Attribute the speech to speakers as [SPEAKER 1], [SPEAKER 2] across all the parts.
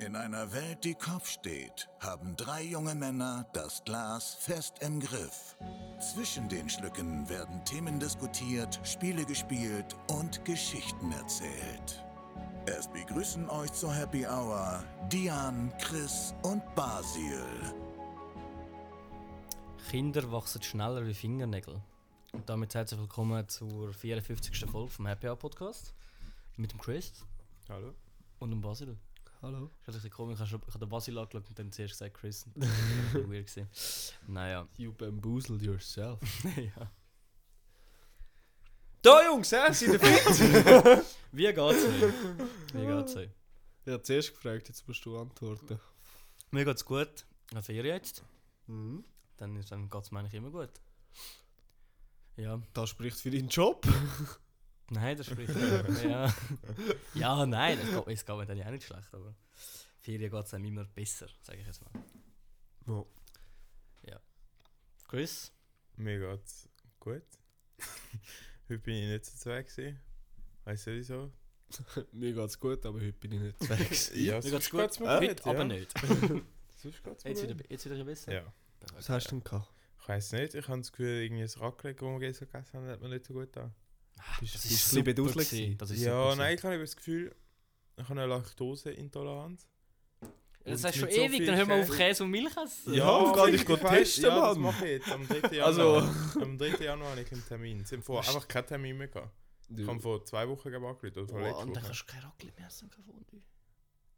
[SPEAKER 1] In einer Welt, die Kopf steht, haben drei junge Männer das Glas fest im Griff. Zwischen den Schlücken werden Themen diskutiert, Spiele gespielt und Geschichten erzählt. Es begrüßen euch zur Happy Hour Dian, Chris und Basil.
[SPEAKER 2] Kinder wachsen schneller wie Fingernägel. Und damit herzlich willkommen zur 54. Folge vom Happy Hour Podcast. Mit dem Chris
[SPEAKER 3] Hallo?
[SPEAKER 2] und dem Basil.
[SPEAKER 4] Hallo.
[SPEAKER 2] Ich hatte ein bisschen komisch, ich habe den Basil angeschaut und dann zuerst gesagt Chris. Und das war weird. gewesen. Naja.
[SPEAKER 4] You bamboozled yourself.
[SPEAKER 2] ja.
[SPEAKER 3] Da Jungs, hä? Seid ihr fit?
[SPEAKER 2] Wie geht's euch? Wie geht's euch?
[SPEAKER 4] Ich habe zuerst gefragt, jetzt musst du antworten.
[SPEAKER 2] Mir geht's gut. Eine Ferien jetzt. Dann, ist- dann geht's mir eigentlich immer gut. Ja.
[SPEAKER 4] Das spricht für deinen Job.
[SPEAKER 2] Nein, das spricht nicht. ja. ja, nein, das geht, es geht mir dann ja auch nicht schlecht, aber Ferien geht es einem immer besser, sage ich jetzt mal.
[SPEAKER 4] Ja.
[SPEAKER 2] Ja. Chris?
[SPEAKER 3] Mir geht's gut. Heute bin ich nicht so zwei gewesen. Weißt du wieso?
[SPEAKER 4] Mir geht's gut, aber heute bin ich nicht zu weg.
[SPEAKER 2] Mir
[SPEAKER 3] Ja,
[SPEAKER 2] geht's
[SPEAKER 3] sonst
[SPEAKER 2] gut,
[SPEAKER 3] geht's mir
[SPEAKER 2] heute
[SPEAKER 3] gut, ja.
[SPEAKER 2] aber nicht.
[SPEAKER 3] Sonst geht's mir
[SPEAKER 2] Jetzt
[SPEAKER 3] gut.
[SPEAKER 2] wieder, jetzt wieder ein bisschen?
[SPEAKER 3] Ja.
[SPEAKER 2] Perfekt,
[SPEAKER 4] Was hast du denn gehabt?
[SPEAKER 3] Ich weiß nicht, ich habe das Gefühl, irgendwie ein Raclette, das wir gestern gegessen haben, hat mir nicht so gut getan.
[SPEAKER 4] Bist
[SPEAKER 2] Ah, Das
[SPEAKER 4] bist
[SPEAKER 2] ist
[SPEAKER 4] ein bisschen
[SPEAKER 2] super
[SPEAKER 4] beduselt
[SPEAKER 2] gewesen.
[SPEAKER 4] gewesen?
[SPEAKER 2] Das ist
[SPEAKER 3] Ja,
[SPEAKER 2] super
[SPEAKER 3] nein,
[SPEAKER 2] gewesen.
[SPEAKER 3] ich habe eben das Gefühl, ich habe eine Laktoseintoleranz.
[SPEAKER 2] Das
[SPEAKER 3] Und
[SPEAKER 2] heißt schon
[SPEAKER 3] mit so
[SPEAKER 2] ewig,
[SPEAKER 3] viel
[SPEAKER 2] dann hören wir auf
[SPEAKER 3] Käse-
[SPEAKER 2] Käse und Milch essen.
[SPEAKER 4] Ja, geh dich
[SPEAKER 3] ich
[SPEAKER 4] go
[SPEAKER 3] weiss,
[SPEAKER 4] testen,
[SPEAKER 3] ja, das
[SPEAKER 4] Mann.
[SPEAKER 3] mache ich jetzt am 3. Januar.
[SPEAKER 4] Also-
[SPEAKER 3] Am 3. Januar habe ich einen Termin. Es sind vor einfach keinen Termin mehr gehabt. Ich habe vor zwei Wochen gegeben angerufen, oder vor
[SPEAKER 2] Oh,
[SPEAKER 3] letzter
[SPEAKER 2] und dann
[SPEAKER 3] Woche.
[SPEAKER 2] kannst du kein Raclette mehr essen, kein Fondue.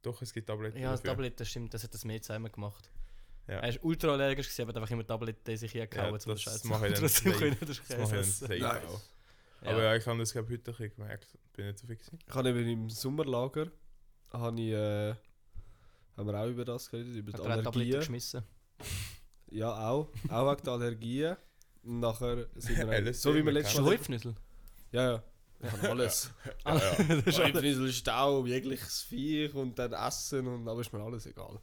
[SPEAKER 3] Doch, es gibt Tabletten
[SPEAKER 2] Ja, das
[SPEAKER 3] dafür.
[SPEAKER 2] Tablet, das stimmt, das hat das mehr zusammen gemacht.
[SPEAKER 3] Ja.
[SPEAKER 2] Er war ultra allergisch, gewesen, aber hat einfach immer Tablet, die sich hingehauen,
[SPEAKER 3] Ja,
[SPEAKER 2] um den
[SPEAKER 3] das
[SPEAKER 2] Scheiß
[SPEAKER 3] mache ich dann
[SPEAKER 2] Trotzdem
[SPEAKER 3] safe.
[SPEAKER 2] können wir das
[SPEAKER 3] Das
[SPEAKER 2] Käse
[SPEAKER 3] mache ich
[SPEAKER 2] essen.
[SPEAKER 3] dann safe
[SPEAKER 4] Nice.
[SPEAKER 3] auch.
[SPEAKER 2] Ja.
[SPEAKER 3] Aber ja, ich habe das glaube heute ein bisschen gemerkt. Bin nicht so fix. gewesen.
[SPEAKER 4] Ich habe eben im Sommerlager, habe ich, äh, haben wir auch über das geredet, über die
[SPEAKER 2] Hat er eine Tablette
[SPEAKER 4] Allergien.
[SPEAKER 2] geschmissen?
[SPEAKER 4] Ja, auch. Auch wegen der Allergien. Und nachher sind wir...
[SPEAKER 3] LSD,
[SPEAKER 4] so wie wir
[SPEAKER 3] wir
[SPEAKER 4] letztes
[SPEAKER 2] Schon
[SPEAKER 3] kennen
[SPEAKER 4] Mal...
[SPEAKER 2] Häufnüssel?
[SPEAKER 4] Ja, ja. Ich habe alles. Schreibnisel, Stau, jegliches Viech und dann Essen und aber ist mir alles egal.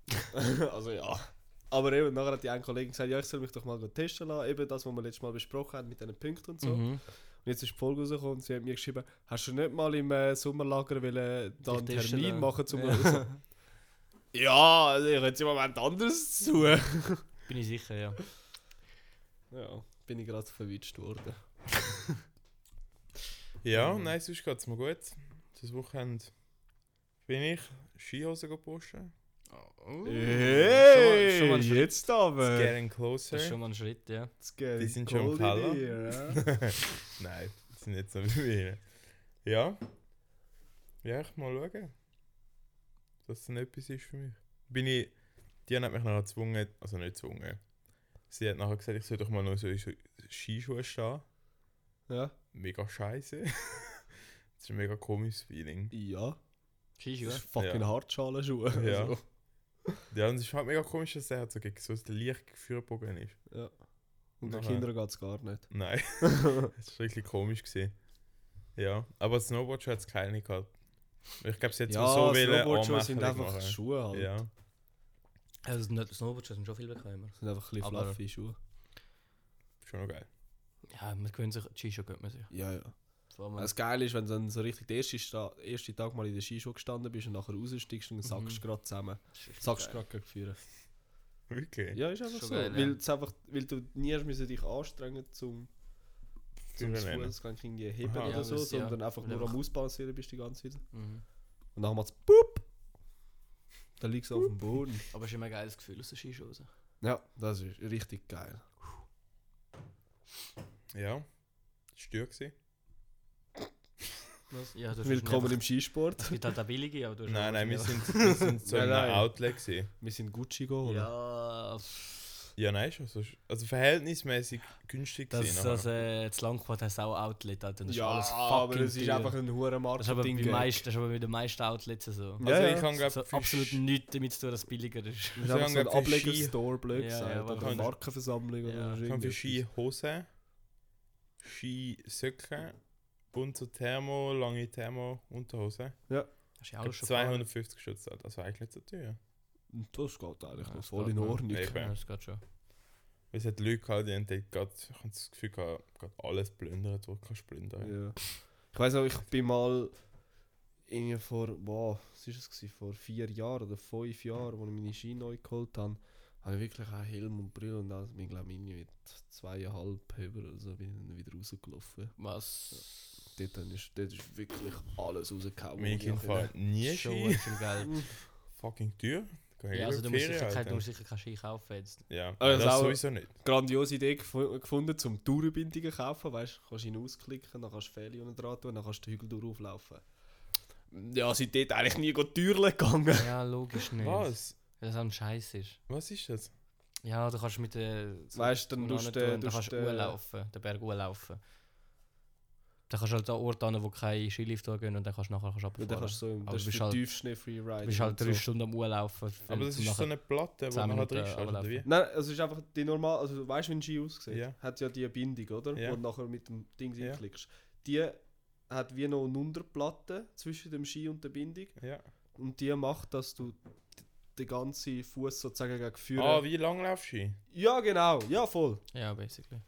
[SPEAKER 4] also ja. Aber eben, nachher hat die ein Kollege gesagt, ja, ich soll mich doch mal testen lassen, eben das, was wir letztes Mal besprochen haben mit diesen Punkten und so. Und
[SPEAKER 2] Mhm.
[SPEAKER 4] jetzt ist die Folge rausgekommen und sie hat mir geschrieben, hast du nicht mal im äh, Sommerlager wollen, äh, da
[SPEAKER 2] Dich
[SPEAKER 4] einen
[SPEAKER 2] testen lassen?
[SPEAKER 4] Termin machen zum
[SPEAKER 2] Ja.
[SPEAKER 4] so, Ja, also ich hätte im Moment anderes zu tun.
[SPEAKER 2] Bin ich sicher, ja.
[SPEAKER 4] Ja, bin ich gerade verwitscht worden.
[SPEAKER 3] Ja,
[SPEAKER 2] Ähm.
[SPEAKER 3] nein, sonst geht es mir gut. Das Wochenende bin ich Skihose gepostet.
[SPEAKER 2] Oh.
[SPEAKER 4] Hey,
[SPEAKER 2] Uh, schon mal ein Schritt.
[SPEAKER 4] jetzt aber.
[SPEAKER 3] Getting
[SPEAKER 2] Äh, Das ist
[SPEAKER 3] closer.
[SPEAKER 2] schon mal ein Schritt, ja.
[SPEAKER 4] It's getting
[SPEAKER 3] Die sind schon im
[SPEAKER 4] cold in
[SPEAKER 3] Keller.
[SPEAKER 4] here, ja.
[SPEAKER 3] nein, das sind jetzt so wie wir. Ja. Ja, ich mal schauen. Dass das nicht etwas ist für mich. Bin ich. Diana hat mich nachher gezwungen, also nicht gezwungen. Sie hat nachher gesagt, ich soll doch mal noch so in Schu- Skischuhe stehen.
[SPEAKER 4] Ja.
[SPEAKER 3] Mega scheiße. das ist ein mega komisches Feeling.
[SPEAKER 4] Ja.
[SPEAKER 2] Skischuhe.
[SPEAKER 4] Das ist fucking
[SPEAKER 3] Ja.
[SPEAKER 4] Hartschalenschuhe.
[SPEAKER 3] Ja.
[SPEAKER 4] Also,
[SPEAKER 3] Ja, und es ist halt mega komisch, dass der halt so gegen so ein Licht Führerbogen ist.
[SPEAKER 4] ja. Und um den
[SPEAKER 3] Aha.
[SPEAKER 4] Kindern geht es gar nicht.
[SPEAKER 3] Nein, das ist wirklich komisch gewesen. Ja, aber Snowboardschuhe hat es keine gehabt. Ich glaube, sie hat
[SPEAKER 4] ja,
[SPEAKER 3] so wollen,
[SPEAKER 4] Snowboardschuhe sind
[SPEAKER 3] anmächerlich
[SPEAKER 4] einfach
[SPEAKER 3] machen.
[SPEAKER 4] Schuhe halt.
[SPEAKER 3] Ja,
[SPEAKER 2] Also nicht Snowboardschuhe sind schon viel bequemer.
[SPEAKER 4] Sind einfach ein bisschen
[SPEAKER 2] Aber-
[SPEAKER 4] fluffy Schuhe.
[SPEAKER 3] schon noch geil.
[SPEAKER 2] Ja, man gewöhnt sich, Skischuhe gönnt man sich.
[SPEAKER 4] Ja, ja.
[SPEAKER 2] Vor allem,
[SPEAKER 4] Das Geile ist, wenn du dann so richtig den ersten, Sta ersten Tag mal in der Skischuhe gestanden bist und nachher raussteigst und
[SPEAKER 2] Mhm.
[SPEAKER 4] sackst gerade zusammen. Sackst gerade gegen Führer.
[SPEAKER 3] Wirklich?
[SPEAKER 4] Ja, ist einfach
[SPEAKER 2] Schon
[SPEAKER 4] so.
[SPEAKER 2] geil, ja.
[SPEAKER 4] weil, es einfach, weil du nie hast müssen dich anstrengen zum zum das
[SPEAKER 3] Führen lernen.
[SPEAKER 4] Fußgelenk irgendwie heben
[SPEAKER 3] Aha.
[SPEAKER 4] oder
[SPEAKER 2] Ja,
[SPEAKER 4] so,
[SPEAKER 2] das- ja.
[SPEAKER 4] sondern einfach
[SPEAKER 2] Weil
[SPEAKER 4] nur am
[SPEAKER 2] einfach-
[SPEAKER 4] Ausbalancieren bist du die ganze Zeit.
[SPEAKER 2] Mhm.
[SPEAKER 4] Und dann macht's BUP! Dann liegst du auf dem Boden.
[SPEAKER 2] Aber es ist immer ein geiles Gefühl aus der Skischuhe raus.
[SPEAKER 4] Ja, das ist richtig geil.
[SPEAKER 3] Ja, das war gewesen.
[SPEAKER 2] Ja, du
[SPEAKER 4] Willkommen
[SPEAKER 2] einfach,
[SPEAKER 4] im Skisport.
[SPEAKER 2] Es gibt halt auch billige, aber du hast
[SPEAKER 3] Nein, nein, wir
[SPEAKER 2] einfach-
[SPEAKER 3] sind, wir sind so
[SPEAKER 4] Nein,
[SPEAKER 3] in einem
[SPEAKER 4] nein.
[SPEAKER 3] Outlet gewesen.
[SPEAKER 4] Wir sind Gucci geholt.
[SPEAKER 2] Ja, pff.
[SPEAKER 3] Ja, nein, schon. so- Also verhältnismäßig günstig
[SPEAKER 2] das,
[SPEAKER 3] gewesen.
[SPEAKER 4] also
[SPEAKER 2] das,
[SPEAKER 3] nachher.
[SPEAKER 2] äh, das Langquad heisst auch Outlet, Alter. Das ist
[SPEAKER 4] Ja,
[SPEAKER 2] alles fucking
[SPEAKER 4] aber es ist
[SPEAKER 2] teuer.
[SPEAKER 4] einfach ein hoher
[SPEAKER 2] das ist aber,
[SPEAKER 4] Marketing.
[SPEAKER 2] bei meisten, das ist aber mit den meisten Outlets so.
[SPEAKER 4] Ja,
[SPEAKER 3] also
[SPEAKER 4] ja.
[SPEAKER 3] ich kann glaube
[SPEAKER 2] so absolut nichts damit zu tun, dass es billiger ist.
[SPEAKER 4] Das ist einfach so ein
[SPEAKER 3] Solange für Ski-
[SPEAKER 4] Ableger-Store, blöd
[SPEAKER 2] Ja,
[SPEAKER 4] gesagt.
[SPEAKER 2] ja, aber
[SPEAKER 4] oder eine
[SPEAKER 3] kannst-
[SPEAKER 4] Markenversammlung
[SPEAKER 2] Ja.
[SPEAKER 4] oder
[SPEAKER 3] Ich habe für
[SPEAKER 4] irgendetwas.
[SPEAKER 3] Skihosen, Skisöcken, bunte Thermo, lange Thermo, Unterhosen.
[SPEAKER 2] Das ist ja auch schon
[SPEAKER 3] 250 Stutz, das war eigentlich nicht so teuer.
[SPEAKER 4] Und Das geht eigentlich
[SPEAKER 2] Ja,
[SPEAKER 4] noch
[SPEAKER 2] das
[SPEAKER 4] voll
[SPEAKER 2] geht
[SPEAKER 4] in
[SPEAKER 2] noch.
[SPEAKER 4] Ordnung.
[SPEAKER 3] Nee,
[SPEAKER 2] Ja, das geht schon.
[SPEAKER 3] Weil es hat Leute gehabt, die haben dort grad, ich habe das Gefühl gehabt, grad alles plündern, was du kannst plündern.
[SPEAKER 4] Ja. Ich weiß auch, ich bin mal irgendwie vor, wow, was ist es gewesen, vor vier Jahren oder fünf Jahren, als ich meine Ski neu geholt habe, habe ich wirklich auch Helm und Brille und alles. Ich glaube, ich mit zweieinhalb Höber oder so bin ich dann wieder rausgelaufen.
[SPEAKER 2] Was?
[SPEAKER 4] Dort, dann ist, dort ist wirklich alles rausgehauen.
[SPEAKER 3] Mein
[SPEAKER 4] was ich
[SPEAKER 3] Kind fährt nie
[SPEAKER 2] Schon
[SPEAKER 3] Ski.
[SPEAKER 2] ganz schön geil.
[SPEAKER 3] Fucking teuer. Geh
[SPEAKER 2] Ja,
[SPEAKER 3] lieber
[SPEAKER 2] also
[SPEAKER 3] in
[SPEAKER 2] du
[SPEAKER 3] die
[SPEAKER 2] musst,
[SPEAKER 3] Ferien,
[SPEAKER 2] sicher kein, du
[SPEAKER 3] Alter.
[SPEAKER 2] musst sicher keinen Ski kaufen jetzt.
[SPEAKER 3] Ja,
[SPEAKER 4] Also
[SPEAKER 3] das
[SPEAKER 4] auch-
[SPEAKER 3] sowieso nicht.
[SPEAKER 4] grandiose Idee gef- gefunden, zum Tourenbindungen zu kaufen. Weißt du, kannst ihn ausklicken, dann kannst du Fähle unten dran tun, dann kannst du den Hügel durchlauflaufen. Ja, seitdem eigentlich nie gut Türen gegangen.
[SPEAKER 2] Ja, logisch nicht.
[SPEAKER 3] Was?
[SPEAKER 2] Weil das auch ein Scheiß ist.
[SPEAKER 3] Was ist das?
[SPEAKER 2] Ja, du kannst mit der...
[SPEAKER 4] Weißt du, dann
[SPEAKER 2] du,
[SPEAKER 4] musst du.
[SPEAKER 2] dann
[SPEAKER 4] musst
[SPEAKER 2] kannst
[SPEAKER 4] du-
[SPEAKER 2] du laufen, den Berg hochlaufen. Dann kannst du halt an Orte hin, wo keine Skilift gehen und dann kannst du nachher kannst
[SPEAKER 4] Ja,
[SPEAKER 2] runterfahren.
[SPEAKER 4] dann kannst du so im
[SPEAKER 2] Aber
[SPEAKER 4] das
[SPEAKER 2] du
[SPEAKER 4] ist
[SPEAKER 2] bist
[SPEAKER 4] der
[SPEAKER 2] halt-
[SPEAKER 4] tiefste Freeride.
[SPEAKER 2] Du bist halt
[SPEAKER 4] und
[SPEAKER 2] drei
[SPEAKER 4] so.
[SPEAKER 2] Stunden am Urlaufen.
[SPEAKER 3] Aber das
[SPEAKER 2] um
[SPEAKER 3] ist so
[SPEAKER 2] nachher-
[SPEAKER 3] eine Platte, wo
[SPEAKER 2] zehn
[SPEAKER 3] man halt
[SPEAKER 2] Minuten
[SPEAKER 3] reinschaltet, oder wie?
[SPEAKER 2] runterlaufen.
[SPEAKER 4] Nein, also es ist einfach die normal, also du weißt, wie ein Ski aussieht.
[SPEAKER 3] Ja.
[SPEAKER 4] Hat ja die Bindung, oder?
[SPEAKER 3] Ja.
[SPEAKER 4] Wo du nachher mit dem Ding
[SPEAKER 3] Ja.
[SPEAKER 4] reinklickst. Die hat wie noch eine Unterplatte zwischen dem Ski und der Bindung.
[SPEAKER 3] Ja.
[SPEAKER 4] Und die macht, dass du d- den ganzen Fuß sozusagen gegen Führer.
[SPEAKER 3] Ah, wie lang laufst du? Ski?
[SPEAKER 4] Ja, genau, ja voll.
[SPEAKER 2] Ja, basically.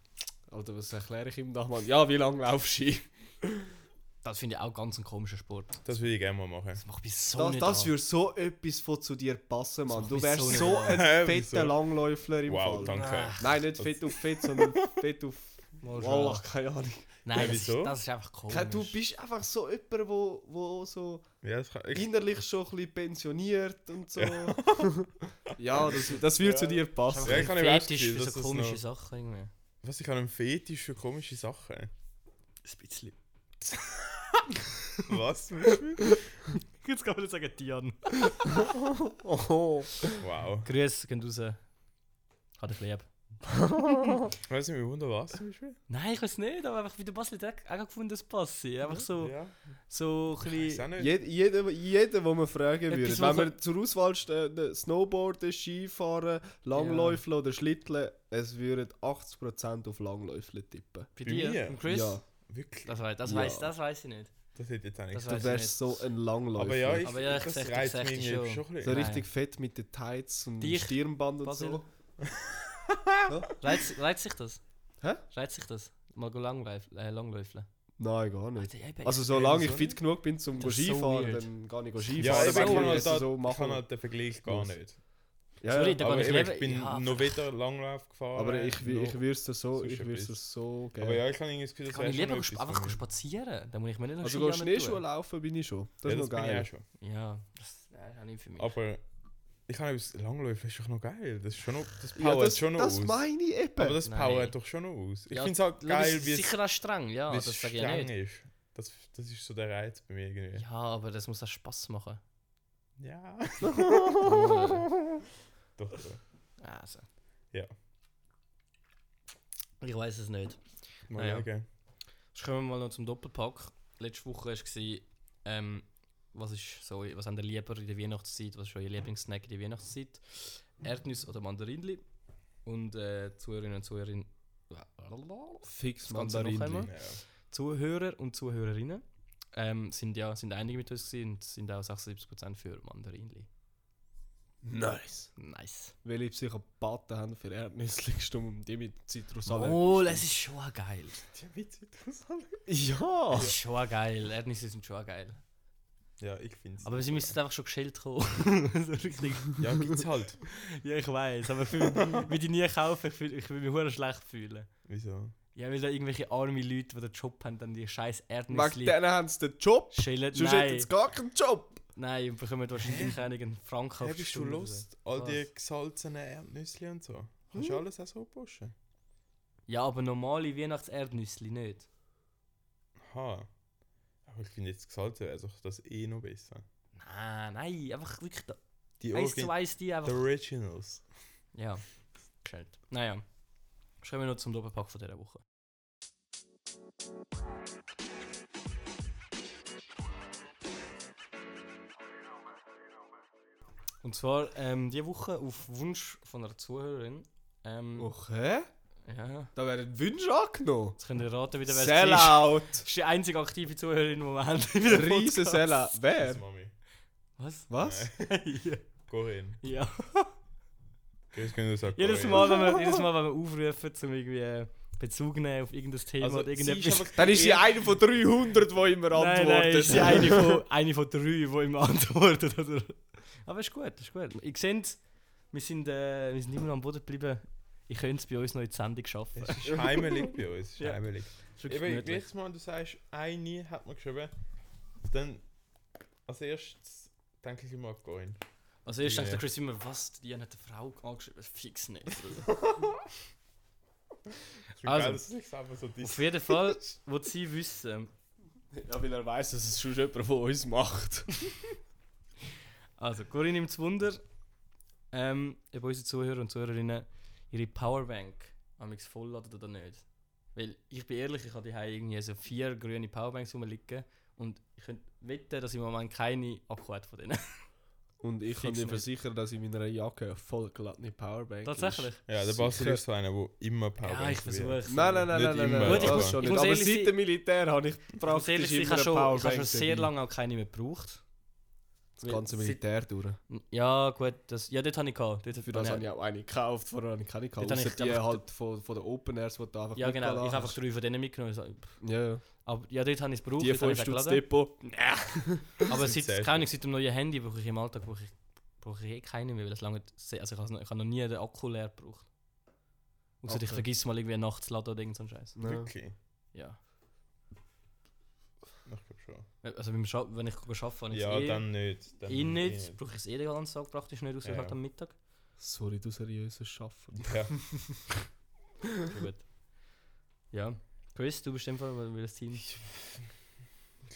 [SPEAKER 4] Alter, was erkläre ich ihm da mal? Ja, wie lange laufst du Ski?
[SPEAKER 2] Das finde ich auch ganz einen komischen Sport.
[SPEAKER 3] Das würde ich gerne mal machen.
[SPEAKER 2] Das macht mich so
[SPEAKER 4] Das,
[SPEAKER 2] nicht
[SPEAKER 4] das
[SPEAKER 2] an.
[SPEAKER 4] würde so etwas von zu dir passen, Mann.
[SPEAKER 2] macht
[SPEAKER 4] Du
[SPEAKER 2] mich
[SPEAKER 4] wärst
[SPEAKER 2] so nicht
[SPEAKER 4] so
[SPEAKER 2] an.
[SPEAKER 4] ein
[SPEAKER 3] Wieso?
[SPEAKER 4] fetter Langläufler im
[SPEAKER 3] Wow,
[SPEAKER 4] Fall.
[SPEAKER 3] danke.
[SPEAKER 4] Nein, nicht fett auf fett, sondern fett auf.
[SPEAKER 2] Mal schon.
[SPEAKER 4] Wallah, keine Ahnung.
[SPEAKER 2] Nein,
[SPEAKER 3] Ja,
[SPEAKER 2] das,
[SPEAKER 3] wieso?
[SPEAKER 2] Ist, das ist einfach komisch.
[SPEAKER 4] Kein- Du bist einfach so jemand, wo, wo so
[SPEAKER 3] Ja, das kann ich.
[SPEAKER 4] innerlich schon ein bisschen pensioniert und so. ja, das, das würde zu dir passen.
[SPEAKER 3] Ja,
[SPEAKER 2] ja,
[SPEAKER 3] ich
[SPEAKER 2] ich
[SPEAKER 3] kann
[SPEAKER 2] kann
[SPEAKER 3] eben auch das
[SPEAKER 2] Fetisch
[SPEAKER 3] Gefühl,
[SPEAKER 2] für
[SPEAKER 3] dass
[SPEAKER 2] so
[SPEAKER 3] das
[SPEAKER 2] komische
[SPEAKER 3] noch-
[SPEAKER 2] Sachen irgendwie. Ein
[SPEAKER 3] Was, ich habe einen Fetisch für komische Sachen.
[SPEAKER 2] bisschen.
[SPEAKER 3] Was?
[SPEAKER 2] Jetzt kann man nicht sagen Tian.
[SPEAKER 4] Oh.
[SPEAKER 3] wow.
[SPEAKER 2] Grüß, gehen raus. Hat dich lieb.
[SPEAKER 3] Weiß nicht, wie wunder was zum Beispiel?
[SPEAKER 2] Nein, ich weiß nicht, aber einfach wie der Basel hat auch auch gefunden, das passt. Einfach so,
[SPEAKER 3] Ja.
[SPEAKER 2] so ein
[SPEAKER 3] Weiß auch
[SPEAKER 2] bisschen.
[SPEAKER 3] nicht.
[SPEAKER 4] Jed, jeder, jeder, wo man fragen
[SPEAKER 2] Etwas,
[SPEAKER 4] würde,
[SPEAKER 2] wo
[SPEAKER 4] wenn
[SPEAKER 2] man-
[SPEAKER 4] wir zur Auswahl stehen, Snowboarden, Skifahren, Langläufeln oder Schlitteln, es würden 80% auf Langläufeln tippen.
[SPEAKER 2] Bei
[SPEAKER 3] Bei
[SPEAKER 2] dir?
[SPEAKER 3] mir?
[SPEAKER 2] Und Chris?
[SPEAKER 4] Ja,
[SPEAKER 3] Wirklich?
[SPEAKER 2] Das, weiß, das,
[SPEAKER 4] Ja.
[SPEAKER 2] weiß, das weiß ich nicht.
[SPEAKER 3] Das hätte jetzt auch nicht.
[SPEAKER 2] Das
[SPEAKER 4] du
[SPEAKER 2] weiß ich nicht.
[SPEAKER 4] wärst so ein Langläufer.
[SPEAKER 3] Aber ja, ich,
[SPEAKER 2] Aber ja, ich
[SPEAKER 3] das
[SPEAKER 2] sag- ich
[SPEAKER 3] reizt
[SPEAKER 2] sag
[SPEAKER 3] mich
[SPEAKER 2] dir
[SPEAKER 3] irgendwie
[SPEAKER 2] schon.
[SPEAKER 3] schon ein bisschen.
[SPEAKER 4] so
[SPEAKER 2] Nein.
[SPEAKER 4] richtig fett mit den Tights und
[SPEAKER 2] Dich,
[SPEAKER 4] Stirnband und
[SPEAKER 2] Basil.
[SPEAKER 4] so.
[SPEAKER 2] Reizt, reizt sich das?
[SPEAKER 4] Hä?
[SPEAKER 2] Reizt sich das? Mal go langläuf- äh, langläufeln.
[SPEAKER 4] Nein, gar nicht.
[SPEAKER 2] Alter, eben,
[SPEAKER 4] Also solange ich
[SPEAKER 3] wieso
[SPEAKER 4] fit genug bin zum
[SPEAKER 2] Das ist
[SPEAKER 4] Skifahren,
[SPEAKER 2] so weird.
[SPEAKER 4] dann kann ich Skifahren.
[SPEAKER 3] Ja,
[SPEAKER 2] das
[SPEAKER 3] ich
[SPEAKER 2] ist so
[SPEAKER 3] kann
[SPEAKER 2] weird.
[SPEAKER 3] halt
[SPEAKER 4] das
[SPEAKER 3] da-
[SPEAKER 4] so
[SPEAKER 3] ich kann
[SPEAKER 4] machen.
[SPEAKER 3] halt den Vergleich gar
[SPEAKER 4] Los.
[SPEAKER 3] nicht.
[SPEAKER 4] Ja,
[SPEAKER 2] Sorry,
[SPEAKER 4] ja.
[SPEAKER 2] da
[SPEAKER 3] Aber
[SPEAKER 2] kann ich
[SPEAKER 3] eben, ich
[SPEAKER 2] leben.
[SPEAKER 3] bin
[SPEAKER 2] Ja,
[SPEAKER 3] noch weder Langlauf gefahren.
[SPEAKER 4] Aber ich, wü- ich
[SPEAKER 3] noch-
[SPEAKER 4] würde es dir so,
[SPEAKER 3] sonst
[SPEAKER 4] ich würde es dir
[SPEAKER 3] etwas.
[SPEAKER 4] so geben. Also,
[SPEAKER 3] Aber ja, ich kann irgendwie das Gefühl, das
[SPEAKER 2] Kann
[SPEAKER 3] wäre
[SPEAKER 2] ich
[SPEAKER 3] schon
[SPEAKER 2] lieber
[SPEAKER 3] noch
[SPEAKER 2] gesp-
[SPEAKER 3] etwas
[SPEAKER 2] einfach
[SPEAKER 3] für mich.
[SPEAKER 2] spazieren? Dann muss ich mir nicht noch
[SPEAKER 4] also
[SPEAKER 2] Ski
[SPEAKER 4] gehst du nicht
[SPEAKER 2] antun.
[SPEAKER 4] schon laufen, bin ich schon. Das
[SPEAKER 3] Ja,
[SPEAKER 4] ist
[SPEAKER 3] das
[SPEAKER 4] noch
[SPEAKER 3] bin ich auch
[SPEAKER 4] geil.
[SPEAKER 3] schon.
[SPEAKER 2] Ja, das das ist auch nicht für mich.
[SPEAKER 3] Aber ich kann etwas Langläufen ist doch noch geil. Das, ist schon noch, das
[SPEAKER 4] Ja,
[SPEAKER 3] powert
[SPEAKER 4] das,
[SPEAKER 3] schon noch
[SPEAKER 4] das
[SPEAKER 3] aus.
[SPEAKER 4] meine ich eben.
[SPEAKER 3] Aber das
[SPEAKER 2] Nein.
[SPEAKER 3] powert doch schon noch aus. Ich
[SPEAKER 2] Ja,
[SPEAKER 3] find's finde es halt
[SPEAKER 2] Schau,
[SPEAKER 3] geil,
[SPEAKER 2] es ist
[SPEAKER 3] wie es
[SPEAKER 2] sicher auch streng, ja,
[SPEAKER 3] wie
[SPEAKER 2] das
[SPEAKER 3] es
[SPEAKER 2] sage ich ja
[SPEAKER 3] streng
[SPEAKER 2] nicht.
[SPEAKER 3] ist. Das, das ist so der Reiz bei mir irgendwie.
[SPEAKER 2] Ja, aber das muss auch Spass machen.
[SPEAKER 3] Ja. doch, doch.
[SPEAKER 2] Also.
[SPEAKER 3] Ja.
[SPEAKER 2] Ich weiß es nicht.
[SPEAKER 3] Mal
[SPEAKER 2] Ja.
[SPEAKER 3] schauen.
[SPEAKER 2] Jetzt kommen wir mal noch zum Doppelpack. Letzte Woche war ähm, was ist so, was habt ihr lieber in der Weihnachtszeit, was ist euer Lieblingssnack in der Weihnachtszeit? Erdnüsse oder Mandarinli? Und äh, Zuhörerinnen und Zuhörer,
[SPEAKER 4] Fix
[SPEAKER 2] das Ganze noch
[SPEAKER 4] Mandarinli.
[SPEAKER 2] einmal.
[SPEAKER 3] Ja.
[SPEAKER 2] Zuhörer und Zuhörerinnen ähm, sind ja sind einige mit uns gewesen und sind auch 76% für Mandarinli.
[SPEAKER 4] Nice.
[SPEAKER 2] Nice.
[SPEAKER 4] Welche Psychopathen haben für Erdnüsse gestimmt und die mit Zitrussalz?
[SPEAKER 2] Oh, das ist schon auch geil.
[SPEAKER 3] Die Witze, das alles.
[SPEAKER 4] Ja!
[SPEAKER 2] Das ist schon auch geil. Erdnüsse sind schon auch geil.
[SPEAKER 3] Ja, ich finde es.
[SPEAKER 2] Aber sie müssen einfach schon geschält kommen. so richtig.
[SPEAKER 3] Ja, gibt's halt.
[SPEAKER 2] Ja, ich weiß, aber für, würde ich nie kaufen, ich, fühl, ich würde mich hure schlecht fühlen.
[SPEAKER 3] Wieso?
[SPEAKER 2] Ja, weil da irgendwelche arme Leute, die den Job haben, dann die scheiß
[SPEAKER 4] Wegen
[SPEAKER 2] Erdnüsse
[SPEAKER 4] denen haben sie den Job.
[SPEAKER 2] schälen.
[SPEAKER 4] Sonst hätten
[SPEAKER 2] Nein,
[SPEAKER 4] sie gar keinen Job.
[SPEAKER 2] nein, und bekommen wahrscheinlich einigen Franken auf
[SPEAKER 3] Hey,
[SPEAKER 2] die
[SPEAKER 3] bist du
[SPEAKER 2] Stunde oder so.
[SPEAKER 3] Lust? All die
[SPEAKER 2] Was? Hm?
[SPEAKER 3] gesalzenen Erdnüsse und so. Kannst du alles auch so pushen?
[SPEAKER 2] Ja, aber normale Weihnachtserdnüsse nicht.
[SPEAKER 3] Aha. Aber ich finde jetzt gesalzen wäre doch das eh noch besser.
[SPEAKER 2] Nein, nein, einfach wirklich da,
[SPEAKER 3] Die
[SPEAKER 2] eins zu
[SPEAKER 3] Origi-
[SPEAKER 2] eins die
[SPEAKER 3] The
[SPEAKER 2] einfach.
[SPEAKER 3] Originals.
[SPEAKER 2] Ja, geschält. Naja, schreiben wir noch zum Doppelpack von dieser Woche. Und zwar ähm, diese Woche auf Wunsch von einer Zuhörerin. Ähm,
[SPEAKER 3] Oh.
[SPEAKER 4] Okay.
[SPEAKER 2] Ja,
[SPEAKER 4] Da werden Wünsche angenommen.
[SPEAKER 2] jetzt könnt ihr raten, wie der ist.
[SPEAKER 4] Sellout!
[SPEAKER 2] Das ist die einzige aktive Zuhörerin, die wir haben. in diesem
[SPEAKER 4] Riesen
[SPEAKER 2] Podcast.
[SPEAKER 4] Sellout.
[SPEAKER 3] Das
[SPEAKER 2] Äh.
[SPEAKER 4] Wer?
[SPEAKER 3] Also, Mami.
[SPEAKER 2] Was?
[SPEAKER 4] Was?
[SPEAKER 3] Corinne.
[SPEAKER 2] ja.
[SPEAKER 3] Grüß Gott, du sagst Oh,
[SPEAKER 2] Jedes Mal, wenn wir, jedes Mal, wenn wir aufrufen, zum irgendwie äh, Bezug nehmen auf irgendein Thema
[SPEAKER 3] Also,
[SPEAKER 2] oder
[SPEAKER 3] sie ist
[SPEAKER 2] irgendetwas.
[SPEAKER 3] aber-
[SPEAKER 4] Dann ist sie
[SPEAKER 3] Ja.
[SPEAKER 4] eine von 300, die immer
[SPEAKER 2] Nein,
[SPEAKER 4] antwortet.
[SPEAKER 2] nein, ist sie eine von, eine von drei, die immer antwortet. Oder? Aber ist gut, ist gut. Ich sehe, wir sind, äh, wir sind immer noch am Boden geblieben. Ich könnte es bei uns noch in die Sendung schaffen.
[SPEAKER 3] Es ist heimelig bei uns. Es ist
[SPEAKER 2] Ja.
[SPEAKER 3] heimelig.
[SPEAKER 2] Ist wirklich
[SPEAKER 3] Eben,
[SPEAKER 2] gemütlich.
[SPEAKER 3] letztes Mal, wenn du sagst, eine hat man geschrieben, dann als erstes denke ich immer an Coin.
[SPEAKER 2] Also erst denkt
[SPEAKER 3] Ja.
[SPEAKER 2] der Chris immer, was, die hat eine Frau angeschrieben, fix nicht.
[SPEAKER 3] Es ist also,
[SPEAKER 2] Also.
[SPEAKER 3] geil, dass es nicht selber so
[SPEAKER 2] Auf
[SPEAKER 3] dies.
[SPEAKER 2] jeden Fall, wo sie wissen,
[SPEAKER 4] Ja, weil er weiß, dass es schon jemand von uns macht.
[SPEAKER 2] also Corinne nimmt's Wunder, ähm, ob unsere Zuhörer und Zuhörerinnen ihre Powerbank amigs vollladen oder nicht. Weil ich bin ehrlich, ich habe hier irgendwie so vier grüne Powerbanks rumliegen und ich könnte wetten, dass ich im Moment keine Akku hat von denen.
[SPEAKER 4] Und ich kann
[SPEAKER 2] Fix
[SPEAKER 4] dir
[SPEAKER 2] nicht.
[SPEAKER 4] versichern, dass in meiner Jacke eine voll glatte Powerbank
[SPEAKER 2] Tatsächlich.
[SPEAKER 4] ist.
[SPEAKER 3] Ja, der Basel ist so einer, der immer Power
[SPEAKER 2] Ja, ich versuche es.
[SPEAKER 4] Nein, nein, nein,
[SPEAKER 3] Nicht
[SPEAKER 4] nein, nein,
[SPEAKER 3] immer,
[SPEAKER 4] nein.
[SPEAKER 3] Gut, ich
[SPEAKER 4] das
[SPEAKER 3] muss-
[SPEAKER 4] schon
[SPEAKER 2] ich
[SPEAKER 4] nicht.
[SPEAKER 2] muss
[SPEAKER 4] Aber
[SPEAKER 2] ehrlich sein-
[SPEAKER 4] seit dem Militär habe ich
[SPEAKER 2] Ich muss ehrlich
[SPEAKER 4] praktisch
[SPEAKER 2] sein, ich
[SPEAKER 4] immer
[SPEAKER 2] habe
[SPEAKER 4] eine
[SPEAKER 2] schon, ich habe
[SPEAKER 4] Powerbank
[SPEAKER 2] schon sehr
[SPEAKER 4] dabei.
[SPEAKER 2] lange auch keine mehr gebraucht.
[SPEAKER 4] Das ganze
[SPEAKER 2] Seit-
[SPEAKER 4] Militär durch.
[SPEAKER 2] Ja, gut, das, ja, dort habe ich gehabt. Dort
[SPEAKER 4] Für das habe ich auch eine gekauft, vorher habe ich keine gekauft.
[SPEAKER 2] Dort habe
[SPEAKER 4] Außer
[SPEAKER 2] ich
[SPEAKER 4] die
[SPEAKER 2] einfach-
[SPEAKER 4] halt von, von den Open Airs, die du einfach
[SPEAKER 2] Ja, genau. Ich
[SPEAKER 4] mitgeladen
[SPEAKER 2] habe einfach
[SPEAKER 4] hast.
[SPEAKER 2] drei von denen mitgenommen. So, pff.
[SPEAKER 4] Ja, ja.
[SPEAKER 2] Aber ja, dort habe ich es gebraucht.
[SPEAKER 4] Die
[SPEAKER 2] dort habe ich es
[SPEAKER 4] 5 Stutz
[SPEAKER 2] geladen.
[SPEAKER 4] Depot.
[SPEAKER 2] Aber
[SPEAKER 3] sind
[SPEAKER 2] seit,
[SPEAKER 3] sehr
[SPEAKER 2] keine Ahnung, seit dem neuen Handy brauche ich im Alltag brauche ich, brauche ich eh keine mehr, weil das lange sehr- also ich, habe noch- ich habe noch nie den Akku leer gebraucht. Außer ich
[SPEAKER 4] Okay.
[SPEAKER 2] vergesse mal irgendwie nachts zu laden oder irgend so einen Scheiß.
[SPEAKER 4] Ja.
[SPEAKER 3] Wirklich?
[SPEAKER 2] Ja.
[SPEAKER 3] Ich glaube schon.
[SPEAKER 2] Also beim Scha- wenn ich arbeite, habe ich
[SPEAKER 3] Ja,
[SPEAKER 2] es eh,
[SPEAKER 3] dann nicht. Dann
[SPEAKER 2] eh nicht. Brauche ich es eh den ganzen Tag praktisch nicht, außer
[SPEAKER 3] Ja,
[SPEAKER 2] halt
[SPEAKER 3] ja.
[SPEAKER 2] am Mittag.
[SPEAKER 4] Sorry, du seriöses Schaffen.
[SPEAKER 3] Ja.
[SPEAKER 2] Ja, gut. Ja. Chris, du bist einfach weil das Team.
[SPEAKER 3] Ich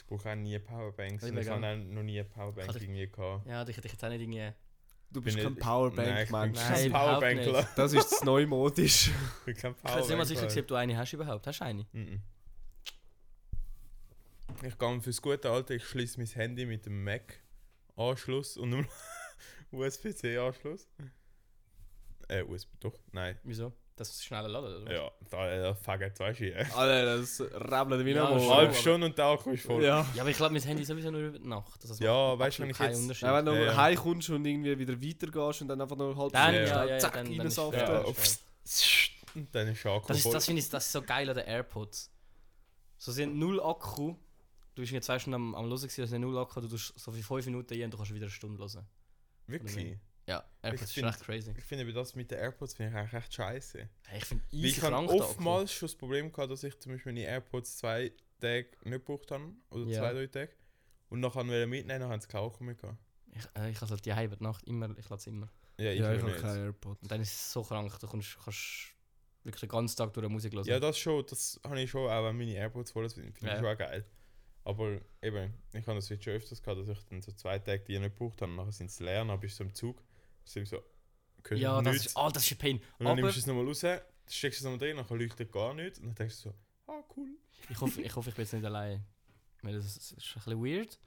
[SPEAKER 3] brauche auch nie Powerbanks.
[SPEAKER 2] Ich
[SPEAKER 3] und
[SPEAKER 2] bin
[SPEAKER 3] Ich habe
[SPEAKER 2] gerne.
[SPEAKER 3] auch noch nie eine Powerbank
[SPEAKER 2] Kann ich-
[SPEAKER 3] irgendwie gehabt.
[SPEAKER 2] Ja, dich hätte ich jetzt auch nicht irgendwie.
[SPEAKER 4] Du bist
[SPEAKER 3] Bin
[SPEAKER 4] kein
[SPEAKER 3] nicht- Nein, ich bin
[SPEAKER 4] Powerbank-Mensch.
[SPEAKER 2] Nein,
[SPEAKER 3] kein
[SPEAKER 2] überhaupt
[SPEAKER 3] Powerbankler.
[SPEAKER 4] Das ist das Neumodische.
[SPEAKER 3] Ich bin kein
[SPEAKER 2] Ich weiß nicht mal sicher, gewesen,
[SPEAKER 3] Powerbankler.
[SPEAKER 2] ob du eine hast überhaupt. Hast du eine?
[SPEAKER 3] Mhm. Ich gehe fürs gute Alte, ich schließe mein Handy mit dem Mac-Anschluss und einem USB-C-Anschluss. Äh, USB, doch? Nein.
[SPEAKER 2] Wieso? Das ist schneller laden, oder?
[SPEAKER 3] Ja, da, äh, da fangen zwei Schienen.
[SPEAKER 4] Alter, das rappelt wie
[SPEAKER 2] Ja,
[SPEAKER 4] ein
[SPEAKER 2] schon.
[SPEAKER 3] Halb
[SPEAKER 2] Oh, aber-
[SPEAKER 4] Halb
[SPEAKER 3] Stunde und der Akku ist voll. Ja,
[SPEAKER 4] Ja.
[SPEAKER 2] Ja, aber ich glaube, mein Handy ist sowieso nur über die Nacht. Also Das
[SPEAKER 3] weißt du, wenn ich
[SPEAKER 2] kein
[SPEAKER 3] jetzt.
[SPEAKER 2] Unterschied.
[SPEAKER 4] Nein, wenn du
[SPEAKER 3] Ja, ja.
[SPEAKER 4] heimkommst und irgendwie wieder weitergehst und dann einfach nur halb
[SPEAKER 2] Dann,
[SPEAKER 3] ja,
[SPEAKER 2] ja, ja,
[SPEAKER 4] zack,
[SPEAKER 2] dann- dann ist-
[SPEAKER 4] reinsaften.
[SPEAKER 3] Ja,
[SPEAKER 2] Ja,
[SPEAKER 3] auf- und dann ist der Akku
[SPEAKER 2] das ist,
[SPEAKER 3] voll.
[SPEAKER 2] das finde ich das ist so geil an den AirPods. So sind null Akku. Du bist in zwei Stunden am, am Hören, gewesen, dass nicht null Akku, du tust so für fünf Minuten rein und du kannst wieder eine Stunde hören.
[SPEAKER 3] Wirklich?
[SPEAKER 2] Ja, AirPods ist
[SPEAKER 3] find-
[SPEAKER 2] recht crazy.
[SPEAKER 3] Ich finde, aber das mit den AirPods finde ich eigentlich echt scheiße.
[SPEAKER 2] Hey, ich finde
[SPEAKER 3] Weil
[SPEAKER 2] easy
[SPEAKER 3] ich habe
[SPEAKER 2] krank der Akku.
[SPEAKER 3] oftmals schon das Problem gehabt, dass ich zum Beispiel meine AirPods zwei Tage nicht gebraucht habe. Oder
[SPEAKER 2] Ja.
[SPEAKER 3] zwei, drei Tage. Und nachher wollte ich mitnehmen, dann haben sie keine Akku mehr gehabt.
[SPEAKER 2] Ich, äh, ich lasse die halbe Nacht immer, ich lasse immer.
[SPEAKER 3] Ja, ich,
[SPEAKER 4] Ja, ich
[SPEAKER 3] will
[SPEAKER 4] habe
[SPEAKER 3] nicht.
[SPEAKER 4] keine AirPods.
[SPEAKER 2] Und dann ist es so krank, du kannst, kannst wirklich den ganzen Tag durch Musik hören.
[SPEAKER 3] Ja, das schon, das habe ich schon, auch wenn meine AirPods voll sind, finde ich
[SPEAKER 2] Ja.
[SPEAKER 3] schon auch geil. Aber eben, ich habe das jetzt schon öfters gehabt, dass ich dann so zwei Tage die nicht gebraucht habe, und nachher sind sie leer, dann bist du im Zug, sind so, können
[SPEAKER 2] ja, das
[SPEAKER 3] nichts.
[SPEAKER 2] ist, ah, das ist ein Pain.
[SPEAKER 3] und dann
[SPEAKER 2] Aber
[SPEAKER 3] nimmst du es nochmal raus, steckst es nochmal drin, nachher leuchtet gar nichts, und dann denkst du so, ah, cool.
[SPEAKER 2] ich hoffe, ich hoffe, ich bin jetzt nicht allein. Weil das ist, ist ein bisschen weird.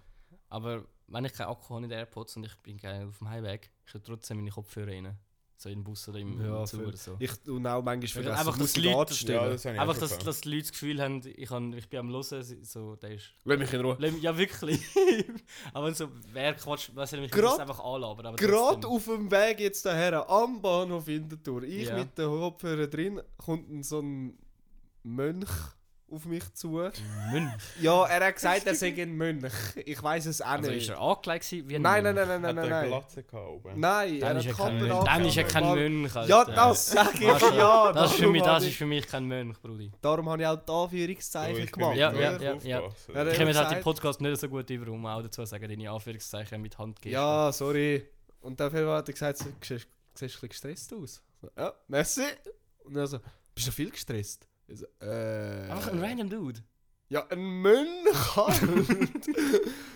[SPEAKER 2] Aber wenn ich keinen Akku habe in den AirPods und ich bin gerne auf dem Highweg, ich tue trotzdem meine Kopfhörer rein. So in den Bus oder im,
[SPEAKER 4] Ja,
[SPEAKER 2] im Zug
[SPEAKER 4] voll.
[SPEAKER 2] oder so.
[SPEAKER 4] Ich und auch manchmal vergessen,
[SPEAKER 2] einfach,
[SPEAKER 4] einfach
[SPEAKER 2] dass
[SPEAKER 4] Musik
[SPEAKER 2] die Leute-
[SPEAKER 3] Ja,
[SPEAKER 4] anzustellen.
[SPEAKER 3] das habe ich
[SPEAKER 2] Einfach,
[SPEAKER 3] auch
[SPEAKER 2] dass,
[SPEAKER 3] schon
[SPEAKER 2] dass die Leute das Gefühl haben, ich, kann, ich bin am Hören, sie- so, der ist...
[SPEAKER 4] Lass mich in Ruhe.
[SPEAKER 2] Lass mich- Ja, wirklich. Aber so, wer quatscht, was soll mich
[SPEAKER 4] Grad-
[SPEAKER 2] das einfach anlabern? aber
[SPEAKER 4] Gerade
[SPEAKER 2] trotzdem.
[SPEAKER 4] auf dem Weg jetzt daher, am Bahnhof Winterthur, ich
[SPEAKER 2] Ja.
[SPEAKER 4] mit den Kopfhörern drin, kommt ein so ein Mönch auf mich zu.
[SPEAKER 2] Münch.
[SPEAKER 4] Ja, er hat gesagt, er sei ein Mönch. Ich weiß es auch
[SPEAKER 2] Also ist
[SPEAKER 4] nicht.
[SPEAKER 2] er angelegt gewesen wie ein
[SPEAKER 4] Nein, nein,
[SPEAKER 2] Mönch?
[SPEAKER 4] nein, nein, nein,
[SPEAKER 3] Hat er
[SPEAKER 4] nein. Nein,
[SPEAKER 3] eine Glatze gehabt oben?
[SPEAKER 4] nein
[SPEAKER 2] Dann
[SPEAKER 4] er
[SPEAKER 2] ist er
[SPEAKER 4] hat
[SPEAKER 2] kein
[SPEAKER 4] Kappe
[SPEAKER 2] Mönch. Dann ist er kein
[SPEAKER 4] angehabt.
[SPEAKER 2] Mönch, Alter.
[SPEAKER 4] Ja, das sag ich
[SPEAKER 2] Marcel,
[SPEAKER 4] ja.
[SPEAKER 2] Das ist, für mich,
[SPEAKER 4] darum
[SPEAKER 2] das
[SPEAKER 4] hab
[SPEAKER 2] ist für mich kein Mönch, Brudi.
[SPEAKER 4] Darum habe ich auch die
[SPEAKER 2] Oh,
[SPEAKER 4] Anführungszeichen
[SPEAKER 3] ich bin
[SPEAKER 4] gemacht.
[SPEAKER 3] mit
[SPEAKER 2] Ja,
[SPEAKER 3] dem
[SPEAKER 2] ja,
[SPEAKER 3] Mönch
[SPEAKER 2] ja, ja.
[SPEAKER 3] aufgewachsen.
[SPEAKER 4] Ja, der-
[SPEAKER 2] Ich
[SPEAKER 4] Ich
[SPEAKER 2] komme
[SPEAKER 4] komme
[SPEAKER 2] jetzt
[SPEAKER 4] gesagt-
[SPEAKER 2] halt im Podcast nicht so gut über, um auch dazu zu sagen, deine Anführungszeichen mit Hand gehst.
[SPEAKER 4] Ja, sorry. Und auf jeden Fall hat er gesagt, du siehst, siehst ein bisschen gestresst aus. So, ja, merci. Und er so, bist du viel gestresst? Ich so, äh.
[SPEAKER 2] Einfach ein random Dude.
[SPEAKER 4] Ja, ein Mönch. halt.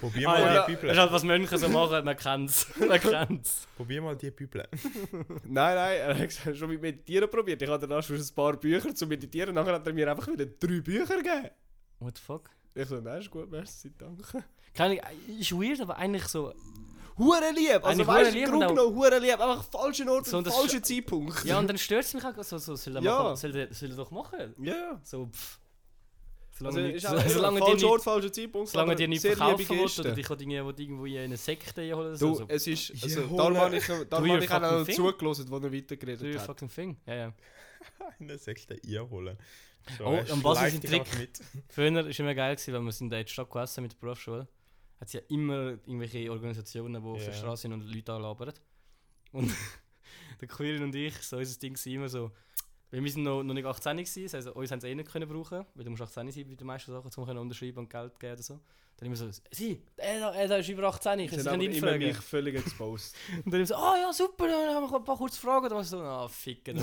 [SPEAKER 3] Probier
[SPEAKER 2] Ah,
[SPEAKER 3] mal
[SPEAKER 2] ja. Das
[SPEAKER 3] die
[SPEAKER 2] ist
[SPEAKER 3] Bibel.
[SPEAKER 2] halt, was Mönche so machen, man kennt's. Man kennt's.
[SPEAKER 3] Probier mal die Bibel.
[SPEAKER 4] nein, nein, er hat gesagt, schon mit Meditieren probiert. Ich hatte danach schon ein paar Bücher zum Meditieren. Nachher hat er mir einfach wieder drei Bücher gegeben.
[SPEAKER 2] What the fuck?
[SPEAKER 4] Ich so, nein, ist gut, merci, danke.
[SPEAKER 2] Keine Ahnung, äh, ist weird, aber eigentlich so.
[SPEAKER 4] Hure lieb! Also,
[SPEAKER 2] Eigentlich
[SPEAKER 4] weißt
[SPEAKER 2] hure
[SPEAKER 4] du,
[SPEAKER 2] lieb
[SPEAKER 4] im
[SPEAKER 2] und
[SPEAKER 4] Grunde
[SPEAKER 2] auch-
[SPEAKER 4] genommen, hure lieb. Einfach falschen Ort,
[SPEAKER 2] So, und das ist-
[SPEAKER 4] falschen Zeitpunkt.
[SPEAKER 2] Ja, und dann stört es mich auch so, so soll er,
[SPEAKER 4] Ja.
[SPEAKER 2] machen, soll, er, soll er doch machen.
[SPEAKER 4] Ja.
[SPEAKER 2] So, pff. Solange nicht-
[SPEAKER 4] Also, ist auch ist
[SPEAKER 2] solange
[SPEAKER 4] auch
[SPEAKER 2] die
[SPEAKER 4] falsch Ort,
[SPEAKER 2] nicht-
[SPEAKER 4] falscher Zeitpunkt.
[SPEAKER 2] solange
[SPEAKER 4] aber
[SPEAKER 2] dir nicht
[SPEAKER 4] sehr liebe
[SPEAKER 2] verkaufen willst
[SPEAKER 4] Gäste.
[SPEAKER 2] oder dich irgendwie irgendwo in eine Sekte einholen oder so.
[SPEAKER 4] Du,
[SPEAKER 2] so.
[SPEAKER 4] es ist. Also,
[SPEAKER 3] Ja,
[SPEAKER 4] darum
[SPEAKER 3] hole-
[SPEAKER 4] habe ich, darum
[SPEAKER 2] your
[SPEAKER 4] habe ich auch noch
[SPEAKER 2] fucking thing.
[SPEAKER 4] zugelassen, wo er
[SPEAKER 2] Do your
[SPEAKER 4] weitergeredet hat.
[SPEAKER 2] fucking thing. Ja, ja.
[SPEAKER 3] Einen sechsten einholen. So,
[SPEAKER 2] Oh,
[SPEAKER 3] er
[SPEAKER 2] und was ist
[SPEAKER 3] schleicht
[SPEAKER 2] ein
[SPEAKER 3] dich einfach
[SPEAKER 2] Trick?
[SPEAKER 3] Mit.
[SPEAKER 2] Früher war es immer geil, gewesen, wenn wir sind in der Stadt gegessen mit der Berufsschule. Hat es ja immer irgendwelche Organisationen, die auf
[SPEAKER 3] Ja.
[SPEAKER 2] der Straße sind und Leute anlabern. Und der Quirin und ich, so unser Ding war immer so. Weil wir sind noch, noch nicht 18 gewesen, das heisst, uns haben sie eh nicht können brauchen, weil du musst 18 sein bei den meisten Sachen, um können unterschreiben und Geld geben oder so. Dann immer so, sie, er da, er da ist über 18, ich
[SPEAKER 4] Ich
[SPEAKER 2] kann
[SPEAKER 4] habe
[SPEAKER 2] nicht
[SPEAKER 4] immer mich
[SPEAKER 2] fragen.
[SPEAKER 4] völlig exposed.
[SPEAKER 2] Und dann immer so, ah ja super, dann haben wir ein paar kurze Fragen. Dann war ich so, ah ficken.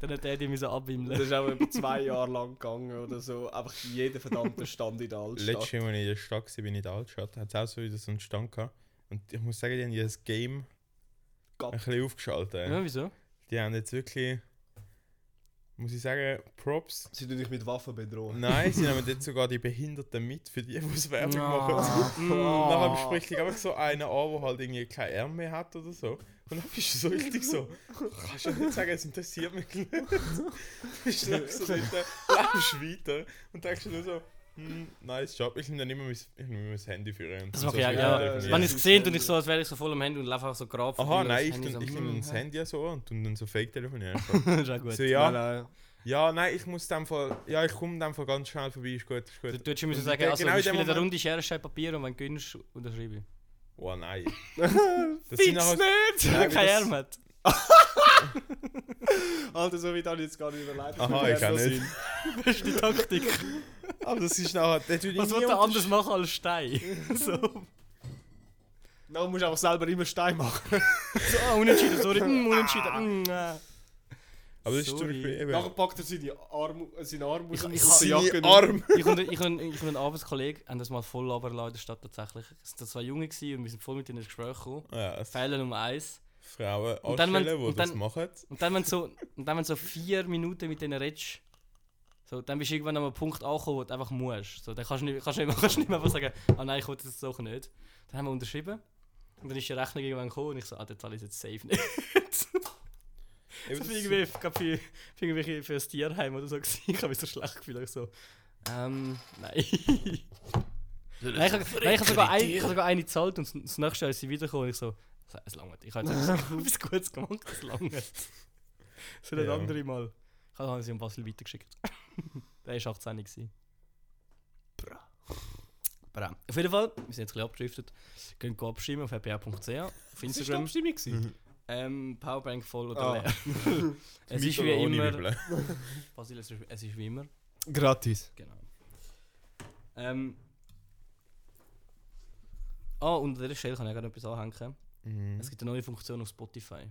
[SPEAKER 2] dann hat er die müssen
[SPEAKER 4] Das
[SPEAKER 2] abwimmeln.
[SPEAKER 4] ist auch über zwei Jahre lang gegangen oder so. Einfach jeder verdammte Stand in der
[SPEAKER 3] Letztes
[SPEAKER 4] Altstadt.
[SPEAKER 3] Mal, als ich in der Stadt war, bin ich in der Altstadt, hat es auch so wieder so einen Stand gehabt. Und ich muss sagen, die haben ihr das Game ein
[SPEAKER 4] Gab-
[SPEAKER 3] bisschen aufgeschaltet.
[SPEAKER 2] Ja, wieso?
[SPEAKER 3] Die haben jetzt wirklich, muss ich sagen, Props.
[SPEAKER 4] Sie tun dich mit Waffen bedrohen.
[SPEAKER 3] Nein, sie nehmen jetzt sogar die Behinderten mit, für die, die es Werbung machen.
[SPEAKER 2] Mm.
[SPEAKER 3] Und nachher spricht dich einfach so einer an, der halt irgendwie keine Ärmel mehr hat oder so. Und dann bist du so richtig so, kannst du nicht sagen, es interessiert mich nicht. Dann bist du einfach so dort, läufst weiter und denkst dir nur so, hm, nein, es schaut mich nicht, dann immer mein, ich nehme mein Handy für ihn.
[SPEAKER 2] Das
[SPEAKER 3] Und
[SPEAKER 2] mache
[SPEAKER 3] so
[SPEAKER 2] ich auch,
[SPEAKER 3] schnell
[SPEAKER 2] ja.
[SPEAKER 3] darf
[SPEAKER 4] Ja,
[SPEAKER 2] Wenn ich
[SPEAKER 3] nicht.
[SPEAKER 2] es
[SPEAKER 4] das
[SPEAKER 2] sehe,
[SPEAKER 4] ist
[SPEAKER 2] tue ich
[SPEAKER 4] Handy.
[SPEAKER 2] so, als wäre ich so voll am Handy und laufe einfach so grab von
[SPEAKER 3] Aha,
[SPEAKER 2] hinten
[SPEAKER 3] nein,
[SPEAKER 2] das
[SPEAKER 3] ich
[SPEAKER 2] Handy
[SPEAKER 3] nehme ich
[SPEAKER 2] so,
[SPEAKER 3] nehme
[SPEAKER 2] mm,
[SPEAKER 3] das Handy so an und tu dann so fake telefonieren.
[SPEAKER 2] ist auch gut.
[SPEAKER 3] so, ja,
[SPEAKER 4] Nein,
[SPEAKER 3] ja, nein, ich muss dem Fall, ja, ich komme dem Fall ganz schnell vorbei, ist gut, ist
[SPEAKER 2] Du
[SPEAKER 3] gut.
[SPEAKER 2] tust schon müssen
[SPEAKER 3] Und
[SPEAKER 2] sagen,
[SPEAKER 3] genau
[SPEAKER 2] also,
[SPEAKER 3] in
[SPEAKER 2] wir
[SPEAKER 3] dem
[SPEAKER 2] spielen eine
[SPEAKER 3] Moment-
[SPEAKER 2] Runde Schere, Stein, Papier und wenn du gönnst, unterschreibe ich.
[SPEAKER 3] Oh nein. Das sind
[SPEAKER 4] Fix
[SPEAKER 3] nachher-
[SPEAKER 4] nicht!
[SPEAKER 3] Nein,
[SPEAKER 2] Keine
[SPEAKER 3] das-
[SPEAKER 2] Ärmel.
[SPEAKER 4] Alter, so weit habe ich jetzt gar nicht überlegt.
[SPEAKER 3] Aha, ich kann nicht.
[SPEAKER 2] Beste Taktik.
[SPEAKER 3] Aber das ist nachher, das würde ich
[SPEAKER 2] Was
[SPEAKER 3] nie
[SPEAKER 2] will der
[SPEAKER 3] unter-
[SPEAKER 2] anders machen als Stein? so,
[SPEAKER 4] Dann musst du einfach selber immer Stein machen.
[SPEAKER 2] so ah, unentschieden, sorry, mm, unentschieden. Mm, äh.
[SPEAKER 3] Aber das ist zum
[SPEAKER 2] Sorry.
[SPEAKER 3] Beispiel eben...
[SPEAKER 4] Nachher packt er seine Arme, seinen Arm aus
[SPEAKER 2] Ich-
[SPEAKER 4] dem
[SPEAKER 2] ich-
[SPEAKER 4] aus der
[SPEAKER 3] Seine
[SPEAKER 4] Jacke.
[SPEAKER 3] Arme.
[SPEAKER 2] ich und, ich und, ich und ein Arbeitskollege haben das mal voll labern lassen in der Stadt tatsächlich. Es waren zwei Junge gewesen und wir sind voll mit ihnen ins Gespräch gekommen.
[SPEAKER 3] Ja, es-
[SPEAKER 2] Fehler Nummer eins.
[SPEAKER 3] Frauen
[SPEAKER 2] Und dann, wenn-
[SPEAKER 3] anstellen, die
[SPEAKER 2] und
[SPEAKER 3] das
[SPEAKER 2] dann-
[SPEAKER 3] machen.
[SPEAKER 2] Und dann, wenn du so, und dann, wenn du so vier Minuten mit denen redest, so, dann bist du irgendwann an einem Punkt angekommen, wo du einfach musst. So, dann kannst du nicht, kannst du nicht, kannst du nicht mehr einfach sagen, ah nein, ich will das jetzt doch nicht. Dann haben wir unterschrieben. Und dann ist die Rechnung irgendwann gekommen und ich so, ah, dann zahle ich jetzt safe nicht.
[SPEAKER 3] Eben,
[SPEAKER 2] Das war
[SPEAKER 3] das-
[SPEAKER 2] irgendwie gerade für, für, irgendwie für das Tierheim oder so. gewesen. Ich habe mich so schlecht gefühlt. Ich so, ähm, nein. nein, ich, hab- nein, ich habe sogar, ein, ich hab sogar eine gezahlt und das- das nächste Jahr ist sie wiedergekommen und ich so, es- es langt. Ich habe jetzt etwas Gutes gemacht, es langt. So das
[SPEAKER 3] Ja.
[SPEAKER 2] andere Mal. Ich habe sie um Basel weitergeschickt. Der war 18 gewesen. Bra. Bra. Auf jeden Fall, wir sind jetzt ein bisschen abgeschriftet. Gehen abstimmen auf hpa.ch, auf
[SPEAKER 4] Das war
[SPEAKER 2] Instagram.
[SPEAKER 4] eine Stimmung. gewesen.
[SPEAKER 2] Ähm, Powerbank voll oder
[SPEAKER 4] Ah.
[SPEAKER 2] leer. es ist
[SPEAKER 3] Mit
[SPEAKER 2] wie
[SPEAKER 3] oder ohne
[SPEAKER 2] immer.
[SPEAKER 3] Bibel.
[SPEAKER 2] Basil, es ist, es ist wie immer.
[SPEAKER 4] Gratis.
[SPEAKER 2] Genau. Ähm. Ah, und an dieser Stelle kann ich auch noch etwas anhängen.
[SPEAKER 3] Mhm.
[SPEAKER 2] Es gibt eine neue Funktion auf Spotify.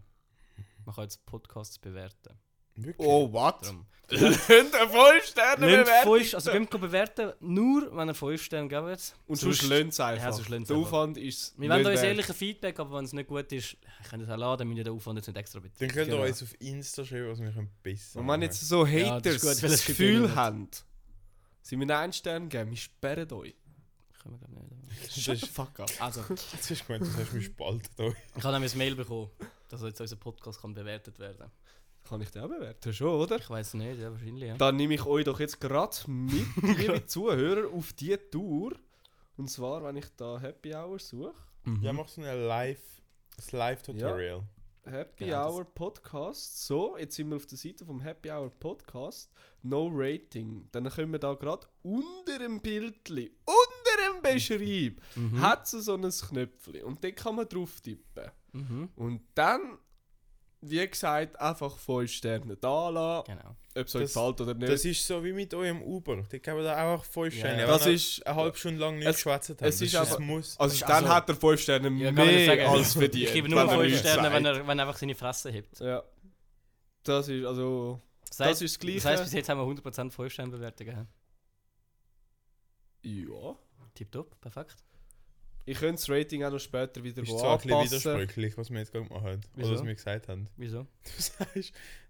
[SPEAKER 2] Man kann jetzt Podcasts bewerten.
[SPEAKER 3] Wirklich?
[SPEAKER 4] Oh, what?
[SPEAKER 2] Darum.
[SPEAKER 4] Könnt ihr 5 Sterne
[SPEAKER 2] Nehmt fünf, also könnt ihr bewerten, nur wenn ihr 5 Sterne gebt.
[SPEAKER 4] Und sonst löhnt es einfach.
[SPEAKER 2] Ja, sonst löhnt's
[SPEAKER 4] der
[SPEAKER 2] einfach.
[SPEAKER 4] Aufwand ist
[SPEAKER 2] Wir wollen euch ehrliches Feedback, aber wenn es nicht gut ist, könnt ihr es auch laden, müsst ihr den Aufwand jetzt nicht extra bitte.
[SPEAKER 3] Dann könnt ihr
[SPEAKER 4] Genau.
[SPEAKER 3] uns auf Insta schreiben, was wir können besser
[SPEAKER 4] Und wenn
[SPEAKER 3] machen.
[SPEAKER 4] jetzt so Haters
[SPEAKER 2] Ja, das ist gut,
[SPEAKER 4] das,
[SPEAKER 2] weil das gibt ihnen
[SPEAKER 4] Gefühl
[SPEAKER 2] nicht.
[SPEAKER 4] haben, sie mir einen Stern geben, wir sperren euch.
[SPEAKER 2] Können wir, glaub ich, nicht.
[SPEAKER 4] Shut the fuck up.
[SPEAKER 2] Also.
[SPEAKER 3] Jetzt hast du gemeint, du hast mich spaltet. oh.
[SPEAKER 2] Ich habe nämlich ein Mail bekommen, dass jetzt unser Podcast kann bewertet werden
[SPEAKER 4] Kann ich den auch bewerten? Schon, oder?
[SPEAKER 2] Ich weiß nicht, ja, wahrscheinlich. Ja.
[SPEAKER 4] Dann nehme ich euch doch jetzt gerade mit, liebe Zuhörer, auf die Tour. Und zwar, wenn ich da Happy Hour suche.
[SPEAKER 2] Mhm.
[SPEAKER 3] Ja, mach so ein Live, das Live-Tutorial.
[SPEAKER 4] Happy
[SPEAKER 2] Genau, das-
[SPEAKER 4] Hour Podcast. So, jetzt sind wir auf der Seite vom Happy Hour Podcast. No Rating. Dann können wir da gerade unter dem Bildli, unter dem Beschreib, hat es so ein Knöpfchen. Und dann kann man drauf tippen.
[SPEAKER 2] Mhm.
[SPEAKER 4] Und dann, wie gesagt, einfach 5 Sterne da lassen,
[SPEAKER 2] Genau.
[SPEAKER 4] ob es euch
[SPEAKER 3] Das-
[SPEAKER 4] gefällt oder nicht.
[SPEAKER 3] Das ist so wie mit eurem Uber. Die geben da auch voll
[SPEAKER 2] Ja,
[SPEAKER 3] Sterne.
[SPEAKER 2] ja.
[SPEAKER 3] wenn
[SPEAKER 4] Das
[SPEAKER 3] ihr
[SPEAKER 4] ist-
[SPEAKER 3] eine halbe Stunde lang nicht
[SPEAKER 4] es-
[SPEAKER 3] geschwätzt haben.
[SPEAKER 4] es
[SPEAKER 3] Das
[SPEAKER 4] ist
[SPEAKER 3] ist
[SPEAKER 4] aber-
[SPEAKER 3] ein Muss.
[SPEAKER 4] also,
[SPEAKER 2] also-
[SPEAKER 4] dann hat er 5 Sterne
[SPEAKER 2] Ja, kann man nicht
[SPEAKER 4] mehr
[SPEAKER 2] sagen.
[SPEAKER 4] als verdient.
[SPEAKER 2] Ich gebe
[SPEAKER 4] wenn
[SPEAKER 2] nur
[SPEAKER 4] man
[SPEAKER 2] 5
[SPEAKER 4] nichts
[SPEAKER 2] Sterne, wenn
[SPEAKER 4] sagt.
[SPEAKER 2] er, wenn er einfach seine Fresse hebt.
[SPEAKER 4] Ja. Das ist also.
[SPEAKER 2] Das
[SPEAKER 4] Das
[SPEAKER 2] heisst,
[SPEAKER 4] ist das
[SPEAKER 2] das
[SPEAKER 4] Gleiche.
[SPEAKER 2] heisst, bis jetzt haben wir 100% Vollsternbewertungen.
[SPEAKER 4] ja.
[SPEAKER 2] Tipptopp, perfekt.
[SPEAKER 4] Ich könnte das Rating auch noch später wieder
[SPEAKER 3] ist
[SPEAKER 4] go
[SPEAKER 3] zwar ein bisschen
[SPEAKER 4] anpassen.
[SPEAKER 3] widersprüchlich, was wir jetzt gerade gemacht haben. Oder
[SPEAKER 2] Wieso?
[SPEAKER 3] was wir gesagt haben.
[SPEAKER 2] Wieso?
[SPEAKER 3] Du sagst,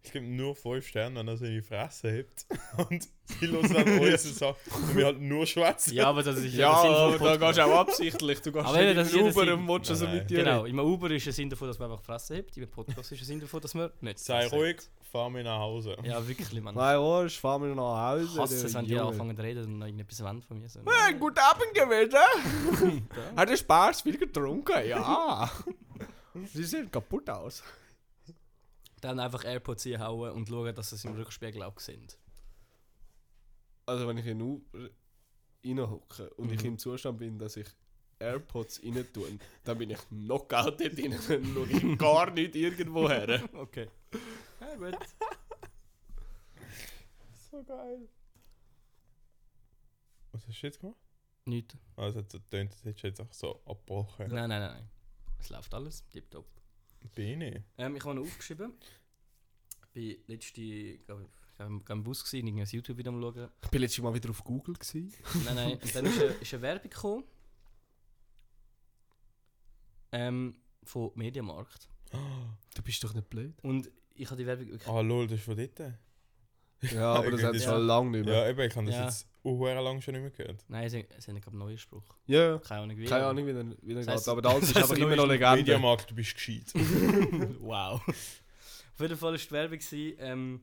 [SPEAKER 3] ich gebe nur 5 Sterne, wenn er seine Fresse hebt. Und die hören dann unsere Sachen. Und wir halt nur schwätzen.
[SPEAKER 2] Ja, aber das ist
[SPEAKER 4] Ja,
[SPEAKER 2] der Sinn vom
[SPEAKER 4] aber da
[SPEAKER 2] Podcast.
[SPEAKER 4] gehst du auch absichtlich. Du gehst
[SPEAKER 2] Aber eben,
[SPEAKER 4] nicht
[SPEAKER 2] das
[SPEAKER 4] in
[SPEAKER 2] ist
[SPEAKER 4] den
[SPEAKER 2] jeder
[SPEAKER 4] Uber
[SPEAKER 2] Sinn.
[SPEAKER 4] und watchst es
[SPEAKER 3] Nein,
[SPEAKER 4] mit dir.
[SPEAKER 2] Genau, im Uber ist der Sinn davon, dass man einfach die Fresse hebt. Im Podcast ist der Sinn davon, dass man nicht die
[SPEAKER 3] Sei
[SPEAKER 2] Fresse
[SPEAKER 3] ruhig,
[SPEAKER 2] hebt.
[SPEAKER 3] fahr mich nach Hause.
[SPEAKER 2] Ja, wirklich, man.
[SPEAKER 4] Zwei Uhr, ich fahre mir nach
[SPEAKER 2] Ich
[SPEAKER 4] Hause.
[SPEAKER 2] hasse
[SPEAKER 4] du
[SPEAKER 2] es, wenn die
[SPEAKER 4] Junge.
[SPEAKER 2] anfangen zu reden und noch irgendetwas wollen von mir. So.
[SPEAKER 4] Hey, guten Abend gewesen. Hat der Spaß viel getrunken? Ja. Sie sehen kaputt aus.
[SPEAKER 2] Dann einfach AirPods einhauen und schauen, dass sie es im Rückspiegel auch sind.
[SPEAKER 4] Also wenn ich in U reinhocke und
[SPEAKER 2] Mhm.
[SPEAKER 4] ich im Zustand bin, dass ich AirPods rein tue, dann bin ich knockout dort rein, dann schaue ich gar nicht irgendwo her.
[SPEAKER 2] Okay. Ja, gut.
[SPEAKER 3] So geil. Was hast du jetzt gemacht?
[SPEAKER 2] Nicht.
[SPEAKER 3] Ah, es hat so getönt, als hättest du jetzt auch so abgebrochen.
[SPEAKER 2] Nein, nein, nein. Es läuft alles. Tipptopp.
[SPEAKER 3] Bin ich.
[SPEAKER 2] Ähm, ich habe noch aufgeschrieben. Ich war letzte, glaube ich, glaub, ich war im Bus, gewesen, irgendein YouTube-Video am schauen.
[SPEAKER 4] Ich bin letztes Mal wieder auf Google. Gewesen.
[SPEAKER 2] Nein, nein. Und dann ist eine, ist eine Werbung gekommen. Ähm, von Mediamarkt.
[SPEAKER 4] Du bist doch nicht blöd.
[SPEAKER 2] Und ich habe die Werbung wirklich.
[SPEAKER 3] Ah, lol, das ist von dort. Ja,
[SPEAKER 4] Ja, aber das hat
[SPEAKER 3] Ja.
[SPEAKER 4] schon lange nicht mehr.
[SPEAKER 3] eben, ich habe das
[SPEAKER 2] Ja.
[SPEAKER 3] jetzt auch lange schon nicht mehr gehört.
[SPEAKER 2] Nein, sie, sie haben gerade einen neuen Spruch.
[SPEAKER 4] Ja,
[SPEAKER 2] Keine Ahnung wie.
[SPEAKER 4] keine Ahnung, wie der, wie der
[SPEAKER 2] Das heisst-
[SPEAKER 4] geht. Aber der alte ist
[SPEAKER 2] das heisst,
[SPEAKER 4] einfach
[SPEAKER 2] der
[SPEAKER 4] immer noch
[SPEAKER 2] neue ist
[SPEAKER 4] Legende.
[SPEAKER 3] Mediamarkt, du bist gescheit.
[SPEAKER 2] wow. Auf jeden Fall war die Werbung, gewesen, ähm,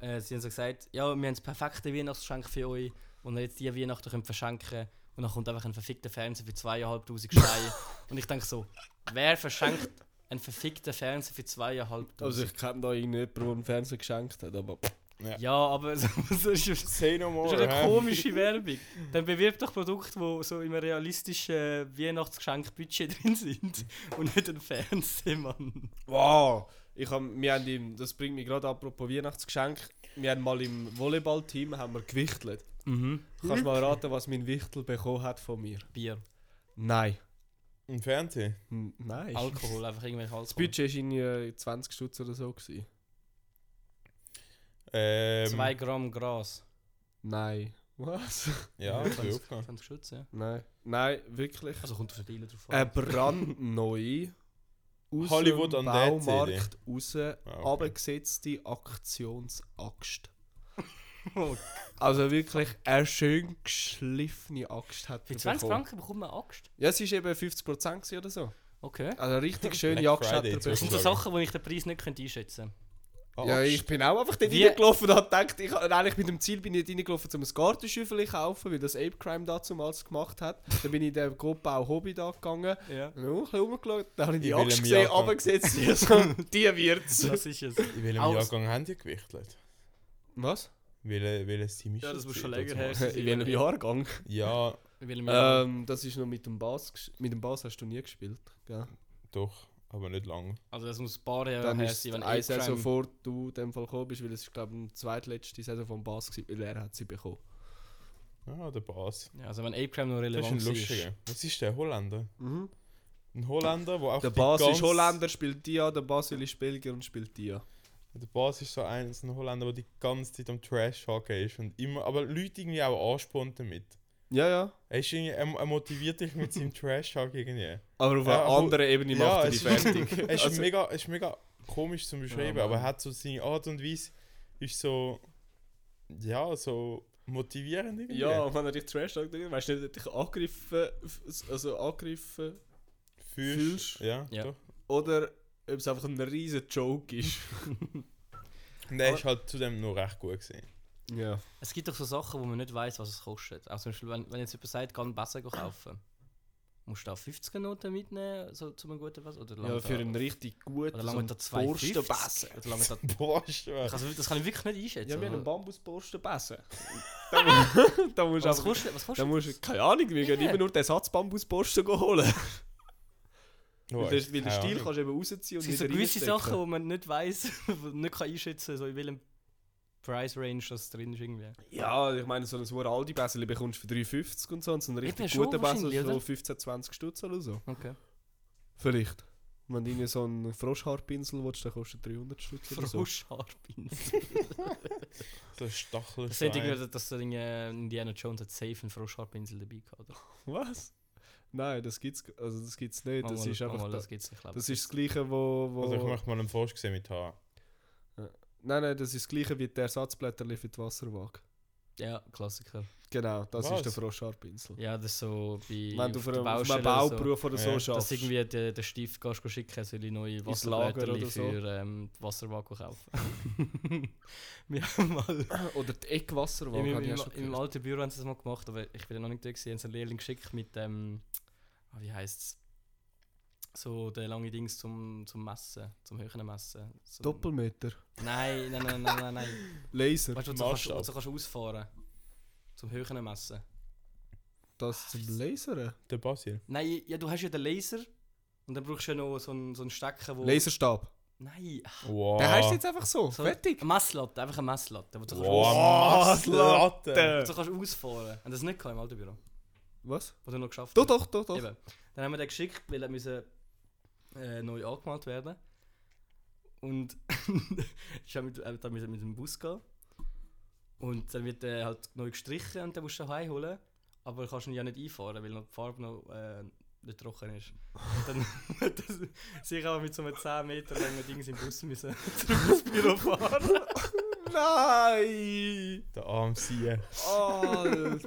[SPEAKER 2] äh, sie haben so gesagt, ja, wir haben das perfekte Weihnachtsgeschenk für euch, und ihr jetzt diese Weihnachten könnt verschenken und dann kommt einfach ein verfickter Fernseher für 2'500 Steine und ich denke so, wer verschenkt einen verfickten Fernseher für 2'500?
[SPEAKER 4] Also ich kenne da irgendjemanden, der einen Fernseher geschenkt hat, aber
[SPEAKER 2] ja, aber so, so ist es.
[SPEAKER 3] Say no
[SPEAKER 2] Das
[SPEAKER 3] more.
[SPEAKER 2] ist eine
[SPEAKER 3] hä?
[SPEAKER 2] komische Werbung. Dann bewirbt doch Produkte, die so im realistischen Weihnachtsgeschenkbudget drin sind. Und nicht ein Fernseher, Mann.
[SPEAKER 4] Wow! Ich hab, wir haben im, das bringt mich gerade apropos Weihnachtsgeschenk. Wir haben mal im Volleyballteam haben wir gewichtelt.
[SPEAKER 2] Mhm.
[SPEAKER 4] Kannst du mal raten, was mein Wichtel bekommen hat von mir?
[SPEAKER 2] Bier.
[SPEAKER 4] Nein.
[SPEAKER 3] Im Fernsehen.
[SPEAKER 4] N- Nein.
[SPEAKER 2] Alkohol, einfach irgendwelche Alkohol.
[SPEAKER 4] Das Budget war irgendwie 20 Stutz oder so. Gewesen.
[SPEAKER 3] Ähm,
[SPEAKER 2] 2 Gramm Gras.
[SPEAKER 4] Nein. Was?
[SPEAKER 3] Ja, das ist aufgegangen.
[SPEAKER 2] 20 Schutz, ja.
[SPEAKER 4] Nein. Nein, wirklich.
[SPEAKER 2] Also kommt auf den Dealer drauf
[SPEAKER 4] Eine brandneue, aus
[SPEAKER 3] Hollywood
[SPEAKER 4] dem
[SPEAKER 3] on Dead
[SPEAKER 4] Baumarkt raus,
[SPEAKER 3] okay.
[SPEAKER 4] abgesetzte Aktionsaxt.
[SPEAKER 2] Oh.
[SPEAKER 4] Also wirklich eine schön geschliffene Axt hat
[SPEAKER 2] Für
[SPEAKER 4] er
[SPEAKER 2] 20
[SPEAKER 4] bekommen.
[SPEAKER 2] Franken bekommt man Axt.
[SPEAKER 4] Ja, es war eben 50% gewesen oder so.
[SPEAKER 2] Okay.
[SPEAKER 4] Also eine richtig schöne
[SPEAKER 3] Black
[SPEAKER 4] Axt hat er
[SPEAKER 3] Friday
[SPEAKER 2] Das
[SPEAKER 4] bekommen.
[SPEAKER 2] sind so Sachen, wo ich den Preis nicht könnte einschätzen
[SPEAKER 3] Ah,
[SPEAKER 4] Ja, ich bin auch einfach dort
[SPEAKER 2] Wie-
[SPEAKER 4] reingelaufen und hab gedacht, ich, nein, ich bin dem Ziel bin ich nicht reingelaufen, um ein Gartenschüffel zu kaufen, weil das Ape Crime damals gemacht hat. Dann bin ich in der Gruppe auch Hobby da gegangen.
[SPEAKER 2] könnte. Ja.
[SPEAKER 4] Dann hab ich ein bisschen rumgeschaut, dann habe ich die
[SPEAKER 3] Ich will
[SPEAKER 4] Axt
[SPEAKER 3] mir
[SPEAKER 4] gesehen,
[SPEAKER 3] anfangen.
[SPEAKER 4] runtergesetzt, die so, die wird's.
[SPEAKER 2] Das ist es.
[SPEAKER 3] In welchem
[SPEAKER 2] Aus-
[SPEAKER 3] Jahrgang haben die gewichtelt?
[SPEAKER 4] Was?
[SPEAKER 3] Wel, welches Team ist
[SPEAKER 2] Ja, das muss schon
[SPEAKER 3] gewesen?
[SPEAKER 2] länger her sein.
[SPEAKER 4] In welchem Jahrgang?
[SPEAKER 3] Ja,
[SPEAKER 2] Weil wir-
[SPEAKER 4] Ähm, das ist noch mit dem Bass, gesch- mit dem Bass hast du nie gespielt, gell?
[SPEAKER 3] doch, aber nicht lang.
[SPEAKER 2] Also das muss ein paar Jahre
[SPEAKER 4] Dann
[SPEAKER 2] her
[SPEAKER 4] ist
[SPEAKER 2] sein, wenn
[SPEAKER 4] eine Saison
[SPEAKER 2] A-Crime-
[SPEAKER 4] vor du in dem Fall gekommen bist, weil es ist glaube ich die zweitletzte Saison vom Bass gewesen, weil er hat sie bekommen.
[SPEAKER 3] Ah, der Bas.
[SPEAKER 2] Ja, also wenn Ape-Crime noch
[SPEAKER 3] Das ist ein
[SPEAKER 2] relevant
[SPEAKER 3] lustiger. Was ist der? Holländer?
[SPEAKER 4] Mhm.
[SPEAKER 3] Ein Holländer, der auch
[SPEAKER 4] Der
[SPEAKER 3] die
[SPEAKER 4] Bas ist
[SPEAKER 3] ganz-
[SPEAKER 4] Holländer, spielt die an, der Basil ist Belgier und spielt die an.
[SPEAKER 3] Der Bas ist so ein, so ein Holländer, der die ganze Zeit am Trash hocken ist und immer, aber Leute irgendwie auch anspornt damit.
[SPEAKER 4] Ja, ja.
[SPEAKER 3] Er, ist irgendwie, er, er motiviert dich mit seinem Trash hock irgendwie.
[SPEAKER 4] Aber auf
[SPEAKER 3] Ja,
[SPEAKER 4] einer
[SPEAKER 3] aber-
[SPEAKER 4] anderen Ebene macht er die
[SPEAKER 3] es ist-
[SPEAKER 4] fertig.
[SPEAKER 3] Er ist,
[SPEAKER 4] Also-
[SPEAKER 3] mega, er ist mega komisch zu beschreiben,
[SPEAKER 2] Ja,
[SPEAKER 3] aber er
[SPEAKER 2] Mann.
[SPEAKER 3] hat so seine Art und Weise, ist so, ja, so motivierend irgendwie.
[SPEAKER 4] Ja, und wenn er dich trash sagt, weißt du nicht, ob du dich angegriffen, f- also angegriffen
[SPEAKER 3] Fühlst,
[SPEAKER 4] fühlst.
[SPEAKER 3] ja,
[SPEAKER 2] Ja.
[SPEAKER 3] Doch.
[SPEAKER 4] oder ob es einfach ein riesen Joke ist.
[SPEAKER 3] Und er
[SPEAKER 4] Aber-
[SPEAKER 3] ist halt zudem noch recht gut gesehen.
[SPEAKER 4] Ja.
[SPEAKER 2] Es gibt doch so Sachen, wo man nicht weiß, was es kostet. Also zum Beispiel, wenn, wenn jetzt jemand sagt, kann Wasser kaufen. Musst du da 50 Noten mitnehmen, so zu einem guten Wasser? Oder
[SPEAKER 4] Ja,
[SPEAKER 2] langt
[SPEAKER 4] für
[SPEAKER 2] da-
[SPEAKER 4] einen richtig guten
[SPEAKER 2] Oder lange da 250?
[SPEAKER 4] Borstenbesen.
[SPEAKER 2] Oder langt da,
[SPEAKER 3] Borst, man.
[SPEAKER 2] also, das kann ich wirklich nicht einschätzen.
[SPEAKER 4] Ja, wir haben einen
[SPEAKER 2] also.
[SPEAKER 4] Bambusborstenbesen. da mu- da musst du
[SPEAKER 2] was
[SPEAKER 4] einfach...
[SPEAKER 2] kostet, was
[SPEAKER 4] Da
[SPEAKER 2] kostet
[SPEAKER 4] musst du, keine Ahnung, wir gehen
[SPEAKER 2] Ja.
[SPEAKER 4] immer nur den Satz Bambusborsten holen.
[SPEAKER 3] Oh,
[SPEAKER 4] Weil der, weil der
[SPEAKER 3] keine
[SPEAKER 4] Stiel
[SPEAKER 3] Ahnung.
[SPEAKER 4] kannst du eben rausziehen
[SPEAKER 2] das?
[SPEAKER 4] und
[SPEAKER 2] sind so
[SPEAKER 4] wieder
[SPEAKER 2] gewisse
[SPEAKER 4] reinstecken.
[SPEAKER 2] Sachen, die man nicht weiß, nicht kann einschätzen so in welchem Price Range das drin ist. Irgendwie.
[SPEAKER 4] Ja, ich meine, so ein super aldi Basel bekommst du für 3,50 und so. Und so einen richtig
[SPEAKER 2] schon
[SPEAKER 4] guten Basel
[SPEAKER 2] wahrscheinlich,
[SPEAKER 4] so
[SPEAKER 2] oder?
[SPEAKER 4] 15, 20 Stutz oder so.
[SPEAKER 2] Okay.
[SPEAKER 4] Vielleicht. Wenn du irgendwie so einen Froschhaarpinsel willst, dann kostet er 300 Stutz oder so.
[SPEAKER 2] Froschhaarpinsel.
[SPEAKER 3] So Stachel.
[SPEAKER 2] Das sind irgendwie, dass der äh, Indiana Jones hat safe einen Froschhaarpinsel dabei gehabt. Oder?
[SPEAKER 4] Was? Nein, das gibt's, also das gibt's nicht.
[SPEAKER 2] Oh,
[SPEAKER 4] Das
[SPEAKER 2] mal,
[SPEAKER 4] ist
[SPEAKER 2] oh,
[SPEAKER 4] einfach...
[SPEAKER 2] mal,
[SPEAKER 4] da-
[SPEAKER 2] das gibt's nicht, glaube ich.
[SPEAKER 4] das ist das gleiche, wo... wo
[SPEAKER 3] Also ich möchte mal einen Frosch gesehen mit Haar.
[SPEAKER 4] nein, nein, das ist das gleiche wie die Ersatzblätterli für die Wasserwaage.
[SPEAKER 2] Ja, Klassiker.
[SPEAKER 4] Genau, das
[SPEAKER 3] Was?
[SPEAKER 4] ist der Froscharpinsel.
[SPEAKER 2] Ja, das ist so bei
[SPEAKER 4] Wenn du
[SPEAKER 2] auf
[SPEAKER 4] für
[SPEAKER 2] der
[SPEAKER 4] einen, auf
[SPEAKER 2] Baustelle
[SPEAKER 4] einem
[SPEAKER 2] so,
[SPEAKER 4] Bauberuf oder so
[SPEAKER 3] Ja.
[SPEAKER 4] schaffst.
[SPEAKER 2] Dass irgendwie den, den Stift kannst du schicken kannst, weil ich neue
[SPEAKER 4] Ins Lager
[SPEAKER 2] Wasserblätter
[SPEAKER 4] oder so.
[SPEAKER 2] für ähm, die Wasserwaage kaufen. Wir haben mal
[SPEAKER 4] Oder die Eckwasserwaage,
[SPEAKER 2] Im,
[SPEAKER 4] habe ich
[SPEAKER 2] im,
[SPEAKER 4] ja schon
[SPEAKER 2] Im
[SPEAKER 4] gehört.
[SPEAKER 2] alten Büro haben sie das mal gemacht, aber ich bin ja noch nicht da gewesen. Haben sie einen Lehrling geschickt mit dem, ah, wie heißt es? So der lange Dings zum, zum Messen, zum höheren Messen. So,
[SPEAKER 4] Doppelmeter.
[SPEAKER 2] Nein, nein, nein, nein, nein, nein.
[SPEAKER 4] Laser.
[SPEAKER 2] Weißt du, wozu kannst,
[SPEAKER 3] Maßstab.
[SPEAKER 2] wozu kannst du ausfahren? Zum höheren Messen.
[SPEAKER 4] Das zum Lasern?
[SPEAKER 3] Der Basil.
[SPEAKER 2] Nein, ja, du hast ja den Laser und dann brauchst du ja noch so einen, so einen Stecker, wo.
[SPEAKER 4] Laserstab.
[SPEAKER 2] Nein, ach,
[SPEAKER 3] Wow.
[SPEAKER 4] Der heißt jetzt einfach so.
[SPEAKER 2] so
[SPEAKER 4] Fertig.
[SPEAKER 2] Eine Messlatte, einfach eine Messlatte, wo du,
[SPEAKER 3] Wow,
[SPEAKER 4] Wow,
[SPEAKER 3] Max Latte.
[SPEAKER 2] kannst, wo du kannst ausfahren. Und das nicht kann im alten Büro,
[SPEAKER 4] Was?
[SPEAKER 2] wo du noch geschafft
[SPEAKER 4] Doch, doch, doch, doch.
[SPEAKER 2] Eben. Dann haben wir den geschickt, weil er müsse äh, neu angemalt werden. Und ich habe mit, äh, dann mit, mit dem Bus gehen. Und dann wird er halt neu gestrichen und dann musst du ihn heimholen. Aber kannst ihn ja nicht einfahren, weil noch die Farbe noch äh, nicht trocken ist. Und dann hat er sich aber mit so einem 10 Meter langen Ding im Bus müssen zurück ins Büro fahren.
[SPEAKER 4] Nein!
[SPEAKER 3] Der arme Siehe.
[SPEAKER 4] Alter!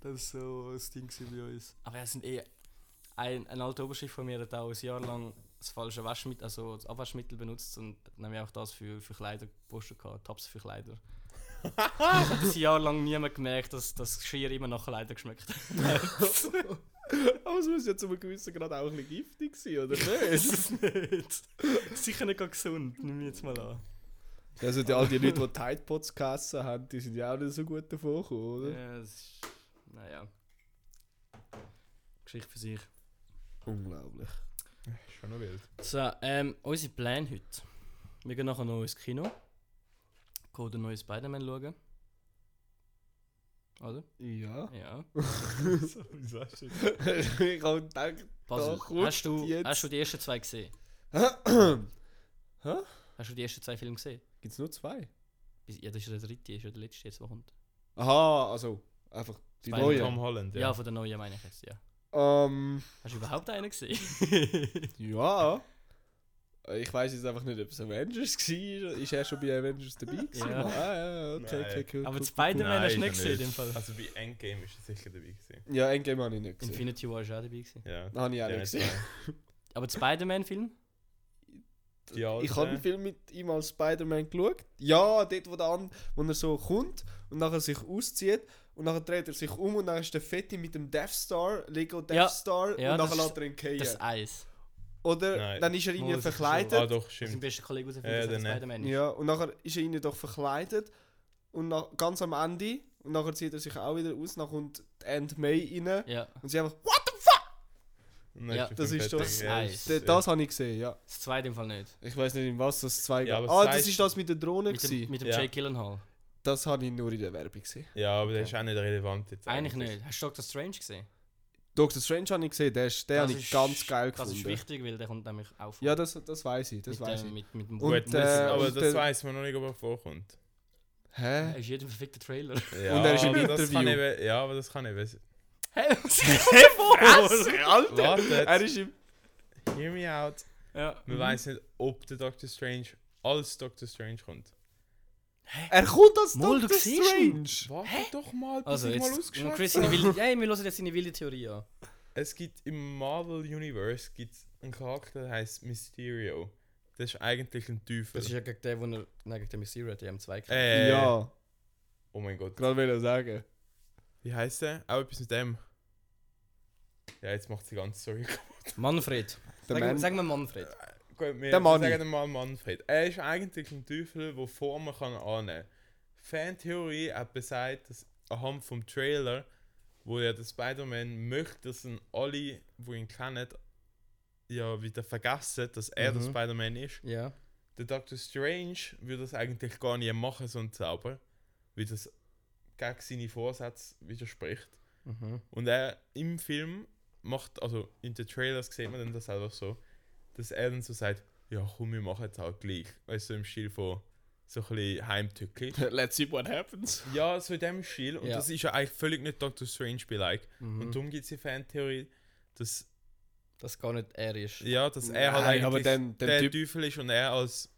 [SPEAKER 2] Das war so ein Ding gewesen bei uns. Aber ja, es sind eh. Ein, ein alter Oberschiff von mir hat auch ein Jahr lang das falsche Waschmittel, also das Abwaschmittel benutzt und dann haben wir auch das für, für Kleider gepostet, gehabt, Tabs für Kleider. das hat ein Jahr lang niemand gemerkt, dass das Geschirr immer nach Kleider geschmeckt hat.
[SPEAKER 4] Aber es muss ja zu einem gewissen Grad auch ein bisschen giftig sein, oder
[SPEAKER 2] Das
[SPEAKER 4] nicht?
[SPEAKER 2] ist nicht. Sicher nicht gerade gesund, nimm mich jetzt mal an.
[SPEAKER 4] Also die, all die Leute, die Tide Pods gegessen haben, die sind ja auch nicht so gut davon gekommen, oder?
[SPEAKER 2] Ja, das ist. Naja. Geschichte für sich.
[SPEAKER 4] Unglaublich.
[SPEAKER 3] Schon noch wild.
[SPEAKER 2] So, ähm, unsere Pläne heute. Wir gehen nachher noch ins Kino. Gehen den neuen Spider-Man schauen. Oder?
[SPEAKER 4] Ja.
[SPEAKER 2] Ja.
[SPEAKER 3] Wieso hast du
[SPEAKER 4] ich habe gedacht,
[SPEAKER 2] Basel,
[SPEAKER 4] Doch, gut,
[SPEAKER 2] hast, du,
[SPEAKER 4] jetzt.
[SPEAKER 2] hast du die ersten zwei gesehen?
[SPEAKER 4] Hä?
[SPEAKER 2] Hast du die ersten zwei Filme gesehen?
[SPEAKER 4] Gibt's nur zwei?
[SPEAKER 2] Bis- Ja, das ist ja der dritte, ist ja der letzte jetzt, der kommt.
[SPEAKER 4] Aha, also einfach die
[SPEAKER 2] Spider-Man.
[SPEAKER 4] neuen.
[SPEAKER 3] Tom Holland,
[SPEAKER 2] Ja,
[SPEAKER 3] ja.
[SPEAKER 2] von der neuen meine ich jetzt, ja.
[SPEAKER 4] Ähm,
[SPEAKER 2] Hast du überhaupt einen gesehen?
[SPEAKER 4] ja. Ich weiß jetzt einfach nicht, ob es Avengers war. Ist er schon bei Avengers dabei? gewesen?
[SPEAKER 2] Ja.
[SPEAKER 4] Ah, ja, okay,
[SPEAKER 3] Nein.
[SPEAKER 4] okay, cool.
[SPEAKER 2] Aber
[SPEAKER 4] cool,
[SPEAKER 2] Spider-Man hast du
[SPEAKER 3] Nein,
[SPEAKER 2] nicht
[SPEAKER 3] ist er
[SPEAKER 2] gesehen, in dem Fall.
[SPEAKER 3] Also bei Endgame ist er sicher dabei gewesen.
[SPEAKER 4] cool. Ja, Endgame habe ich nicht gesehen.
[SPEAKER 2] Infinity War ist auch dabei gewesen.
[SPEAKER 3] Ja.
[SPEAKER 4] Habe ich auch
[SPEAKER 3] Ja,
[SPEAKER 4] nicht
[SPEAKER 3] nicht
[SPEAKER 4] gesehen.
[SPEAKER 2] Aber der Spider-Man-Film?
[SPEAKER 3] Die alte.
[SPEAKER 2] Also,
[SPEAKER 4] Ich habe einen Film mit ihm als Spider-Man geschaut. Ja, dort, wo, der an, wo er so kommt und nachher sich auszieht. Und nachher dreht er sich um und dann ist der Fette mit dem Death Star, Lego Death
[SPEAKER 2] Ja,
[SPEAKER 4] Star,
[SPEAKER 2] ja,
[SPEAKER 4] und
[SPEAKER 2] das
[SPEAKER 4] nachher
[SPEAKER 2] ist-
[SPEAKER 4] lässt er ihn
[SPEAKER 2] Das
[SPEAKER 4] fallen.
[SPEAKER 2] Eis.
[SPEAKER 4] Oder
[SPEAKER 3] Nein.
[SPEAKER 4] dann ist er irgendwie
[SPEAKER 2] Mal, das ist
[SPEAKER 3] Ah
[SPEAKER 4] verkleidet.
[SPEAKER 3] doch,
[SPEAKER 2] Sein
[SPEAKER 3] stimmt.
[SPEAKER 2] bester Kollege aus dem
[SPEAKER 3] Ja,
[SPEAKER 2] Film,
[SPEAKER 3] der
[SPEAKER 2] dass er
[SPEAKER 3] nicht.
[SPEAKER 2] Spider-Man ist.
[SPEAKER 4] Ja, und nachher ist er ihnen doch verkleidet. Und nach, ganz am Ende, und nachher zieht er sich auch wieder aus, dann kommt die Aunt May rein.
[SPEAKER 2] ja.
[SPEAKER 4] Und sie einfach, what?
[SPEAKER 3] Nein,
[SPEAKER 2] Ja,
[SPEAKER 3] ist der
[SPEAKER 4] Also, das
[SPEAKER 3] Film
[SPEAKER 4] ist doch-
[SPEAKER 3] fertig. Ja,
[SPEAKER 2] Nice.
[SPEAKER 3] ist-
[SPEAKER 4] D- Das habe ich gesehen, ja.
[SPEAKER 2] Das zweite im Fall nicht.
[SPEAKER 4] Ich weiß nicht, in was das zwei
[SPEAKER 3] Ja,
[SPEAKER 4] geht.
[SPEAKER 3] aber
[SPEAKER 4] Ah,
[SPEAKER 3] das
[SPEAKER 4] das
[SPEAKER 3] heisst-
[SPEAKER 4] ist das mit der Drohne.
[SPEAKER 2] Mit dem,
[SPEAKER 4] gewesen.
[SPEAKER 2] mit dem
[SPEAKER 3] Ja.
[SPEAKER 2] Jake Gyllenhaal.
[SPEAKER 4] Das habe ich nur in der Werbung gesehen.
[SPEAKER 3] Ja, aber der ist auch nicht relevant jetzt.
[SPEAKER 2] Eigentlich nicht. Hast du Doctor Strange gesehen?
[SPEAKER 4] Doctor Strange habe ich gesehen, der, ist, den
[SPEAKER 2] Das
[SPEAKER 4] habe ich
[SPEAKER 2] ist-
[SPEAKER 4] ganz geil
[SPEAKER 2] Das ist
[SPEAKER 4] gefunden.
[SPEAKER 2] wichtig, weil der kommt nämlich auch vor.
[SPEAKER 4] Ja, das, das weiß ich, das
[SPEAKER 2] mit,
[SPEAKER 4] weiß
[SPEAKER 2] äh,
[SPEAKER 4] ich.
[SPEAKER 2] Mit, mit dem
[SPEAKER 4] Und,
[SPEAKER 2] Wurf.
[SPEAKER 3] Gut,
[SPEAKER 4] äh,
[SPEAKER 3] das, aber
[SPEAKER 4] und
[SPEAKER 3] das
[SPEAKER 4] der-
[SPEAKER 3] weiß man noch nicht, ob er vorkommt.
[SPEAKER 2] Er
[SPEAKER 4] Hä?
[SPEAKER 2] ist jedem verfickten Trailer.
[SPEAKER 3] Ja,
[SPEAKER 4] er ist im
[SPEAKER 3] aber das
[SPEAKER 4] Interview.
[SPEAKER 3] kann eben- Ja, aber das kann ich wissen.
[SPEAKER 2] Hä? Was kommt denn vor?
[SPEAKER 4] Alter! Er
[SPEAKER 3] Wartet,
[SPEAKER 4] ist im...
[SPEAKER 3] hear me out.
[SPEAKER 2] Ja.
[SPEAKER 4] Mhm.
[SPEAKER 3] Man weiß nicht, ob der Doctor Strange als Doctor Strange kommt.
[SPEAKER 4] Er kommt als
[SPEAKER 2] Mol, du
[SPEAKER 4] Doctor
[SPEAKER 2] siehst ihn.
[SPEAKER 4] Strange!
[SPEAKER 3] Warte doch mal, bis
[SPEAKER 2] Also
[SPEAKER 3] ich mal
[SPEAKER 2] jetzt,
[SPEAKER 3] ausgeschwätzt
[SPEAKER 2] Chris, seine wilde, hey, wir hören jetzt seine wilde Theorie an.
[SPEAKER 3] Es gibt im Marvel Universe gibt's einen Charakter, der heißt Mysterio. Das ist eigentlich ein Teufel.
[SPEAKER 2] Das ist ja gegen den, wo er, nein, gegen den Mysterio hat, der im 2 äh.
[SPEAKER 3] äh,
[SPEAKER 4] Ja,
[SPEAKER 3] Oh mein Gott.
[SPEAKER 4] gerade will er sagen.
[SPEAKER 3] Wie heißt der? Auch etwas mit dem. Ja, jetzt macht die ganze Story
[SPEAKER 2] Manfred.
[SPEAKER 4] Der
[SPEAKER 2] Sagen,
[SPEAKER 4] Mann...
[SPEAKER 2] sagen wir Manfred.
[SPEAKER 3] Gut, wir
[SPEAKER 4] Der Manni.
[SPEAKER 3] sagen mal Manfred. Er ist eigentlich ein Teufel, der Formen kann annehmen kann. Fantheorie hat besagt, dass anhand vom Trailer, wo ja der Spider-Man möchte, dass ihn alle, die ihn kennen, ja wieder vergessen, dass er
[SPEAKER 2] Mhm.
[SPEAKER 3] der Spider-Man ist.
[SPEAKER 2] Ja.
[SPEAKER 3] Der Doctor Strange würde das eigentlich gar nicht machen, so einen Zauber, weil das gegen seine Vorsätze widerspricht.
[SPEAKER 2] Mhm.
[SPEAKER 3] Und er im Film macht, also in den Trailers sieht man dann das einfach so, dass er dann so sagt, ja komm, wir machen jetzt auch gleich. Weißt du, im Stil von so ein bisschen heimtückisch.
[SPEAKER 4] Let's see what happens.
[SPEAKER 3] Ja, so in dem Stil. Und
[SPEAKER 2] Ja.
[SPEAKER 3] das ist ja eigentlich völlig nicht Doctor Strange like.
[SPEAKER 2] Mhm.
[SPEAKER 3] Und darum gibt es die Fantheorie, dass,
[SPEAKER 2] Dass gar nicht er ist.
[SPEAKER 3] ja, dass er halt
[SPEAKER 4] Nein,
[SPEAKER 3] eigentlich
[SPEAKER 4] aber dann- dann
[SPEAKER 3] der
[SPEAKER 4] Typ-
[SPEAKER 3] Teufel ist und er als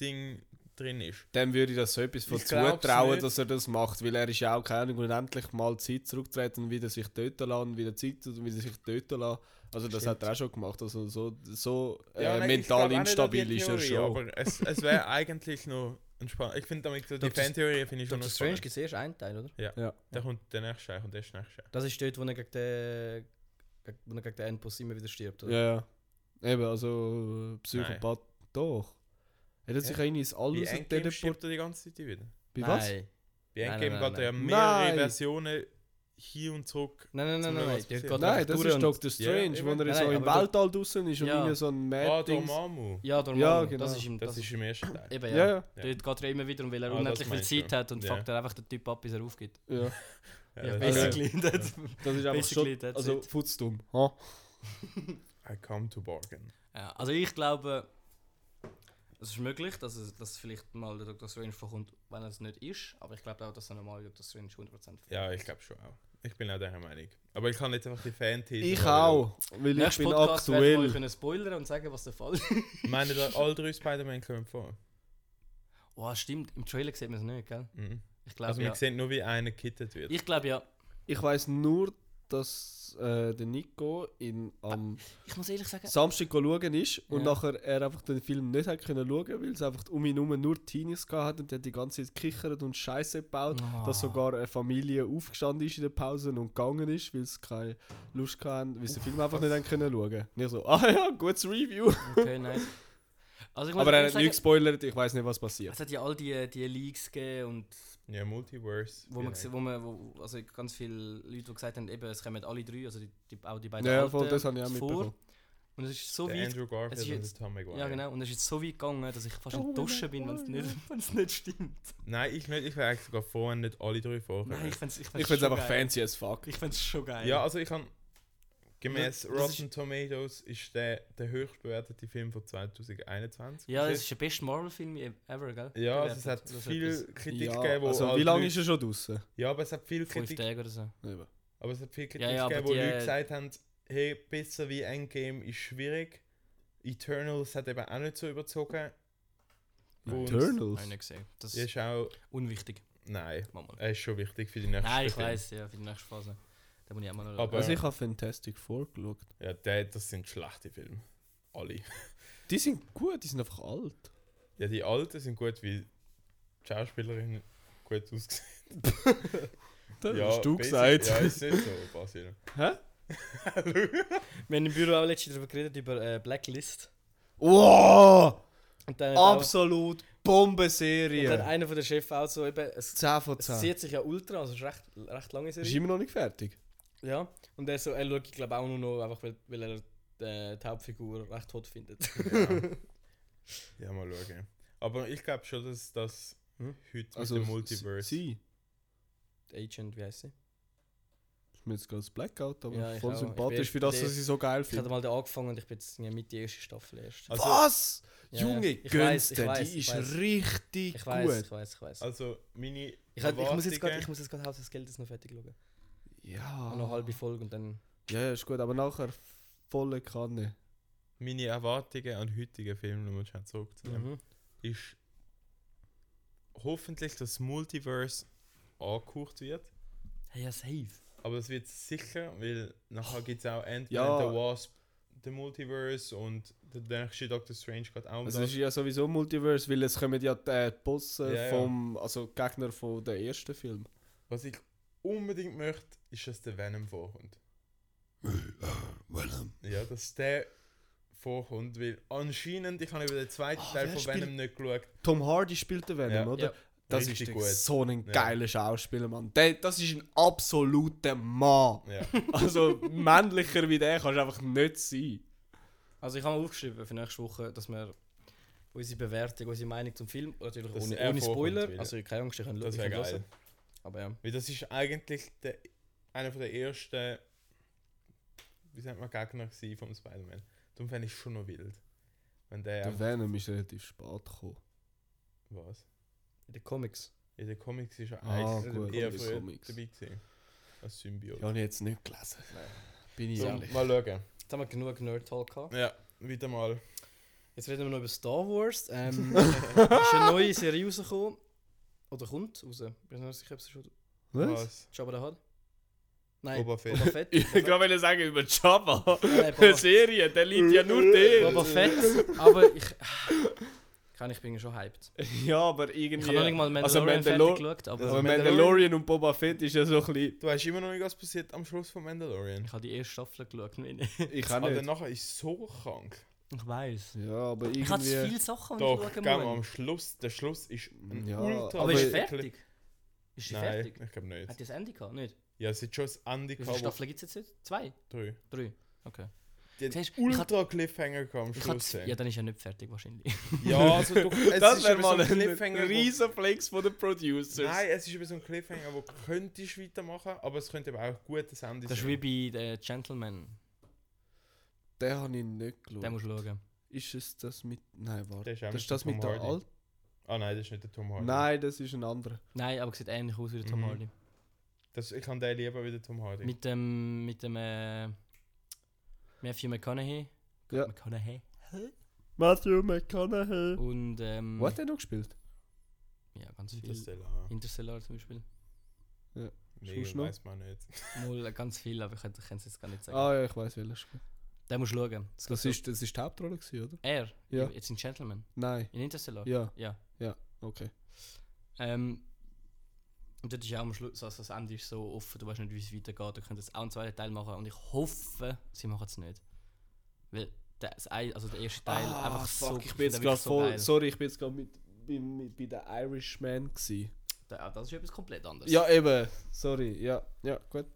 [SPEAKER 3] Ding drin ist.
[SPEAKER 4] Dem würde ich das so etwas von
[SPEAKER 3] Ich glaub's
[SPEAKER 4] zutrauen,
[SPEAKER 3] nicht.
[SPEAKER 4] dass er das macht, weil er ist ja auch keine Ahnung, unendlich mal Zeit zurücktreten und wieder sich töten lassen, und wieder Zeit und wieder sich töten lassen. Also das hat er auch schon gemacht. Also so, so äh,
[SPEAKER 3] nein, ich
[SPEAKER 4] mental
[SPEAKER 3] glaub auch nicht an die
[SPEAKER 4] instabil ist er
[SPEAKER 3] Theorie,
[SPEAKER 4] schon.
[SPEAKER 3] Aber es, es wäre eigentlich noch entspannt. Ich finde damit so die
[SPEAKER 2] Dr.
[SPEAKER 3] Fantheorie finde ich schon
[SPEAKER 2] Dr. Strange
[SPEAKER 3] noch spannend.
[SPEAKER 2] gibt es erst einen Teil, oder?
[SPEAKER 3] Ja.
[SPEAKER 4] Ja.
[SPEAKER 3] Da kommt der nächste Scheich und der ist der nächste Scheich.
[SPEAKER 2] Das ist dort, wo er gegen den, geg- wo er gegen den Endboss immer wieder stirbt, oder?
[SPEAKER 4] Ja, ja. Eben, also äh, Psychopath. Doch. Er hat sich
[SPEAKER 3] Ja.
[SPEAKER 4] ja. ins All
[SPEAKER 3] Bei
[SPEAKER 4] raus
[SPEAKER 3] Endgame
[SPEAKER 4] teleportiert.
[SPEAKER 3] stirbt er die ganze Zeit wieder.
[SPEAKER 4] Bei was?
[SPEAKER 2] Nein,
[SPEAKER 3] Bei
[SPEAKER 2] Nein,
[SPEAKER 3] Endgame
[SPEAKER 2] nein, nein,
[SPEAKER 3] geht er ja
[SPEAKER 4] nein.
[SPEAKER 3] mehrere
[SPEAKER 4] Nein!
[SPEAKER 3] Versionen hier und zurück.
[SPEAKER 2] nein, nein, nein,
[SPEAKER 3] Zum
[SPEAKER 2] nein,
[SPEAKER 3] Beispiel,
[SPEAKER 2] nein.
[SPEAKER 3] was
[SPEAKER 2] Dort
[SPEAKER 3] passiert.
[SPEAKER 2] geht er
[SPEAKER 4] Nein,
[SPEAKER 2] einfach
[SPEAKER 4] das
[SPEAKER 2] durch
[SPEAKER 4] ist
[SPEAKER 2] und-
[SPEAKER 4] Doctor Strange,
[SPEAKER 3] eben.
[SPEAKER 4] wo er
[SPEAKER 2] Nein,
[SPEAKER 4] so
[SPEAKER 2] nein,
[SPEAKER 4] im
[SPEAKER 2] aber
[SPEAKER 4] Weltall draußen ist und
[SPEAKER 2] Ja.
[SPEAKER 4] irgendwie so ein Mad
[SPEAKER 3] Ah,
[SPEAKER 4] Dings.
[SPEAKER 3] Dormammu.
[SPEAKER 2] Ja, Dormammu.
[SPEAKER 4] Ja, genau.
[SPEAKER 2] Das ist ihm, das,
[SPEAKER 3] Das
[SPEAKER 2] ist
[SPEAKER 3] ist im ersten Teil.
[SPEAKER 2] eben, ja.
[SPEAKER 4] Ja, ja.
[SPEAKER 2] Dort geht er immer wieder und weil er
[SPEAKER 3] Ah, das
[SPEAKER 2] unendlich viel
[SPEAKER 3] meinst du.
[SPEAKER 2] Zeit hat und
[SPEAKER 3] Ja.
[SPEAKER 2] fuckt er einfach den Typ ab, bis er aufgibt.
[SPEAKER 4] ja.
[SPEAKER 3] das
[SPEAKER 2] Basically.
[SPEAKER 4] Das ist einfach
[SPEAKER 2] Basically,
[SPEAKER 4] schon,
[SPEAKER 2] that's
[SPEAKER 4] also
[SPEAKER 2] it.
[SPEAKER 4] futzdumm. Ha?
[SPEAKER 3] I come to bargain.
[SPEAKER 2] Ja, also ich glaube, es ist möglich, dass, es, dass vielleicht mal der Dr. Strange vorkommt, wenn er es nicht ist. Aber ich glaube auch, dass er normal Dr. Strange 100% vorkommt.
[SPEAKER 3] Ja, ich glaube schon auch. Ich bin auch der Meinung. Aber ich kann jetzt einfach die Fan-These.
[SPEAKER 4] Ich
[SPEAKER 3] machen.
[SPEAKER 4] auch, weil ich
[SPEAKER 2] Nächsten
[SPEAKER 4] bin
[SPEAKER 2] Podcast werden wir euch
[SPEAKER 4] aktuell.
[SPEAKER 2] können spoilern und sagen, was der Fall ist.
[SPEAKER 3] Ich meine, da alle drei Spider-Man kommen vor.
[SPEAKER 2] Oh, stimmt. Im Trailer sieht man es nicht, gell?
[SPEAKER 3] Mhm.
[SPEAKER 2] Ich
[SPEAKER 3] Also,
[SPEAKER 2] glaube
[SPEAKER 3] wir
[SPEAKER 2] ja.
[SPEAKER 3] sehen nur, wie einer gekittet wird.
[SPEAKER 2] Ich glaube ja.
[SPEAKER 4] Ich weiß nur, dass äh, der Nico in, am
[SPEAKER 2] Ich muss ehrlich sagen,
[SPEAKER 4] Samstag schauen ist und
[SPEAKER 2] Ja.
[SPEAKER 4] nachher er einfach den Film nicht hat können schauen, weil es einfach um ihn herum nur Teenies gehabt hat und der hat die ganze Zeit gekichert und Scheiße gebaut,
[SPEAKER 2] Ah.
[SPEAKER 4] dass sogar eine Familie aufgestanden ist in der Pause und gegangen ist, weil sie keine Lust hatten, weil sie den Film einfach nicht haben können schauen. Nicht so, ah ja, gutes Review.
[SPEAKER 2] okay, nice. Also ich muss
[SPEAKER 4] Aber er
[SPEAKER 2] ehrlich
[SPEAKER 4] hat nichts
[SPEAKER 2] sagen,
[SPEAKER 4] gespoilert, ich weiß nicht, was passiert.
[SPEAKER 2] es hat ja all die, die Leaks gegeben und
[SPEAKER 3] Ja, Multiverse. Genau.
[SPEAKER 2] wo man,
[SPEAKER 3] vielleicht.
[SPEAKER 2] gse- wo man wo, also ganz viele Leute, die gesagt haben, eben, es kommen alle drei, also die, die, auch die beiden
[SPEAKER 4] Ja,
[SPEAKER 2] Alten
[SPEAKER 4] voll, das habe ich auch
[SPEAKER 2] vor.
[SPEAKER 4] mitbekommen.
[SPEAKER 2] Und es ist so
[SPEAKER 3] Der
[SPEAKER 2] weit
[SPEAKER 3] Andrew Garfield
[SPEAKER 2] es ist
[SPEAKER 3] und
[SPEAKER 2] jetzt-
[SPEAKER 3] der Tom Maguire.
[SPEAKER 2] Ja, genau. Und es ist jetzt so weit gegangen, dass ich fast in
[SPEAKER 4] Oh
[SPEAKER 2] der Dusche bin, wenn es nicht, wenn's nicht stimmt.
[SPEAKER 3] Nein, ich nicht. Ich wäre eigentlich sogar vor, wenn nicht alle drei vorkommen.
[SPEAKER 2] Nein, ich fände es ich
[SPEAKER 4] Ich
[SPEAKER 2] find's
[SPEAKER 4] finde es
[SPEAKER 2] schon
[SPEAKER 4] einfach
[SPEAKER 2] geil.
[SPEAKER 4] fancy as fuck.
[SPEAKER 2] Ich fände es schon geil.
[SPEAKER 3] Ja, also ich kann. Gemäß
[SPEAKER 2] Das ist-
[SPEAKER 3] Rotten Tomatoes ist der, der höchst bewertete Film von 2021.
[SPEAKER 2] ja
[SPEAKER 3] Bis
[SPEAKER 2] das ist der beste Marvel-Film e-, ever, gell?
[SPEAKER 3] jetzt. ja also
[SPEAKER 2] Bewertet.
[SPEAKER 3] es hat
[SPEAKER 2] Das
[SPEAKER 3] viel
[SPEAKER 2] etwas.
[SPEAKER 3] Kritik
[SPEAKER 4] Ja,
[SPEAKER 3] gegeben, wo
[SPEAKER 4] also, wie
[SPEAKER 3] halt
[SPEAKER 4] lange
[SPEAKER 3] Leute-
[SPEAKER 4] ist er schon draußen?
[SPEAKER 3] Ja, aber es hat viel
[SPEAKER 2] Fünf
[SPEAKER 3] Kritik
[SPEAKER 2] Tage oder so.
[SPEAKER 3] Aber es hat viel Kritik
[SPEAKER 2] Ja, ja, aber
[SPEAKER 3] gegeben, wo
[SPEAKER 2] die,
[SPEAKER 3] Leute
[SPEAKER 2] äh,
[SPEAKER 3] gesagt haben, hey, besser wie Endgame ist schwierig. Eternals hat eben auch nicht so überzogen. Und-
[SPEAKER 2] Habe ich
[SPEAKER 4] Eternals?
[SPEAKER 2] nicht gesehen. Das
[SPEAKER 3] Er
[SPEAKER 2] ist
[SPEAKER 3] ist auch...
[SPEAKER 2] unwichtig.
[SPEAKER 3] Nein,
[SPEAKER 2] Mach mal.
[SPEAKER 3] er ist schon wichtig für die nächste
[SPEAKER 2] Nein, ich
[SPEAKER 3] Film.
[SPEAKER 2] weiß ja, für die nächste Phase. Da muss ich auch mal noch
[SPEAKER 3] Aber-
[SPEAKER 4] Also ich habe Fantastic Four geschaut.
[SPEAKER 3] Ja, der, das sind schlechte Filme. Alle.
[SPEAKER 4] Die sind gut, die sind einfach alt.
[SPEAKER 3] Ja, die Alten sind gut, weil die Schauspielerinnen gut ausgesehen.
[SPEAKER 4] Das
[SPEAKER 3] ja,
[SPEAKER 4] hast du
[SPEAKER 3] basic-
[SPEAKER 4] gesagt.
[SPEAKER 3] Ja, ist nicht so, Basil.
[SPEAKER 4] Hä?
[SPEAKER 2] Wir haben im Büro auch letztens darüber geredet, über äh, Blacklist.
[SPEAKER 4] Wow!
[SPEAKER 2] Und
[SPEAKER 4] Ah,
[SPEAKER 2] dann hat auch-
[SPEAKER 4] Absolut
[SPEAKER 2] und dann
[SPEAKER 4] Bombenserie!
[SPEAKER 2] einer von der Chefs auch so, eben, es,
[SPEAKER 4] 10 von
[SPEAKER 2] es
[SPEAKER 4] 10.
[SPEAKER 2] zieht sich ja ultra, also es ist recht, recht lange Serie.
[SPEAKER 4] Ist immer noch nicht fertig.
[SPEAKER 2] Ja, und er, so, er schaut, ich glaube auch nur noch, einfach weil, weil er äh, die Hauptfigur recht tot findet.
[SPEAKER 3] Ja, mal schauen. Aber ich glaube schon, dass das
[SPEAKER 2] Hm?
[SPEAKER 3] heute
[SPEAKER 4] Also
[SPEAKER 3] mit dem Multiverse...
[SPEAKER 4] Sie.
[SPEAKER 2] Die Agent, wie heißt sie?
[SPEAKER 4] Ist mir jetzt gerade das Blackout, aber
[SPEAKER 2] Ja, ich
[SPEAKER 4] voll
[SPEAKER 2] auch. Ich bin-
[SPEAKER 4] sympathisch, für das, dass
[SPEAKER 2] die-
[SPEAKER 4] sie so geil
[SPEAKER 2] Ich hatte
[SPEAKER 4] finden.
[SPEAKER 2] mal da angefangen und ich bin jetzt irgendwie mit der ersten Staffel erst.
[SPEAKER 3] Also-
[SPEAKER 4] Was?
[SPEAKER 2] Ja,
[SPEAKER 4] Junge,
[SPEAKER 2] ja. Ich weiss,
[SPEAKER 4] gönn's
[SPEAKER 2] ich
[SPEAKER 4] dir,
[SPEAKER 2] weiss,
[SPEAKER 4] die
[SPEAKER 2] ich
[SPEAKER 4] ist
[SPEAKER 2] weiss.
[SPEAKER 4] richtig
[SPEAKER 2] ich weiß,
[SPEAKER 4] gut.
[SPEAKER 2] ich weiß, ich weiß.
[SPEAKER 3] Also, meine
[SPEAKER 2] Ich, halt, ich muss jetzt
[SPEAKER 3] Erwartungen-
[SPEAKER 2] gerade, ich muss jetzt gerade Haus des Geldes noch fertig schauen. Ah. Noch eine
[SPEAKER 4] Ja.
[SPEAKER 2] halbe Folge und dann.
[SPEAKER 4] ja, ja, ist gut, aber nachher volle Kanne.
[SPEAKER 3] meine Erwartungen an heutige Film, um schon zurückzunehmen,
[SPEAKER 2] Mhm.
[SPEAKER 3] ist hoffentlich, dass das Multiverse angekucht wird.
[SPEAKER 2] Hey, ja, safe.
[SPEAKER 3] Aber das wird sicher, weil nachher gibt es auch Ant-Man
[SPEAKER 4] Ja.
[SPEAKER 3] and the Wasp, The Multiverse und der nächste Doctor Strange geht auch um
[SPEAKER 4] Also
[SPEAKER 3] das.
[SPEAKER 4] es ist ja sowieso Multiverse, weil es kommen ja die äh, die Bosse
[SPEAKER 3] Ja, ja.
[SPEAKER 4] vom, also die Gegner von der ersten Film.
[SPEAKER 3] Was ich unbedingt möchte, ist, dass der Venom vorkommt.
[SPEAKER 1] Willem.
[SPEAKER 3] Ja, dass der vorkommt, weil anscheinend, ich habe über den zweiten
[SPEAKER 4] Ah,
[SPEAKER 3] Teil
[SPEAKER 4] wer
[SPEAKER 3] von Venom nicht geschaut.
[SPEAKER 4] Tom Hardy spielt den Venom,
[SPEAKER 3] Ja.
[SPEAKER 4] oder?
[SPEAKER 2] Ja.
[SPEAKER 4] Das
[SPEAKER 3] Richtig
[SPEAKER 4] ist
[SPEAKER 3] gut.
[SPEAKER 4] gut. so ein
[SPEAKER 3] Ja.
[SPEAKER 4] geiler Schauspieler, Mann. Der, das ist ein absoluter Mann.
[SPEAKER 3] Ja.
[SPEAKER 4] Also männlicher wie der kannst du einfach nicht sein.
[SPEAKER 2] Also ich habe mal aufgeschrieben für nächste Woche, dass wir unsere Bewertung, unsere Meinung zum Film, natürlich
[SPEAKER 3] Dass
[SPEAKER 2] ohne,
[SPEAKER 3] er
[SPEAKER 2] ohne
[SPEAKER 3] vorkommt
[SPEAKER 2] Spoiler,
[SPEAKER 3] wieder.
[SPEAKER 2] also keine Angst, ich kann
[SPEAKER 3] Das
[SPEAKER 2] ich
[SPEAKER 3] wäre
[SPEAKER 2] kann
[SPEAKER 3] geil.
[SPEAKER 2] hören. Aber ja.
[SPEAKER 3] Weil das ist eigentlich der, einer von der ersten, wie sagt man, Gegner gewesen vom Spider-Man. Darum fände ich schon noch wild. Wenn der,
[SPEAKER 4] Der Venom ist relativ spät gekommen.
[SPEAKER 3] was?
[SPEAKER 2] In den Comics.
[SPEAKER 3] In den Comics ist er
[SPEAKER 4] Ah,
[SPEAKER 3] eigentlich
[SPEAKER 4] gut,
[SPEAKER 3] eher
[SPEAKER 4] die
[SPEAKER 3] früher
[SPEAKER 4] Comics.
[SPEAKER 3] dabei gewesen. Als Symbiot.
[SPEAKER 4] Ich habe jetzt nicht gelesen. Bin ich
[SPEAKER 3] Darum,
[SPEAKER 4] ehrlich.
[SPEAKER 3] mal schauen.
[SPEAKER 2] Jetzt haben wir genug Nerd-Talk gehabt.
[SPEAKER 3] Ja, wieder mal.
[SPEAKER 2] Jetzt reden wir noch über Star Wars. Ähm, ist eine neue Serie rausgekommen. Oder kommt raus. Ich bin nicht sicher, ob sie schon
[SPEAKER 3] Was?
[SPEAKER 2] Jabba da hat. Nein,
[SPEAKER 3] Boba Fett.
[SPEAKER 2] Boba Fett.
[SPEAKER 5] Ich wollte gerade sagen, über Java.
[SPEAKER 2] Nein,
[SPEAKER 5] Eine
[SPEAKER 2] Boba,
[SPEAKER 5] Serie, der liegt ja nur dir.
[SPEAKER 2] Boba Fett. Aber ich... Kann ich bin ja schon hyped.
[SPEAKER 4] Ja, aber irgendwie.
[SPEAKER 2] Ich habe noch nicht mal Mandalorian
[SPEAKER 4] Also
[SPEAKER 2] fertig
[SPEAKER 4] Mandalor-
[SPEAKER 2] geschaut, aber
[SPEAKER 4] Aber Mandalorian und Boba Fett ist ja so ein bisschen.
[SPEAKER 3] Du weißt immer noch nicht, was passiert am Schluss von Mandalorian.
[SPEAKER 2] ich habe die erste Staffel geschaut. meine Ich,
[SPEAKER 4] Ich kann
[SPEAKER 3] Aber
[SPEAKER 4] nicht.
[SPEAKER 3] nachher ist so krank.
[SPEAKER 2] ich weiß.
[SPEAKER 4] Ja, aber irgendwie.
[SPEAKER 2] Ich habe zu viele Sachen, die
[SPEAKER 3] Doch,
[SPEAKER 2] ich
[SPEAKER 3] gell,
[SPEAKER 2] schauen muss.
[SPEAKER 3] mal, am Schluss. Der Schluss ist ein
[SPEAKER 4] Ja,
[SPEAKER 3] ultra.
[SPEAKER 2] Aber ist sie
[SPEAKER 3] Nein,
[SPEAKER 2] fertig? Ist sie
[SPEAKER 3] Nein,
[SPEAKER 2] fertig?
[SPEAKER 3] ich glaube
[SPEAKER 2] Hat
[SPEAKER 3] nicht.
[SPEAKER 2] die das Ende gehabt? Nicht?
[SPEAKER 3] Ja, es hat schon ein Ende
[SPEAKER 2] Wie viele
[SPEAKER 3] gehabt. wo-
[SPEAKER 2] Staffeln gibt es jetzt? Zwei?
[SPEAKER 3] Drei.
[SPEAKER 2] Drei? Okay.
[SPEAKER 3] Die
[SPEAKER 2] Siehst du,
[SPEAKER 3] hat
[SPEAKER 2] ich hab-
[SPEAKER 3] ultra Cliffhanger gehabt am
[SPEAKER 2] Ich hab
[SPEAKER 3] Schluss.
[SPEAKER 2] z- ja, dann ist er nicht fertig wahrscheinlich.
[SPEAKER 3] Ja, also doch, es
[SPEAKER 4] Das
[SPEAKER 3] ist
[SPEAKER 4] wär
[SPEAKER 3] eben so
[SPEAKER 4] mal
[SPEAKER 3] ein
[SPEAKER 4] ein
[SPEAKER 3] Cliffhanger. wo-
[SPEAKER 5] Riesenflex von den Producers.
[SPEAKER 3] Nein, es ist eben so ein Cliffhanger, wo könntest du weitermachen, aber es könnte eben auch ein gutes Ende
[SPEAKER 2] Das ist wie bei The Gentleman.
[SPEAKER 4] Den habe ich nicht
[SPEAKER 2] Den
[SPEAKER 4] geschaut.
[SPEAKER 2] musst du schauen.
[SPEAKER 4] Ist es das mit. Nein, warte.
[SPEAKER 3] Der ist auch
[SPEAKER 4] Das
[SPEAKER 3] mit
[SPEAKER 4] ist das
[SPEAKER 3] Tom
[SPEAKER 4] mit der
[SPEAKER 3] Hardy.
[SPEAKER 4] Alt.
[SPEAKER 3] Ah nein, das ist nicht der Tom Hardy.
[SPEAKER 4] Nein, das ist ein anderer.
[SPEAKER 2] Nein, aber sieht ähnlich aus wie der Tom
[SPEAKER 3] Mhm.
[SPEAKER 2] Hardy.
[SPEAKER 3] Das, ich kann den lieber wie der Tom Hardy.
[SPEAKER 2] Mit dem. mit dem. Äh, Matthew McConaughey.
[SPEAKER 4] Ja.
[SPEAKER 2] McConaughey.
[SPEAKER 4] Matthew McConaughey.
[SPEAKER 2] Und. Ähm,
[SPEAKER 4] Wo hat der noch gespielt?
[SPEAKER 2] Ja, ganz viel.
[SPEAKER 3] Interstellar.
[SPEAKER 2] Interstellar zum Beispiel.
[SPEAKER 3] Mega,
[SPEAKER 4] Schnuschnur.
[SPEAKER 3] weiß man nicht.
[SPEAKER 2] Mal äh, ganz viel, aber ich kann es jetzt gar nicht sagen.
[SPEAKER 4] Ah ja, ich weiß welcher. spielt.
[SPEAKER 2] Den musst du schauen.
[SPEAKER 4] Das ist, das ist die Hauptrolle, gewesen, oder?
[SPEAKER 2] Er?
[SPEAKER 4] Ja.
[SPEAKER 2] Jetzt in Gentleman.
[SPEAKER 4] Nein.
[SPEAKER 2] In Interstellar?
[SPEAKER 4] Ja,
[SPEAKER 2] Ja.
[SPEAKER 4] okay.
[SPEAKER 2] Ähm, und dort ist ja auch am Schluss, also das Ende ist so offen, du weißt nicht, wie es weitergeht. Du könntest auch einen zweiten Teil machen und ich hoffe, sie machen es nicht. Weil das, ein- also der erste Teil einfach so.
[SPEAKER 4] Ah, ich bin jetzt
[SPEAKER 2] finde
[SPEAKER 4] gerade
[SPEAKER 2] den
[SPEAKER 4] voll.
[SPEAKER 2] wirklich so
[SPEAKER 4] Sorry, ich bin jetzt gerade mit, bei, mit bei der Irishman gsi.
[SPEAKER 2] geil. Da- ah, Das ist etwas komplett anderes.
[SPEAKER 4] Ja, eben. Sorry, ja, ja, gut.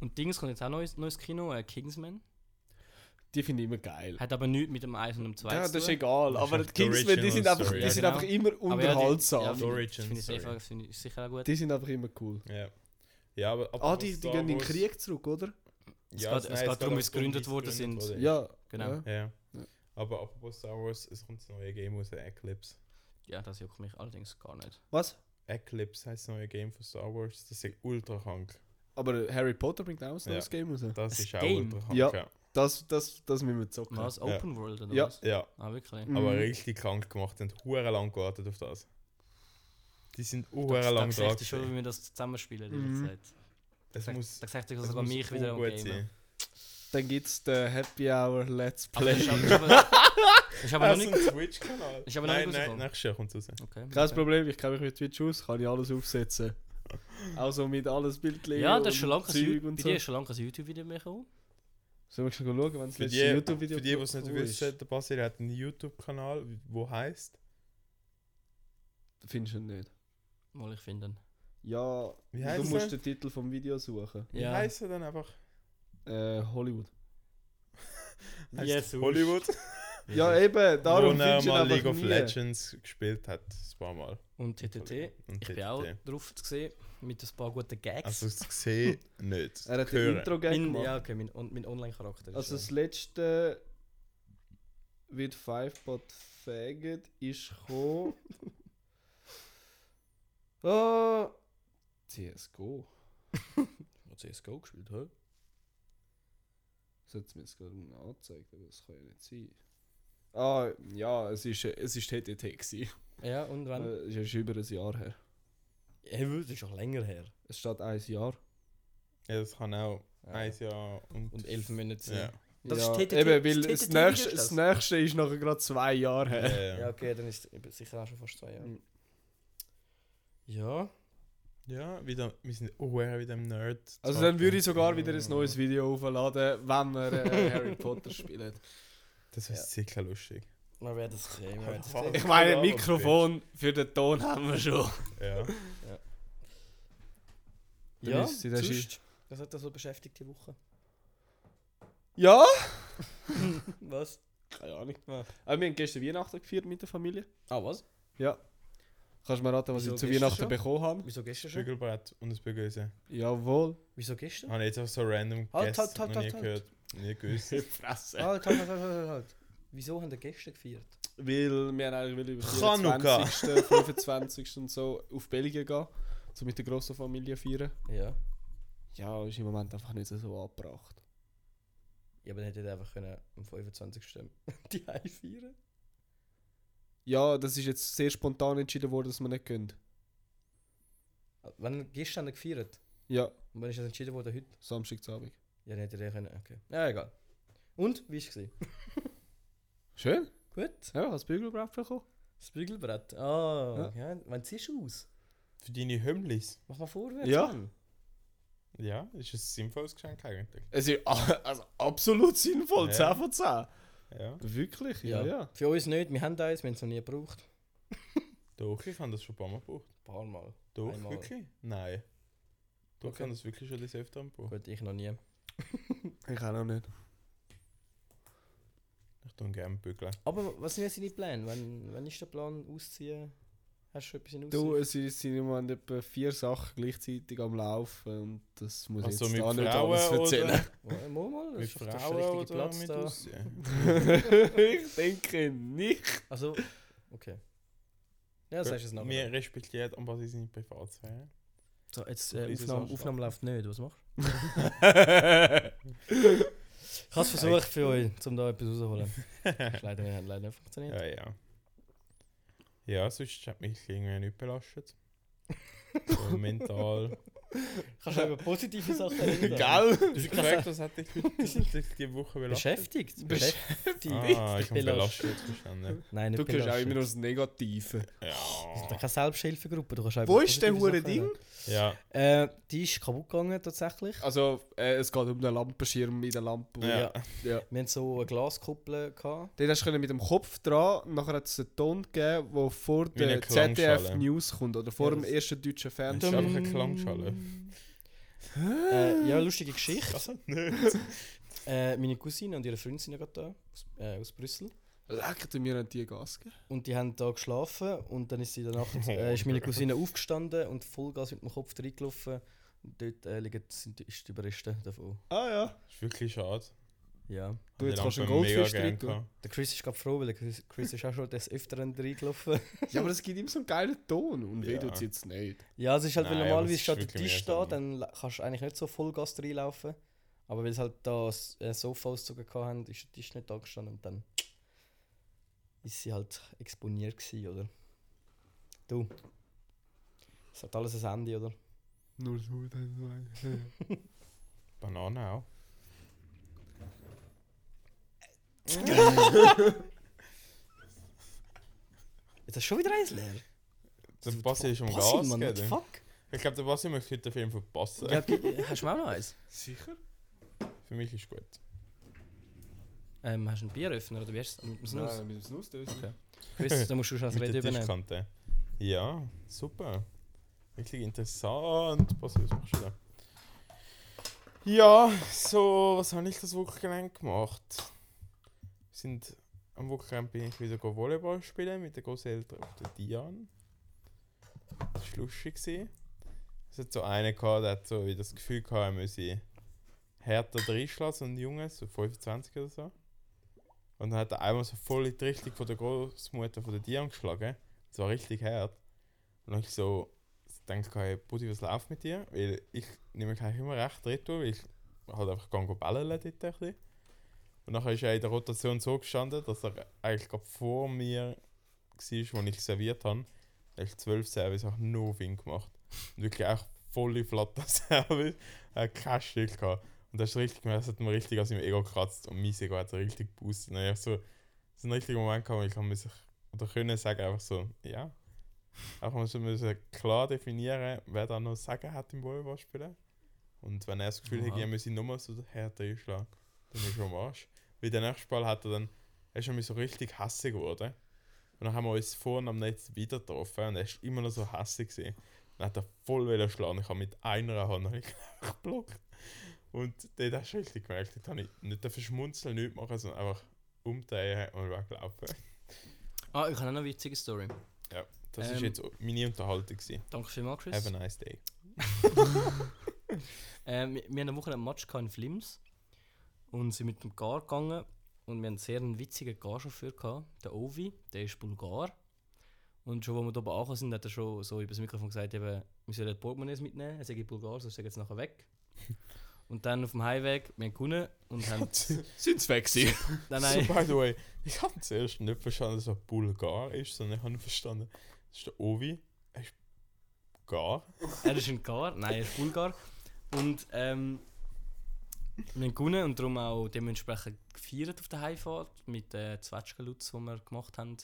[SPEAKER 2] Und Dings kommt jetzt auch neues, neues Kino, äh, Kingsman.
[SPEAKER 4] Die finde ich immer geil.
[SPEAKER 2] Hat aber nichts mit dem 1 und dem 2
[SPEAKER 4] Ja, das
[SPEAKER 2] zu
[SPEAKER 4] ist
[SPEAKER 2] tun.
[SPEAKER 4] egal,
[SPEAKER 3] Das ist
[SPEAKER 4] aber die
[SPEAKER 3] einfach die
[SPEAKER 4] Kingsmen, die sind
[SPEAKER 3] Original
[SPEAKER 4] einfach,
[SPEAKER 3] Story,
[SPEAKER 4] die
[SPEAKER 2] ja,
[SPEAKER 4] sind
[SPEAKER 2] genau.
[SPEAKER 4] einfach immer
[SPEAKER 2] Aber ja, die- ja,
[SPEAKER 4] unterhaltsam.
[SPEAKER 2] finde ich-
[SPEAKER 3] Origin
[SPEAKER 2] Finde ich,
[SPEAKER 3] Story.
[SPEAKER 2] einfach- finde ich sicher auch gut.
[SPEAKER 4] Die sind einfach immer cool.
[SPEAKER 3] Ja. Ja, aber
[SPEAKER 4] Ah,
[SPEAKER 3] apropos
[SPEAKER 4] die, die
[SPEAKER 3] Star
[SPEAKER 4] gehen in den
[SPEAKER 3] Wars-
[SPEAKER 4] Krieg zurück, oder?
[SPEAKER 2] Es geht- es geht
[SPEAKER 3] auch
[SPEAKER 2] darum, wie sie
[SPEAKER 3] darum,
[SPEAKER 2] gegründet
[SPEAKER 3] sie
[SPEAKER 2] worden
[SPEAKER 3] um gegründet
[SPEAKER 2] sind.
[SPEAKER 3] wurde.
[SPEAKER 4] Ja.
[SPEAKER 2] Genau.
[SPEAKER 4] Ja.
[SPEAKER 3] Ja.
[SPEAKER 4] Ja.
[SPEAKER 3] Aber apropos Star Wars, es kommt das neue Game aus Eclipse.
[SPEAKER 2] Ja, das juckt mich allerdings gar nicht.
[SPEAKER 4] Was?
[SPEAKER 3] Eclipse heißt das neue Game von Star Wars. Das ist ultra krank.
[SPEAKER 4] Aber Harry Potter bringt auch ein
[SPEAKER 3] Ja.
[SPEAKER 4] neues Game raus.
[SPEAKER 3] Das
[SPEAKER 2] Das
[SPEAKER 3] ist auch
[SPEAKER 2] Game?
[SPEAKER 3] ultra krank.
[SPEAKER 4] Ja.
[SPEAKER 3] ja.
[SPEAKER 4] Das, das, das müssen wir zocken.
[SPEAKER 2] Was? Open World oder
[SPEAKER 4] Ja.
[SPEAKER 2] was?
[SPEAKER 3] ja.
[SPEAKER 2] Ah, wirklich?
[SPEAKER 4] Mhm.
[SPEAKER 3] aber richtig krank gemacht und hure lang gewartet auf das. Die sind
[SPEAKER 2] Da-
[SPEAKER 3] hure lang
[SPEAKER 2] Da
[SPEAKER 3] dran.
[SPEAKER 2] seht ihr schon, wie wir das zusammenspielen in
[SPEAKER 4] Mhm.
[SPEAKER 2] der Zeit.
[SPEAKER 3] Das
[SPEAKER 2] Da-
[SPEAKER 3] muss
[SPEAKER 2] Da sagt ihr
[SPEAKER 3] das
[SPEAKER 2] sogar
[SPEAKER 3] muss
[SPEAKER 2] mich wieder ne? am
[SPEAKER 3] urgut
[SPEAKER 2] Gamen.
[SPEAKER 3] sein.
[SPEAKER 4] Dann gibt's den Happy Hour Let's
[SPEAKER 3] Also
[SPEAKER 2] Aber das
[SPEAKER 4] Play.
[SPEAKER 2] ist aber- das ist aber- das ist aber noch
[SPEAKER 3] Hast du
[SPEAKER 2] nicht.
[SPEAKER 3] einen Twitch-Kanal?
[SPEAKER 2] Ist aber noch
[SPEAKER 3] nein,
[SPEAKER 2] nicht
[SPEAKER 3] nein,
[SPEAKER 2] rausgekommen.
[SPEAKER 3] nächstes Jahr kommt es raus.
[SPEAKER 2] Okay.
[SPEAKER 4] Kein Problem, ich kenne mich mit Twitch aus, kann ich alles aufsetzen. Also mit alles Bildlegen
[SPEAKER 2] Ja, das ist schon
[SPEAKER 4] und
[SPEAKER 2] lange kein
[SPEAKER 4] Zeug
[SPEAKER 2] Ju-
[SPEAKER 4] und
[SPEAKER 2] bei
[SPEAKER 4] so.
[SPEAKER 2] dir ist schon lange kein YouTube-Video mehr gekommen.
[SPEAKER 4] Sollen wir schon schauen, wenn es
[SPEAKER 3] Für
[SPEAKER 4] letzte
[SPEAKER 3] die,
[SPEAKER 4] YouTube-Video
[SPEAKER 3] für die, die es nicht
[SPEAKER 4] gekommen ist?
[SPEAKER 3] wissen, der Basil hat einen YouTube-Kanal, wo heißt?
[SPEAKER 4] Findest du ihn nicht?
[SPEAKER 2] Mal ich finden.
[SPEAKER 4] Ja,
[SPEAKER 3] Wie
[SPEAKER 4] du
[SPEAKER 3] heißt
[SPEAKER 4] musst
[SPEAKER 3] er?
[SPEAKER 4] den Titel vom Video suchen.
[SPEAKER 3] Wie
[SPEAKER 2] Ja.
[SPEAKER 3] heißt er dann einfach?
[SPEAKER 4] Äh, Hollywood.
[SPEAKER 3] Heisst
[SPEAKER 2] Yes,
[SPEAKER 3] Hollywood,
[SPEAKER 4] Ja, eben,
[SPEAKER 3] wo
[SPEAKER 4] darum
[SPEAKER 3] er
[SPEAKER 4] findest du ihn
[SPEAKER 3] mal
[SPEAKER 4] einfach
[SPEAKER 3] League of
[SPEAKER 4] nie.
[SPEAKER 3] Legends gespielt hat, ein paar Mal.
[SPEAKER 2] Und
[SPEAKER 4] E
[SPEAKER 2] TTT.
[SPEAKER 3] Und
[SPEAKER 2] Ich bin auch
[SPEAKER 3] TTT.
[SPEAKER 2] drauf zu sehen, mit ein paar guten
[SPEAKER 3] E Also
[SPEAKER 2] Gags.
[SPEAKER 3] es gesehen nicht.
[SPEAKER 4] Er hat den
[SPEAKER 3] Hören.
[SPEAKER 4] Intro-Gag
[SPEAKER 2] Mein,
[SPEAKER 4] gemacht.
[SPEAKER 2] ja, okay, mein, on- mein Online-Charakter. ist
[SPEAKER 4] Also das
[SPEAKER 2] schon-
[SPEAKER 4] letzte wird Five Bot Faggot ist gekommen. Ah, CSGO.
[SPEAKER 2] Hat CSGO gespielt, hä?
[SPEAKER 4] Das hat mir jetzt gerade angezeigt, aber das kann ja nicht sein. Ah, ja, es ist, äh, es ist TTT gewesen.
[SPEAKER 2] Ja, und
[SPEAKER 4] Äh,
[SPEAKER 2] wann?
[SPEAKER 4] Es ist über ein Jahr her.
[SPEAKER 2] Hey, das ist schon länger her.
[SPEAKER 4] Es steht ein Jahr.
[SPEAKER 3] Ja, das kann auch
[SPEAKER 2] Ja.
[SPEAKER 3] ein Jahr und,
[SPEAKER 2] Und elf Minuten
[SPEAKER 3] Ja.
[SPEAKER 2] sein. Das
[SPEAKER 4] ja,
[SPEAKER 2] ist TTT
[SPEAKER 4] Eben,
[SPEAKER 2] das
[SPEAKER 4] weil
[SPEAKER 2] TTT
[SPEAKER 4] das,
[SPEAKER 2] ist
[SPEAKER 4] nächste,
[SPEAKER 2] das.
[SPEAKER 4] das nächste ist nachher gerade zwei Jahre her.
[SPEAKER 3] Äh,
[SPEAKER 2] Ja, okay, dann ist es sicher auch schon fast zwei Jahre.
[SPEAKER 4] Mhm.
[SPEAKER 2] Ja.
[SPEAKER 3] Ja, wieder, wir sind oh, ja, wieder im Nerd.
[SPEAKER 4] Also dann würde ich sogar wieder ein neues Video aufladen, wenn wir äh, Harry Potter spielen.
[SPEAKER 3] Das ist sicher lustig.
[SPEAKER 2] Man wird es sehen. Man wird es
[SPEAKER 3] Fuck.
[SPEAKER 2] sehen.
[SPEAKER 4] Ich meine,
[SPEAKER 3] Ja,
[SPEAKER 4] Mikrofon für den Ton haben wir schon.
[SPEAKER 3] Ja.
[SPEAKER 4] Dann
[SPEAKER 2] Ja,
[SPEAKER 4] ist sie dann
[SPEAKER 2] sonst, was hat das so beschäftigt die Woche?
[SPEAKER 4] Ja?
[SPEAKER 2] Was?
[SPEAKER 4] Keine Ahnung.
[SPEAKER 2] Ja.
[SPEAKER 4] Aber wir haben gestern Weihnachten gefeiert mit der Familie.
[SPEAKER 2] Ah, was?
[SPEAKER 4] Kannst du mir raten, was
[SPEAKER 2] Wieso
[SPEAKER 4] ich zu
[SPEAKER 2] gestern
[SPEAKER 4] Weihnachten
[SPEAKER 2] schon?
[SPEAKER 4] bekommen habe?
[SPEAKER 2] Wieso gestern schon?
[SPEAKER 3] Bügelbrett und das Böse.
[SPEAKER 4] Jawohl.
[SPEAKER 2] Wieso gestern?
[SPEAKER 3] Habe ich jetzt auch so random
[SPEAKER 2] Halt,
[SPEAKER 3] gegessen,
[SPEAKER 2] halt, halt,
[SPEAKER 3] noch nie
[SPEAKER 2] halt, halt.
[SPEAKER 3] gehört, nie gewusst.
[SPEAKER 4] Fresse.
[SPEAKER 2] Halt, halt, halt, halt, halt, halt. Wieso haben wir gestern gefeiert?
[SPEAKER 4] Weil wir haben eigentlich will über
[SPEAKER 3] Chanukka.
[SPEAKER 4] 24., 25. und so auf Belgien gehen. So mit der grossen Familie feiern.
[SPEAKER 2] Ja.
[SPEAKER 4] Ja, ist im Moment einfach nicht so angebracht.
[SPEAKER 2] Ja, aber dann hättet ihr einfach können am 25. die Heim feiern
[SPEAKER 4] ja, das ist jetzt sehr spontan entschieden worden, dass wir nicht gehen.
[SPEAKER 2] Wann gestern haben wir gefeiert?
[SPEAKER 4] Ja,
[SPEAKER 2] Und wann ist das entschieden worden? Heute?
[SPEAKER 4] Samstagabend.
[SPEAKER 2] Ja, dann hätte ich können. Okay. Ja, egal. Und? Wie war es? gewesen?
[SPEAKER 4] Schön.
[SPEAKER 2] Gut.
[SPEAKER 4] Ja, ich habe das Bügelbrett bekommen.
[SPEAKER 2] Das Bügelbrett. Ah, ja. Wann ziehst du aus?
[SPEAKER 3] Für deine Hümmlis.
[SPEAKER 2] Mach mal vorwärts.
[SPEAKER 4] Ja.
[SPEAKER 2] Mann.
[SPEAKER 3] Ja, ist ein sinnvolles Geschenk eigentlich.
[SPEAKER 4] Es ist a- also absolut sinnvoll,
[SPEAKER 3] Ja.
[SPEAKER 4] 10 von 10.
[SPEAKER 3] Ja.
[SPEAKER 4] Wirklich?
[SPEAKER 2] ja.
[SPEAKER 4] Ja, ja.
[SPEAKER 2] Für uns nicht. Wir haben eins, wir haben es noch nie gebraucht.
[SPEAKER 3] Doch, ich habe das schon ein paar Mal gebraucht.
[SPEAKER 2] Ein paar Mal.
[SPEAKER 3] Doch,
[SPEAKER 2] Einmal.
[SPEAKER 3] wirklich? Nein. Doch, ich
[SPEAKER 2] Okay.
[SPEAKER 3] habe das wirklich schon des Öfteren gebraucht.
[SPEAKER 2] Gut, ich noch nie.
[SPEAKER 4] Ich auch noch nicht.
[SPEAKER 3] Ich tue gerne bügeln.
[SPEAKER 2] Aber was sind jetzt deine Pläne? Wann, wann ist der Plan ausziehen? Hast du schon etwas in Aussicht?
[SPEAKER 4] Du, es sind sind im Moment etwa vier Sachen gleichzeitig am Laufen und das muss
[SPEAKER 3] Also
[SPEAKER 4] ich
[SPEAKER 3] mit
[SPEAKER 4] jetzt da nicht
[SPEAKER 3] Frauen
[SPEAKER 4] alles erzählen.
[SPEAKER 2] Mal,
[SPEAKER 3] oder
[SPEAKER 2] mal, mal, das
[SPEAKER 3] mit
[SPEAKER 2] schafft doch
[SPEAKER 3] Frauen
[SPEAKER 2] richtigen
[SPEAKER 3] oder
[SPEAKER 2] Platz
[SPEAKER 3] mit
[SPEAKER 2] da.
[SPEAKER 3] Aussehen.
[SPEAKER 4] ich denke nicht.
[SPEAKER 2] Also, okay. Ja, das hast du es nachher.
[SPEAKER 3] Wir respektieren aber seine Privatsphäre.
[SPEAKER 2] So, jetzt,
[SPEAKER 3] Ein
[SPEAKER 2] äh,
[SPEAKER 3] kleines
[SPEAKER 2] Aufnahme,
[SPEAKER 3] Anschlag.
[SPEAKER 2] Aufnahme läuft nicht, was machst du? ich habe es versucht für euch, um da etwas rauszuholen. Ist leider nicht, hat leider nicht funktioniert.
[SPEAKER 3] Ja, ja. Ja, sonst hat mich irgendwie nicht belastet. so mental.
[SPEAKER 2] Kannst du über positive Sachen reden?
[SPEAKER 3] Du hast gefragt, was hat dich heute- was hat dich die Woche belastet?
[SPEAKER 2] Beschäftigt. Beschäftigt.
[SPEAKER 3] Ah, ich habe
[SPEAKER 2] Belastet.
[SPEAKER 3] belastet, verstanden.
[SPEAKER 2] Nein, nicht
[SPEAKER 4] Du kannst auch immer
[SPEAKER 2] belastet.
[SPEAKER 4] nur das Negative.
[SPEAKER 2] Das ist
[SPEAKER 3] Ja.
[SPEAKER 2] doch keine Selbsthilfegruppe. Du kannst auch
[SPEAKER 4] Wo
[SPEAKER 2] über
[SPEAKER 4] ist der
[SPEAKER 2] positive
[SPEAKER 4] hure
[SPEAKER 2] Sachen
[SPEAKER 4] Ding?
[SPEAKER 2] reden.
[SPEAKER 3] Ja,
[SPEAKER 2] Äh, die ist kaputt gegangen, tatsächlich.
[SPEAKER 4] Also, äh, es geht um den Lampenschirm in der Lampe.
[SPEAKER 3] Ja.
[SPEAKER 4] ja.
[SPEAKER 2] Wir hatten so eine Glaskuppel. Gehabt.
[SPEAKER 4] Dort hast du können mit dem Kopf dran und nachher hat es einen Ton gegeben, der vor
[SPEAKER 3] Wie eine
[SPEAKER 4] der ZDF
[SPEAKER 3] Klangschale.
[SPEAKER 4] News kommt oder vor
[SPEAKER 2] Ja,
[SPEAKER 4] dem
[SPEAKER 2] das-
[SPEAKER 4] ersten deutschen
[SPEAKER 3] das
[SPEAKER 4] Fernsehen.
[SPEAKER 3] ist einfach eine Klangschale. Also
[SPEAKER 2] Äh, ja, lustige Geschichte. äh, meine Cousine und ihre Freundin sind ja gerade da, aus, äh, aus Brüssel.
[SPEAKER 4] Leck, du, mir an die Gas gegeben.
[SPEAKER 2] Und die haben da geschlafen und dann ist sie danach
[SPEAKER 3] Oh.
[SPEAKER 2] äh, ist meine Cousine aufgestanden und Vollgas mit dem Kopf reingelaufen. Und dort äh, liegen, sind, ist die Überreste davon.
[SPEAKER 4] Ah ja.
[SPEAKER 3] Ist wirklich schade.
[SPEAKER 2] Ja.
[SPEAKER 4] Du, jetzt
[SPEAKER 3] Die
[SPEAKER 4] kannst du einen
[SPEAKER 3] Lampe mega
[SPEAKER 4] Goldfisch
[SPEAKER 3] gern
[SPEAKER 4] drin tun.
[SPEAKER 3] gehabt.
[SPEAKER 2] Der Chris ist gerade froh, weil der Chris, Chris ist auch schon des Öfteren reingelaufen.
[SPEAKER 4] Ja, aber es gibt ihm so einen geilen Ton und
[SPEAKER 3] Ja.
[SPEAKER 4] weh tut's jetzt nicht.
[SPEAKER 2] ja, es ist halt, weil
[SPEAKER 3] Nein, aber
[SPEAKER 2] normalerweise
[SPEAKER 3] es ist
[SPEAKER 2] steht der
[SPEAKER 3] wirklich
[SPEAKER 2] Tisch da,
[SPEAKER 3] mühsam.
[SPEAKER 2] dann la- kannst du eigentlich nicht so Vollgas reinlaufen. Aber weil sie halt da das äh, Sofa ausgezogen hatten, ist der Tisch nicht da gestanden und dann ist sie halt exponiert gewesen, oder? Du. Es hat alles ein Ende, oder?
[SPEAKER 4] Nur so, dann
[SPEAKER 3] Banane auch.
[SPEAKER 2] Jetzt hast du schon wieder eins leer.
[SPEAKER 3] Der Basti ist am
[SPEAKER 2] Passi,
[SPEAKER 3] Gas,
[SPEAKER 2] Mann, what the
[SPEAKER 3] gell?
[SPEAKER 2] fuck?
[SPEAKER 3] Ich glaube, der Basti möchte heute den Film verpassen.
[SPEAKER 2] Ja, ge- hast du mir auch noch eins?
[SPEAKER 4] Sicher?
[SPEAKER 3] Für mich ist gut.
[SPEAKER 2] Ähm, hast du einen Bieröffner oder wie hast du es?
[SPEAKER 4] Nein, mit dem Snus dösen.
[SPEAKER 2] Okay. Chris, da musst du schon das
[SPEAKER 3] Mit
[SPEAKER 2] Reden
[SPEAKER 3] der
[SPEAKER 2] übernehmen.
[SPEAKER 3] Tischkante. Ja, super. Wirklich interessant. Basti, was machst du da? Ja, so, was habe ich das Wochenende gemacht? Wir Sind, am Wochenende bin ich wieder go Volleyball spielen mit den Großeltern auf der Dian. Das war lustig. gewesen. Es hat so einen gehabt, der hat so wie das Gefühl gehabt, er müsse härter reinschlagen, so ein Junge, so 25 oder so. Und dann hat er einmal so voll in die Richtung von der Großmutter von der Dian geschlagen. Das war richtig hart. Und dann hab ich so gedacht, hey, Buddy, was läuft mit dir? Weil ich nehme mich eigentlich immer recht retour, weil ich halt einfach gehe bellen dort ein bisschen. Und nachher ist er in der Rotation so gestanden, dass er eigentlich gerade vor mir war, als ich serviert habe. Er hat 12 Service auch nur Wing gemacht. Und wirklich auch volle flatter Service. Er hat kein Schild gehabt. Und das ist richtig gemerkt, das hat mir richtig aus seinem Ego gekratzt und mein Ego hat so richtig boostet. Und dann hab ich so, so einen richtigen Moment gehabt, wo ich kann mir sich, oder können sagen, einfach so, ja. Auch man müssen klar definieren, wer da noch Sagen hat im Volleyballspielen. Und wenn er das Gefühl
[SPEAKER 2] Aha.
[SPEAKER 3] hätte, er müsse nochmal so härter einschlagen, dann ist er am Arsch. Weil der nächste Ball hat er dann, er ist nämlich so richtig hassig geworden. Und dann haben wir uns vorne am Netz wieder getroffen und er ist immer noch so hassig gewesen. Dann hat er voll wieder schlagen. Ich habe mit einer Hand hab ich geblockt. Und dort hast du richtig gemerkt, dort habe ich nicht dafür schmunzeln, nichts machen, sondern einfach umdrehen und weglaufen.
[SPEAKER 2] Ah, ich habe auch noch eine witzige Story.
[SPEAKER 3] Das ist
[SPEAKER 2] Ähm.
[SPEAKER 3] jetzt meine Unterhaltung. Gewesen.
[SPEAKER 2] Danke vielmals, Chris.
[SPEAKER 3] Have a nice day.
[SPEAKER 2] Ähm, wir, wir haben eine Woche einen Match gehabt in Flims und sind mit dem Gar gegangen und wir haben einen sehr einen witzigen Garchauffeur gehabt, der Ovi, der ist Bulgar. Und schon, wo wir da oben angekommen sind, hat er schon so über das Mikrofon gesagt, eben, wir sollen die Portemonnaies mitnehmen, er sagt Bulgar, sonst sind jetzt nachher weg. Und dann auf dem Highway, wir haben gewonnen und haben...
[SPEAKER 5] Sind sie weg gewesen?
[SPEAKER 2] Nein,
[SPEAKER 3] So,
[SPEAKER 2] nein,
[SPEAKER 3] by the way, ich habe zuerst nicht verstanden, dass er Bulgar ist, sondern ich habe nur verstanden, das ist der Ovi. Er ist Bulgar.
[SPEAKER 2] er ist ein Gar, nein, er ist Bulgar. Und ähm, wir haben gewonnen und darum auch dementsprechend gefeiert auf der Heimfahrt mit den Zwetschgenlutz, die wir gemacht haben.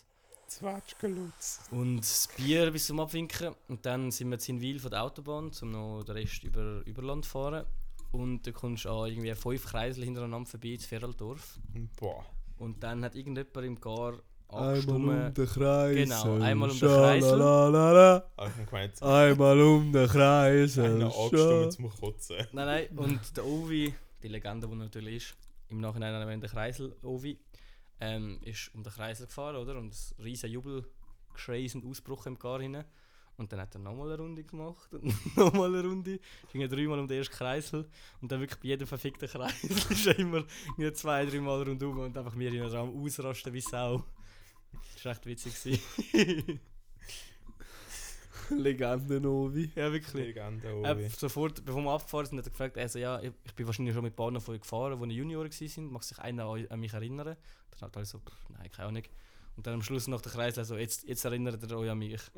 [SPEAKER 3] Zwetschgelutz.
[SPEAKER 2] Und das Bier bis zum Abwinken. Und dann sind wir in Wil von der Autobahn, um noch den Rest über, über Land zu fahren. Und dann kommst du an irgendwie fünf Kreisel hintereinander vorbei in Feraldorf.
[SPEAKER 3] Boah.
[SPEAKER 2] Und dann hat irgendjemand im Gar angestimmt.
[SPEAKER 6] den Kreisel.
[SPEAKER 2] Genau, einmal um den Kreisel.
[SPEAKER 6] Schalalala.
[SPEAKER 3] Aber ich habe gemeint,
[SPEAKER 6] Einmal um den Kreisel.
[SPEAKER 3] einer angestimmt zum Kotzen.
[SPEAKER 2] Nein, nein, und der Ovi, die Legende, die er natürlich ist, im Nachhinein erwähnt der Kreisel Ovi, ähm, ist um den Kreisel gefahren, oder? Und das riesen Jubel, Geschreis und Ausbruch im Gar hinein. Und dann hat er nochmal eine Runde gemacht und nochmal eine Runde. Es ging ja dreimal um den ersten Kreisel und dann wirklich bei jedem verfickten Kreisel ist er immer irgendwie zwei, dreimal rundum und einfach mir in den Raum ausrasten wie Sau. Das war echt witzig. gewesen.
[SPEAKER 4] Legenden-Ovi.
[SPEAKER 2] ja, wirklich.
[SPEAKER 3] Legende
[SPEAKER 2] Äh,
[SPEAKER 3] Ovi.
[SPEAKER 2] sofort, bevor wir abgefahren sind, hat er gefragt, also ja, ich, ich bin wahrscheinlich schon mit Bahnen von euch gefahren, die Junioren waren. Mag sich einer an, an mich erinnern? Dann hat er so, pff, nein, keine Ahnung. Und dann am Schluss nach der Kreis, also jetzt, jetzt erinnert ihr euch an mich.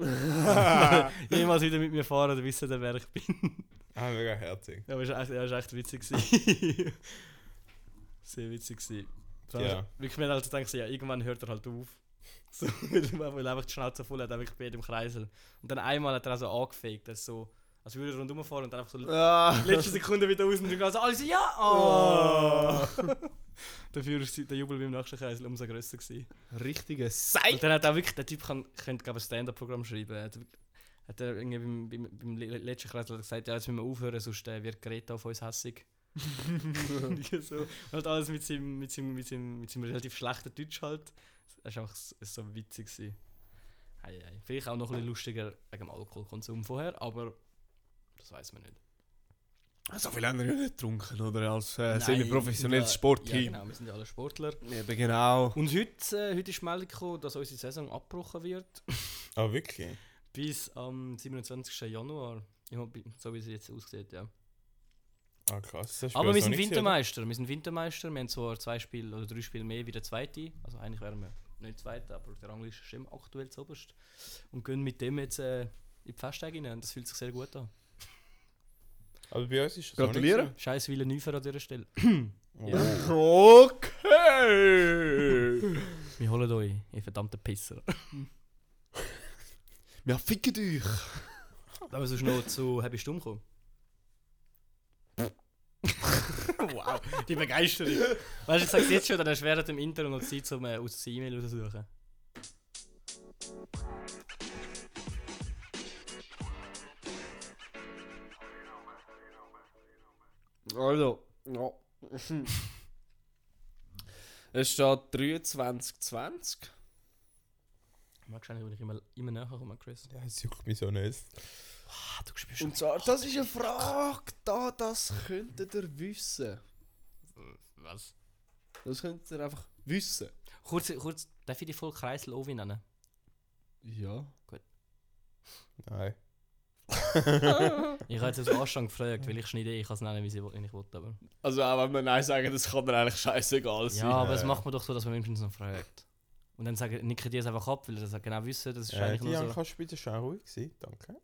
[SPEAKER 2] Jemals wieder mit mir fahren oder wissen, wer ich bin.
[SPEAKER 3] Ah, mega herzig.
[SPEAKER 2] Ja, das war echt, ja, war echt witzig. gewesen. Sehr witzig. gewesen. Vor allem,
[SPEAKER 3] Ja.
[SPEAKER 2] Wirklich, mir also gedacht, so, ja, irgendwann hört er halt auf. So, weil, er- weil er einfach die Schnauze voll hat, einfach bei jedem Kreisel. Und dann einmal hat er auch so angefegt, dass so, als würde er rundherum fahren und dann einfach so
[SPEAKER 4] Ah.
[SPEAKER 2] letzte Sekunde wieder raus und dann so, alle so, ja! Oh. Dafür war der Jubel beim nächsten Kreisel umso grösser. Gewesen.
[SPEAKER 4] Richtige
[SPEAKER 2] Und dann hat auch wirklich, der Typ kann, könnte glaube ich, ein Stand-Up-Programm schreiben. Er Hat, hat er irgendwie beim, beim, beim le- letzten Kreisel hat er gesagt, ja, jetzt müssen wir aufhören, sonst äh, wird Greta auf uns hässig. Ja, so. Und halt alles mit seinem, mit, seinem, mit, seinem, mit seinem relativ schlechten Deutsch halt. Das war einfach so- so witzig. Gewesen. Ei, ei. Vielleicht auch noch ein bisschen lustiger wegen dem Alkoholkonsum vorher, aber das weiß man nicht.
[SPEAKER 4] So viel haben wir ja nicht getrunken, oder? Als äh,
[SPEAKER 2] Nein,
[SPEAKER 4] semi-professionelles
[SPEAKER 2] ja,
[SPEAKER 4] Sportteam.
[SPEAKER 2] Ja, genau, wir sind ja alle Sportler.
[SPEAKER 4] Eben genau.
[SPEAKER 2] Und heute, äh, heute ist die Meldung gekommen, dass unsere Saison abgebrochen wird.
[SPEAKER 3] Ah, wirklich?
[SPEAKER 2] Bis am 27. Januar. Ich hoffe, so wie es jetzt aussieht, ja.
[SPEAKER 3] Ah, krass. Das
[SPEAKER 2] Aber wir sind
[SPEAKER 3] Spiel hast du noch nicht
[SPEAKER 2] Wintermeister. Wir sind Wintermeister. Wir haben zwar zwei Spiele oder drei Spiele mehr wie der zweite. Also eigentlich wären wir nicht zweite, aber der Rangliste ist immer aktuell zuoberst. Und gehen mit dem jetzt äh, in die Festtage rein. Und das fühlt sich sehr gut an.
[SPEAKER 3] gesehen. Aber bei uns ist das
[SPEAKER 4] Gratulieren.
[SPEAKER 2] Scheiß Wille Neufer an dieser Stelle.
[SPEAKER 3] Noch nicht so. oh.
[SPEAKER 4] Okay!
[SPEAKER 2] Wir holen euch, ihr verdammten Pisser.
[SPEAKER 4] Wir ficken euch!
[SPEAKER 2] Aber sonst noch zu Happy Stumm kommen. wow, die Begeisterung. Weißt du, ich sag's jetzt schon, dann hast du während dem Intro noch Zeit, um äh, aus der E-Mail rauszusuchen.
[SPEAKER 4] Also, ja. es steht 2320.
[SPEAKER 2] Magst du eigentlich, wenn ich immer, immer näher komme, Chris?
[SPEAKER 3] Ja, es juckt mich so nicht.
[SPEAKER 2] Ah, du spürst
[SPEAKER 4] Und zwar, das ist eine Frage, da das könntet ihr wissen.
[SPEAKER 2] Was?
[SPEAKER 4] Das könntet ihr einfach wissen.
[SPEAKER 2] Kurz, kurz, darf ich die Folge Kreisel Ovi nennen?
[SPEAKER 4] Ja.
[SPEAKER 3] Nein.
[SPEAKER 2] Ich habe jetzt aus Anstand gefragt, weil ich schneide, ich kann es nennen, wie sie- wie ich will, aber...
[SPEAKER 5] Also auch wenn wir Nein sagen, das kann mir eigentlich scheißegal sein.
[SPEAKER 2] Ja, aber es macht man doch so, dass man wenigstens noch fragt. Und dann sagen, nicken die es einfach ab, weil sie das genau wissen, das ist
[SPEAKER 3] Äh,
[SPEAKER 2] eigentlich nur
[SPEAKER 3] Dian,
[SPEAKER 2] so...
[SPEAKER 3] kannst du bitte schon ruhig sein? Danke.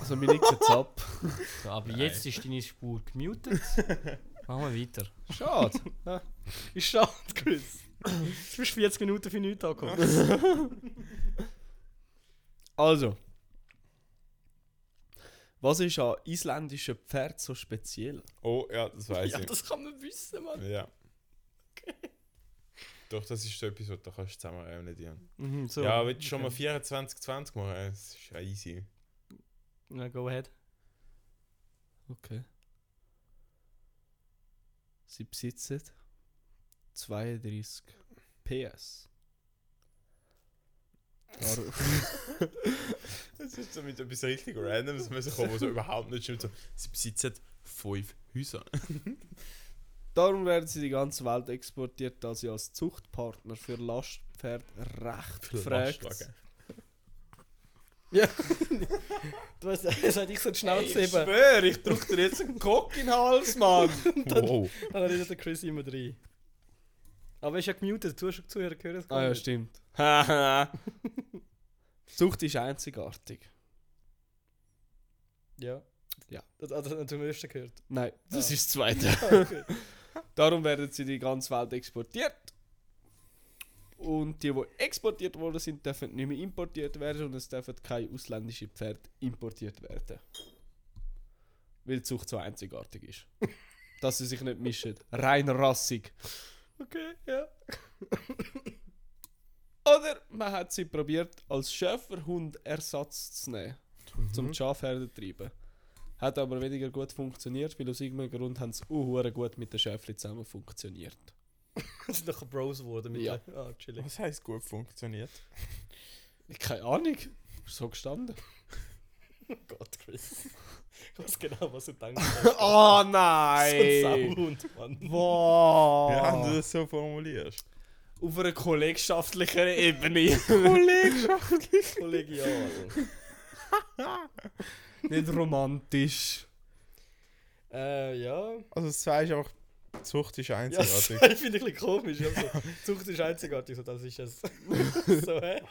[SPEAKER 4] Also, wir nicken jetzt ab.
[SPEAKER 2] so aber jetzt ist deine Spur gemutet. Machen wir weiter.
[SPEAKER 4] Schade.
[SPEAKER 2] Ist schade, Chris. Du bist 40 Minuten für nichts angekommen.
[SPEAKER 4] Also. Was ist an isländischen Pferd so speziell?
[SPEAKER 3] Oh, ja, das weiß
[SPEAKER 2] Ja,
[SPEAKER 3] ich.
[SPEAKER 2] das kann man wissen, Mann.
[SPEAKER 3] Ja. Doch, das ist so etwas, was du kannst zusammenreimen, Dian.
[SPEAKER 2] Mhm, so.
[SPEAKER 3] Ja, willst du schon mal 24, 20 machen? Das ist ja easy.
[SPEAKER 2] Na, go ahead.
[SPEAKER 4] Okay. Sie besitzen 32 PS.
[SPEAKER 3] Das ist so mit etwas richtig Randoms, man sich kommen, so überhaupt nicht stimmt. So, sie besitzen fünf Häuser.
[SPEAKER 4] Darum werden sie die ganze Welt exportiert, da sie als Zuchtpartner für Lastpferd recht
[SPEAKER 3] Für
[SPEAKER 4] gefragt
[SPEAKER 3] Lastwagen.
[SPEAKER 2] Ja. du weißt, es hat ich so die Schnauze
[SPEAKER 4] Ich
[SPEAKER 2] eben.
[SPEAKER 4] schwöre, ich drück dir jetzt einen Kock in den Hals, Mann.
[SPEAKER 3] Wow.
[SPEAKER 2] Dann redet Ah, der Chris immer rein. Aber er ist ja gemutet, du hast schon zuhören gehört.
[SPEAKER 4] ah ja, stimmt. Sucht ist einzigartig.
[SPEAKER 2] Ja.
[SPEAKER 4] Ja.
[SPEAKER 2] Das, also, das hat er zum ersten gehört.
[SPEAKER 4] Nein, das
[SPEAKER 2] Ah.
[SPEAKER 4] ist das Zweite.
[SPEAKER 2] Okay.
[SPEAKER 4] Darum werden sie in die ganze Welt exportiert. Und die, die exportiert worden sind, dürfen nicht mehr importiert werden und es dürfen keine ausländischen Pferde importiert werden. Weil die Zucht so einzigartig ist. Dass sie sich nicht mischen. Rein rassig.
[SPEAKER 2] okay, ja.
[SPEAKER 4] Oder man hat sie probiert, als Schäferhundersatz zu nehmen.
[SPEAKER 2] Mhm.
[SPEAKER 4] Zum die Schafherden zu treiben. Hat aber weniger gut funktioniert, weil aus irgendeinem Grund haben sie auch gut mit den Schäfchen zusammen funktioniert.
[SPEAKER 2] Das sind nachher Bros geworden mit
[SPEAKER 4] Ja.
[SPEAKER 2] der. Ah, chillig.
[SPEAKER 3] Was heisst gut funktioniert?
[SPEAKER 4] Keine Ahnung. So gestanden.
[SPEAKER 2] Oh Gott, Chris. Ich weiß genau, was du denkst.
[SPEAKER 4] Oh
[SPEAKER 2] Ey.
[SPEAKER 4] nein!
[SPEAKER 2] Sauhund, Mann.
[SPEAKER 4] Wow!
[SPEAKER 3] Ja, wenn
[SPEAKER 2] Ah.
[SPEAKER 3] du das so formulierst.
[SPEAKER 4] Auf einer kollegschaftlichen Ebene.
[SPEAKER 2] Kollegial.
[SPEAKER 4] Nicht romantisch.
[SPEAKER 2] äh, ja.
[SPEAKER 3] Also das zwei ist einfach, die Zucht ist
[SPEAKER 2] Ja, das
[SPEAKER 3] einzigartig.
[SPEAKER 2] finde ich ein bisschen komisch. Also, Zucht ist einzigartig, so das ist es. so, hä?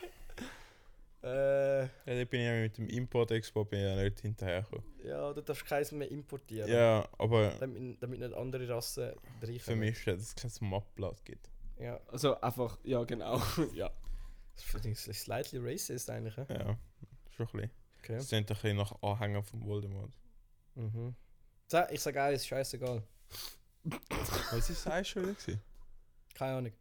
[SPEAKER 2] Äh,
[SPEAKER 3] Ja, da bin ich ja mit dem Import-Export bin ich ja nicht hinterhergekommen.
[SPEAKER 2] ja, da darfst du keins mehr importieren.
[SPEAKER 3] Ja, aber
[SPEAKER 2] Damit, damit nicht andere Rassen reinkommen.
[SPEAKER 3] für mich ist das, dass es kein Mappblatt gibt.
[SPEAKER 2] Ja,
[SPEAKER 4] Also einfach, ja genau. ja.
[SPEAKER 2] das finde ich slightly racist eigentlich. hä?
[SPEAKER 3] Ja, schon ein bisschen.
[SPEAKER 2] Okay.
[SPEAKER 3] Das klingt ein bisschen nach Anhänger von Voldemort.
[SPEAKER 2] Mhm. So, Ich sage alles, scheißegal.
[SPEAKER 3] Was ist das schon wieder? gewesen?
[SPEAKER 2] Keine Ahnung.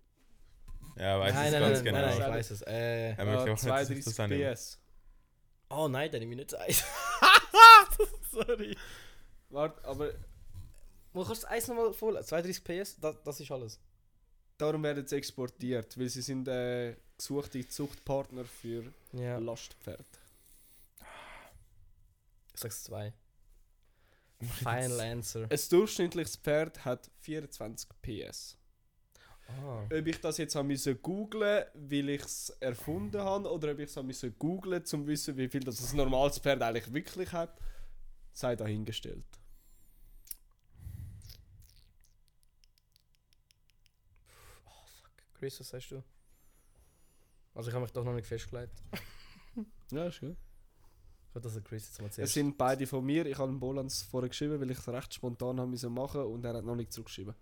[SPEAKER 3] Ja, weiß
[SPEAKER 2] nein,
[SPEAKER 3] ich
[SPEAKER 2] nein,
[SPEAKER 3] ganz
[SPEAKER 2] nein,
[SPEAKER 3] genau.
[SPEAKER 2] nein, nein, ich weiß es. Äh,
[SPEAKER 3] Ja, aber
[SPEAKER 4] Äh,
[SPEAKER 3] ich glaube nicht, dass
[SPEAKER 4] 32
[SPEAKER 3] das auch nicht-
[SPEAKER 4] PS.
[SPEAKER 2] oh nein, dann nehme ich nicht Eis. Sorry.
[SPEAKER 4] Warte, aber
[SPEAKER 2] Wo kannst du das Eis nochmal voll? 32 PS, das, das ist alles.
[SPEAKER 4] darum werden sie exportiert, weil sie sind äh, gesuchte Zuchtpartner für
[SPEAKER 2] Ja.
[SPEAKER 4] Lastpferde.
[SPEAKER 2] Ich sag's zwei. Final Answer.
[SPEAKER 4] Ein durchschnittliches Pferd hat 24 PS.
[SPEAKER 2] Ah.
[SPEAKER 4] Ob ich das jetzt haben müssen googlen, weil ich es erfunden habe, oder ob ich es haben müssen googlen, um zu wissen, wie viel das ein normales Pferd eigentlich wirklich hat, sei dahingestellt.
[SPEAKER 2] Chris, was sagst du? Also ich habe mich doch noch nicht festgelegt.
[SPEAKER 4] Ja, ist gut.
[SPEAKER 2] Ich würde das den Chris jetzt mal
[SPEAKER 4] Es
[SPEAKER 2] zuerst.
[SPEAKER 4] sind beide von mir. Ich habe Bolans vorher geschrieben, weil ich es recht spontan haben müssen machen und er hat noch nicht zurückgeschrieben.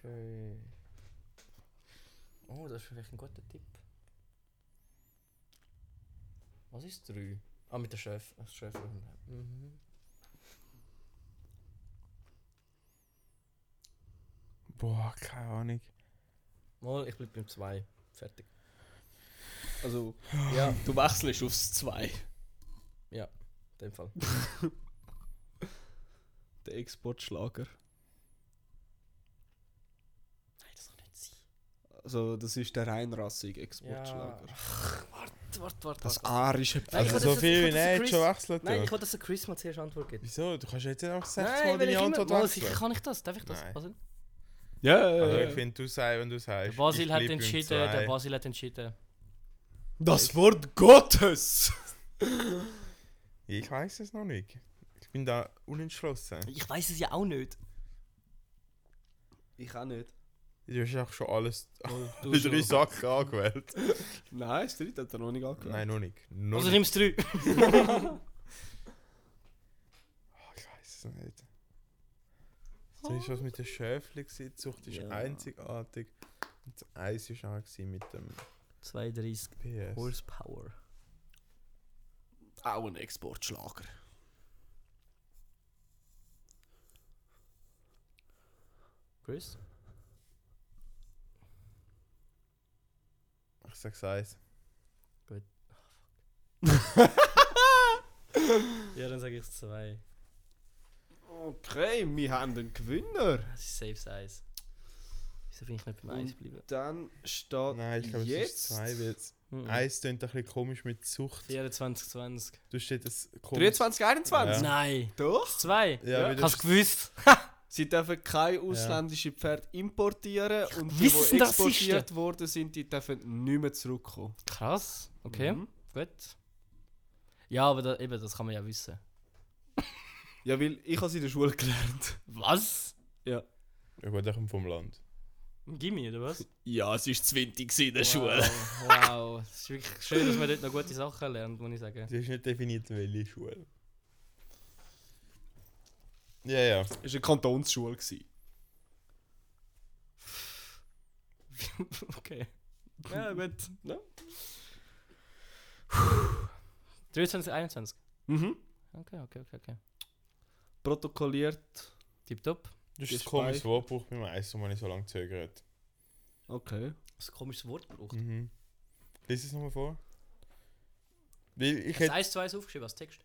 [SPEAKER 2] Okay. Oh, das ist vielleicht ein guter Tipp. Was ist 3? Ah, mit der Chef. Ach, Chef. Mhm.
[SPEAKER 3] Boah, keine Ahnung.
[SPEAKER 2] Mal, ich bleib beim 2. Fertig.
[SPEAKER 4] Also,
[SPEAKER 2] Ja, in
[SPEAKER 5] Du wechselst aufs 2.
[SPEAKER 2] dem Fall.
[SPEAKER 4] der Exportschlager.
[SPEAKER 2] Nein, das kann nicht sein.
[SPEAKER 4] Also, das ist der reinrassige Exportschlager.
[SPEAKER 2] Ach, warte, warte, warte.
[SPEAKER 4] Das
[SPEAKER 2] warte.
[SPEAKER 4] arische Pferd.
[SPEAKER 2] Nein, ich
[SPEAKER 3] Also
[SPEAKER 2] kann
[SPEAKER 3] so
[SPEAKER 2] das- ich
[SPEAKER 3] viel wie
[SPEAKER 2] kann das
[SPEAKER 3] nicht,
[SPEAKER 2] Chris-
[SPEAKER 3] schon wechselt
[SPEAKER 2] Nein,
[SPEAKER 3] du.
[SPEAKER 2] ich will, dass der Chris mal zuerst Antwort gibt.
[SPEAKER 3] Wieso? Du kannst jetzt nicht einfach
[SPEAKER 2] Nein,
[SPEAKER 3] sechsmal
[SPEAKER 2] weil ich
[SPEAKER 3] deine
[SPEAKER 2] immer...
[SPEAKER 3] Antwort
[SPEAKER 2] Mal,
[SPEAKER 3] wechseln.
[SPEAKER 2] sicher kann ich das? Darf ich das?
[SPEAKER 3] Nein.
[SPEAKER 2] Was denn?
[SPEAKER 4] Ja, ja,
[SPEAKER 3] Also
[SPEAKER 4] ja,
[SPEAKER 3] ich
[SPEAKER 4] ja.
[SPEAKER 3] finde, du sagst, wenn du sagst.
[SPEAKER 2] Der Basil
[SPEAKER 3] ich
[SPEAKER 2] hat
[SPEAKER 3] bleib beim
[SPEAKER 2] entschieden,
[SPEAKER 3] Zwei.
[SPEAKER 2] der Basil hat entschieden.
[SPEAKER 4] Das Wort Gottes!
[SPEAKER 3] Ich weiß es noch nicht. Ich bin da unentschlossen.
[SPEAKER 2] Ich weiß es ja auch nicht.
[SPEAKER 4] Ich auch nicht.
[SPEAKER 3] Du hast auch schon alles.
[SPEAKER 2] Du
[SPEAKER 3] Die drei Sachen angewählt.
[SPEAKER 4] Nein, das dritte hat er noch nicht angehört.
[SPEAKER 3] Nein, noch nicht. Noch
[SPEAKER 2] Also
[SPEAKER 3] nicht.
[SPEAKER 2] nimmst du drei.
[SPEAKER 3] Ah, ich weiß es nicht. Das ist was mit der Schäfli gewesen. Die Zucht ist
[SPEAKER 2] Ja.
[SPEAKER 3] einzigartig. Und das Eis war auch gewesen mit dem
[SPEAKER 2] 32
[SPEAKER 3] PS.
[SPEAKER 2] Horsepower.
[SPEAKER 4] Auch ein Exportschlager.
[SPEAKER 2] Chris?
[SPEAKER 3] Ich sag's Eis.
[SPEAKER 2] Ja, dann sage ich zwei.
[SPEAKER 4] Okay, wir haben einen Gewinner.
[SPEAKER 2] Das Ah, ist Safe Size. Wieso bin ich nicht beim
[SPEAKER 4] Und-
[SPEAKER 2] Eis geblieben?
[SPEAKER 4] Dann steht
[SPEAKER 3] Nein, ich glaube, es ist
[SPEAKER 4] jetzt
[SPEAKER 3] zwei. Weil das
[SPEAKER 2] Mhm.
[SPEAKER 3] Eis klingt ein bisschen komisch mit Zucht.
[SPEAKER 2] 24, 20.
[SPEAKER 3] Du steht das komisch.
[SPEAKER 4] 23, 21.
[SPEAKER 3] Ja.
[SPEAKER 2] Nein!
[SPEAKER 4] Doch.
[SPEAKER 2] Zwei!
[SPEAKER 3] Ja, weil du
[SPEAKER 2] Hast du gewusst?
[SPEAKER 4] Sie dürfen keine ausländischen Pferde importieren und die,
[SPEAKER 2] wisse,
[SPEAKER 4] die
[SPEAKER 2] das ist
[SPEAKER 4] exportiert worden sind, die dürfen nicht mehr zurückkommen.
[SPEAKER 2] Krass. Okay,
[SPEAKER 4] Mhm.
[SPEAKER 2] gut. Ja, aber da, eben, das kann man ja wissen.
[SPEAKER 4] Ja, weil ich habe es in der Schule gelernt.
[SPEAKER 2] Was?
[SPEAKER 3] Ja gut, ich komme vom Land.
[SPEAKER 2] Gimme, oder was?
[SPEAKER 5] Ja, es war 20 in der Schule.
[SPEAKER 2] Wow, wow. Es ist wirklich schön, dass man dort noch gute Sachen lernt, muss ich sagen.
[SPEAKER 3] Es ist nicht definiert, welche Schule. Ja, ja.
[SPEAKER 4] Es war eine Kantonsschule. Gewesen.
[SPEAKER 2] okay.
[SPEAKER 4] Ja, gut. Ja.
[SPEAKER 2] 23, 21.
[SPEAKER 4] Mhm.
[SPEAKER 2] Okay, okay, okay, okay.
[SPEAKER 4] Protokolliert.
[SPEAKER 2] Tipptopp.
[SPEAKER 3] Das ist ein komisches Wortbuch beim Eis, wo man nicht so lange zögert.
[SPEAKER 4] Okay.
[SPEAKER 2] Das komisches Wort braucht.
[SPEAKER 3] Mhm. Lies es nochmal vor. Weil ich
[SPEAKER 2] Das
[SPEAKER 3] hätte...
[SPEAKER 2] 1 zu 1 aufgeschrieben als Text.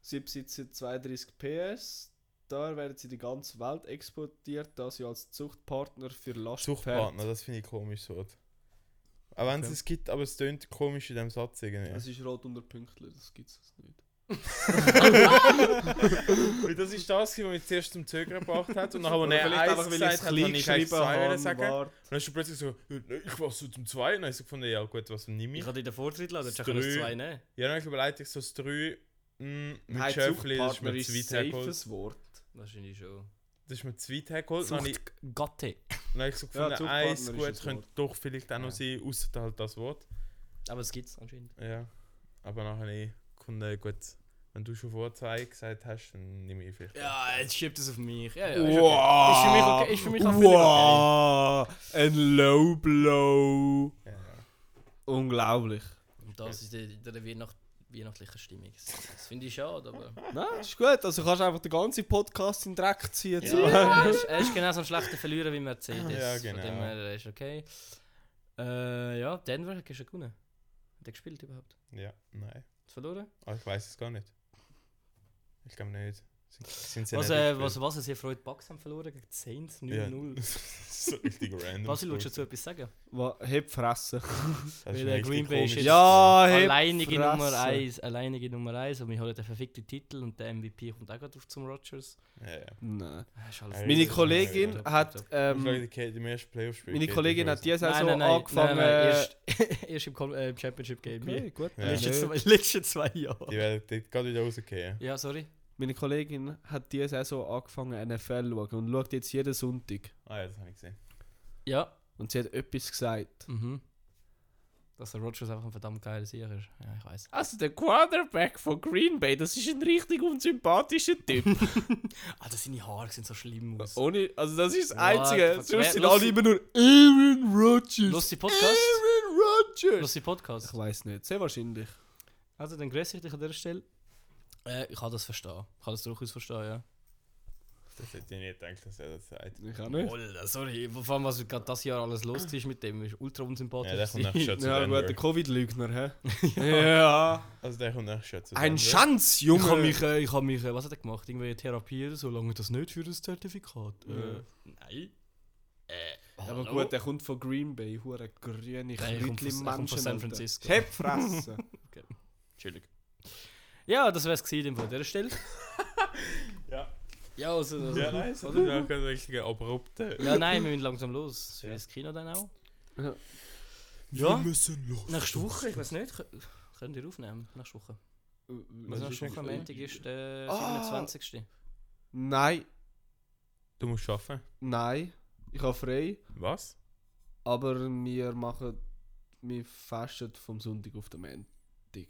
[SPEAKER 4] Sie besitzen 32 PS. Da werden sie in die ganze Welt exportiert, da sie als Zuchtpartner für Lastpferde.
[SPEAKER 3] Zuchtpartner, das finde ich ein komisches Wort. Auch wenn es
[SPEAKER 4] Okay.
[SPEAKER 3] es gibt, aber es tönt komisch in dem Satz irgendwie.
[SPEAKER 4] Es ist rot unter Pünktler, das gibt es nicht.
[SPEAKER 3] Weil das ist das, was mich zuerst zum Zögern gebracht hat und nachher, wo
[SPEAKER 4] Oder
[SPEAKER 3] er
[SPEAKER 4] vielleicht ich's
[SPEAKER 3] eins gesagt hat, dann ich eins zwei wollen sagen. Und
[SPEAKER 4] warte.
[SPEAKER 3] dann ist er plötzlich so, äh, ich war so zum Zwei. Und dann habe ich so gefunden, ja gut, was nehme
[SPEAKER 2] Ich
[SPEAKER 3] ich?
[SPEAKER 2] hatte den Vortritt lassen, ich
[SPEAKER 3] Das
[SPEAKER 2] kann das
[SPEAKER 3] drei.
[SPEAKER 2] 2 nehmen.
[SPEAKER 3] Ja, dann habe ich überlegt, ich so das Drei mh, mit
[SPEAKER 4] Nein,
[SPEAKER 3] Schöfli, das ist
[SPEAKER 4] Zuchtpartner
[SPEAKER 3] mir
[SPEAKER 4] ist
[SPEAKER 3] zu
[SPEAKER 4] ein
[SPEAKER 3] weit hergeholt.
[SPEAKER 4] safes Wort.
[SPEAKER 2] Wahrscheinlich schon.
[SPEAKER 3] Das ist mir zu weit hergeholt. Dann habe ich,
[SPEAKER 2] Gatte.
[SPEAKER 3] dann habe ich so gefunden,
[SPEAKER 4] Zuchtpartner ist
[SPEAKER 3] eins
[SPEAKER 4] ein
[SPEAKER 3] gut könnte doch vielleicht auch noch
[SPEAKER 2] Ja.
[SPEAKER 3] sein, außer halt das Wort.
[SPEAKER 2] Aber es gibt es anscheinend.
[SPEAKER 3] Ja, aber nachher habe ich gefunden, gut, wenn du schon vor zwei gesagt hast, dann nehme ich vielleicht.
[SPEAKER 2] Ja, jetzt schiebt es auf mich. Ja, ja, ist okay. Ist für mich
[SPEAKER 5] Wow.
[SPEAKER 2] okay. Ist für mich auch völlig okay.
[SPEAKER 6] Wow, ein Low Blow.
[SPEAKER 3] Ja, ja.
[SPEAKER 4] Unglaublich.
[SPEAKER 2] Und das ist in der Weihnacht weihnachtlichen Stimmung. Das das finde ich schade, aber...
[SPEAKER 4] Nein, ist gut. Also kannst du einfach den ganzen Podcast in den Dreck ziehen.
[SPEAKER 2] Ja, er, ist, er ist genau so ein schlechter Verlierer wie Mercedes.
[SPEAKER 3] Ja,
[SPEAKER 2] Von dem
[SPEAKER 3] genau.
[SPEAKER 2] her ist okay. Äh, ja, Denver hat gestern gewonnen. Hat er gespielt überhaupt?
[SPEAKER 3] ja, nein.
[SPEAKER 2] Hat er verloren?
[SPEAKER 3] Ah, ich weiß es gar nicht. Ich glaube nicht. Sind, sind sie
[SPEAKER 2] Was,
[SPEAKER 3] nicht
[SPEAKER 2] äh,
[SPEAKER 3] gespielt?
[SPEAKER 2] was, was, es hier freut, die Bucks haben verloren gegen die Saints 9-0.
[SPEAKER 3] Ja. so richtig random.
[SPEAKER 2] Basil, willst du dazu etwas sagen?
[SPEAKER 4] Was? Heb fressen.
[SPEAKER 3] Das ist
[SPEAKER 2] Weil, äh,
[SPEAKER 3] richtig
[SPEAKER 2] Green Bay ist
[SPEAKER 3] komisch.
[SPEAKER 2] jetzt-
[SPEAKER 4] Ja, heb
[SPEAKER 2] Alleinige Nummer
[SPEAKER 4] fressen.
[SPEAKER 2] 1, alleinige Nummer 1 und wir holen den verfickten Titel und der MVP kommt auch gerade auf zum Rodgers.
[SPEAKER 3] Ja, ja.
[SPEAKER 4] Nein.
[SPEAKER 2] Äh, ist alles-
[SPEAKER 3] Meine
[SPEAKER 4] Meine
[SPEAKER 3] Ja,
[SPEAKER 4] Kollegin
[SPEAKER 3] ja,
[SPEAKER 4] hat.
[SPEAKER 3] Ich frage
[SPEAKER 4] Ähm,
[SPEAKER 3] die Kate im ersten Playoff-Spiel.
[SPEAKER 4] meine
[SPEAKER 3] Kate
[SPEAKER 4] Kollegin hat
[SPEAKER 3] Rosen.
[SPEAKER 4] diese Saison angefangen. äh,
[SPEAKER 2] erst, erst im, Kon- äh, im Championship Game.
[SPEAKER 4] okay, gut.
[SPEAKER 3] Ja.
[SPEAKER 2] Letzte,
[SPEAKER 4] Nö.
[SPEAKER 2] zwei, letzte zwei Jahre.
[SPEAKER 3] Die werden dort gerade wieder rausgehen.
[SPEAKER 2] Ja, sorry.
[SPEAKER 4] Meine Kollegin hat diese Saison angefangen NFL zu schauen und schaut jetzt jeden Sonntag.
[SPEAKER 3] Ah ja, das habe ich gesehen.
[SPEAKER 2] Ja.
[SPEAKER 4] Und sie hat etwas gesagt.
[SPEAKER 2] Mhm. Dass der Rodgers einfach ein verdammt geiler Sieger ist. Ja, ich weiß.
[SPEAKER 4] Also der Quarterback von Green Bay, das ist ein richtig unsympathischer Typ.
[SPEAKER 2] Alter, seine Haare sehen so
[SPEAKER 3] Äh,
[SPEAKER 2] schlimm
[SPEAKER 3] oh.
[SPEAKER 2] aus.
[SPEAKER 4] Ohne, also das ist
[SPEAKER 2] What
[SPEAKER 4] das
[SPEAKER 2] the
[SPEAKER 4] Einzige.
[SPEAKER 2] fuck?
[SPEAKER 4] Sonst
[SPEAKER 2] Wer-
[SPEAKER 4] sind
[SPEAKER 2] los-
[SPEAKER 4] alle immer nur Aaron Rodgers.
[SPEAKER 2] Los die Podcast.
[SPEAKER 3] Äh,
[SPEAKER 4] Aaron Rodgers.
[SPEAKER 2] Los die Podcast.
[SPEAKER 4] Ich weiß nicht, sehr wahrscheinlich.
[SPEAKER 2] Also, dann grüße ich dich an dieser Stelle. Äh, ich kann das verstehen. Ich kann das durchaus verstehen, ja.
[SPEAKER 3] Das hätte ich nicht gedacht, dass er das sagt.
[SPEAKER 4] Ich auch nicht.
[SPEAKER 2] Alter, äh, sorry. Vor allem, was gerade das Jahr alles los ist mit dem, ist ultra unsympathisch.
[SPEAKER 3] Ja, der kommt nachher
[SPEAKER 2] gewesen.
[SPEAKER 3] schon zu
[SPEAKER 4] Ja gut,
[SPEAKER 3] Denver.
[SPEAKER 4] der Covid-Lügner, hä? ja.
[SPEAKER 3] Also der kommt nachher schon zu
[SPEAKER 4] Ein
[SPEAKER 3] Denver.
[SPEAKER 4] Schanz,
[SPEAKER 2] Ich habe
[SPEAKER 4] Junge.
[SPEAKER 2] mich, äh, ich hab mich äh, was hat er gemacht? Irgendwie Therapie oder so, lange das nicht für ein Zertifikat. Äh, nein. Äh,
[SPEAKER 4] Aber
[SPEAKER 2] hallo?
[SPEAKER 4] gut, der kommt von Green Bay, hure grüne
[SPEAKER 2] Nein, er kommt von- er kommt
[SPEAKER 4] Menschen.
[SPEAKER 2] von San Francisco.
[SPEAKER 4] Heb fressen.
[SPEAKER 2] Entschuldigung. Ja, das wär's gewesen von dieser Stelle.
[SPEAKER 3] Ja.
[SPEAKER 2] Ja, also. also
[SPEAKER 3] Ja,
[SPEAKER 2] ja.
[SPEAKER 3] nein, das ist auch ein richtiger abrupter.
[SPEAKER 2] nein, wir müssen langsam los. Für das Kino dann auch.
[SPEAKER 4] Ja.
[SPEAKER 2] Ja,
[SPEAKER 3] müssen los.
[SPEAKER 2] nächste Woche, ich weiß nicht. kö- Könnt ihr aufnehmen? Nächste Woche.
[SPEAKER 3] Was
[SPEAKER 2] Also
[SPEAKER 3] ist
[SPEAKER 2] nächste Woche
[SPEAKER 3] nächste
[SPEAKER 2] am
[SPEAKER 4] Oh.
[SPEAKER 2] Montag ist äh, der
[SPEAKER 4] Ah!
[SPEAKER 2] 27.
[SPEAKER 4] nein,
[SPEAKER 3] Du musst arbeiten.
[SPEAKER 4] nein, ich habe frei,
[SPEAKER 3] Was?
[SPEAKER 4] aber wir machen, wir festen vom Sonntag auf den Montag.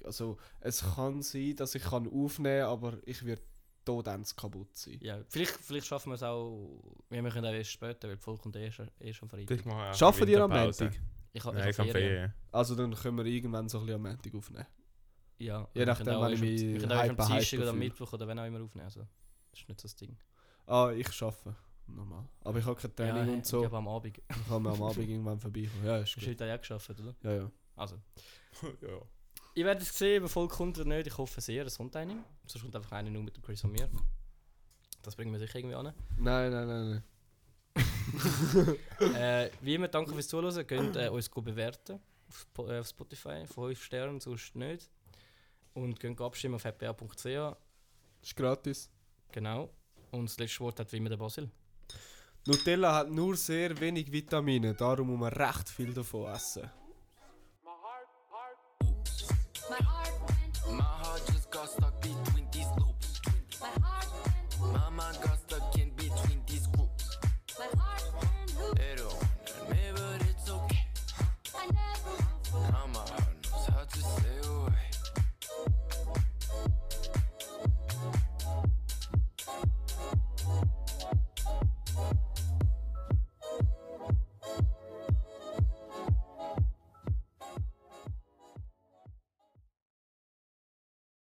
[SPEAKER 4] Also es kann sein, dass ich kann aufnehmen kann, aber ich werde todens kaputt sein.
[SPEAKER 2] Ja, vielleicht, vielleicht schaffen wir es auch. Wir machen auch erst später, weil die Folge kommt eh schon, eh schon Freitag.
[SPEAKER 3] Ich mache auch
[SPEAKER 4] Schaffen die am
[SPEAKER 3] Winterpause.
[SPEAKER 4] Montag?
[SPEAKER 2] Ich, ha-
[SPEAKER 3] Nein,
[SPEAKER 2] ha
[SPEAKER 3] ich habe Ferien.
[SPEAKER 4] Also dann können wir irgendwann so ein bisschen am Montag aufnehmen.
[SPEAKER 2] Ja,
[SPEAKER 4] eh. Je
[SPEAKER 2] wir
[SPEAKER 4] nachdem,
[SPEAKER 2] können auch
[SPEAKER 4] wann ich
[SPEAKER 2] erst am-
[SPEAKER 4] mich
[SPEAKER 2] Wir können auch erst am
[SPEAKER 4] hyper, hyper
[SPEAKER 2] Dienstag oder am
[SPEAKER 4] fühle.
[SPEAKER 2] Mittwoch oder wenn auch immer aufnehmen. Also, das ist nicht so das Ding.
[SPEAKER 4] Ah, ich arbeite. Normal. Aber ich habe kein Training
[SPEAKER 2] ja,
[SPEAKER 4] und so.
[SPEAKER 2] Ich
[SPEAKER 4] Dann
[SPEAKER 2] habe am Abend.
[SPEAKER 4] kann man am Abend irgendwann vorbeikommen. Ja,
[SPEAKER 2] Du
[SPEAKER 4] ist
[SPEAKER 2] hast
[SPEAKER 4] gut.
[SPEAKER 2] heute auch geschafft, oder?
[SPEAKER 4] Ja, ja.
[SPEAKER 2] Also.
[SPEAKER 3] ja.
[SPEAKER 2] Ich werde es sehen, ob voll kommt oder nicht. Ich hoffe sehr, es kommt einer. Sonst kommt einfach einer nur mit dem Chris und mir. Das bringen wir sicher irgendwie an.
[SPEAKER 4] Nein, nein, nein, nein.
[SPEAKER 2] äh, wie immer, danke fürs Zuhören. Könnt äh, uns go bewerten auf, Po- äh, auf Spotify. Von 5 Sternen, sonst nicht. Und könnt abstimmen auf hpa.ch.
[SPEAKER 4] Ist gratis.
[SPEAKER 2] Genau. Und das letzte Wort hat wie immer der Basil.
[SPEAKER 4] Nutella hat nur sehr wenig Vitamine, darum muss man recht viel davon essen.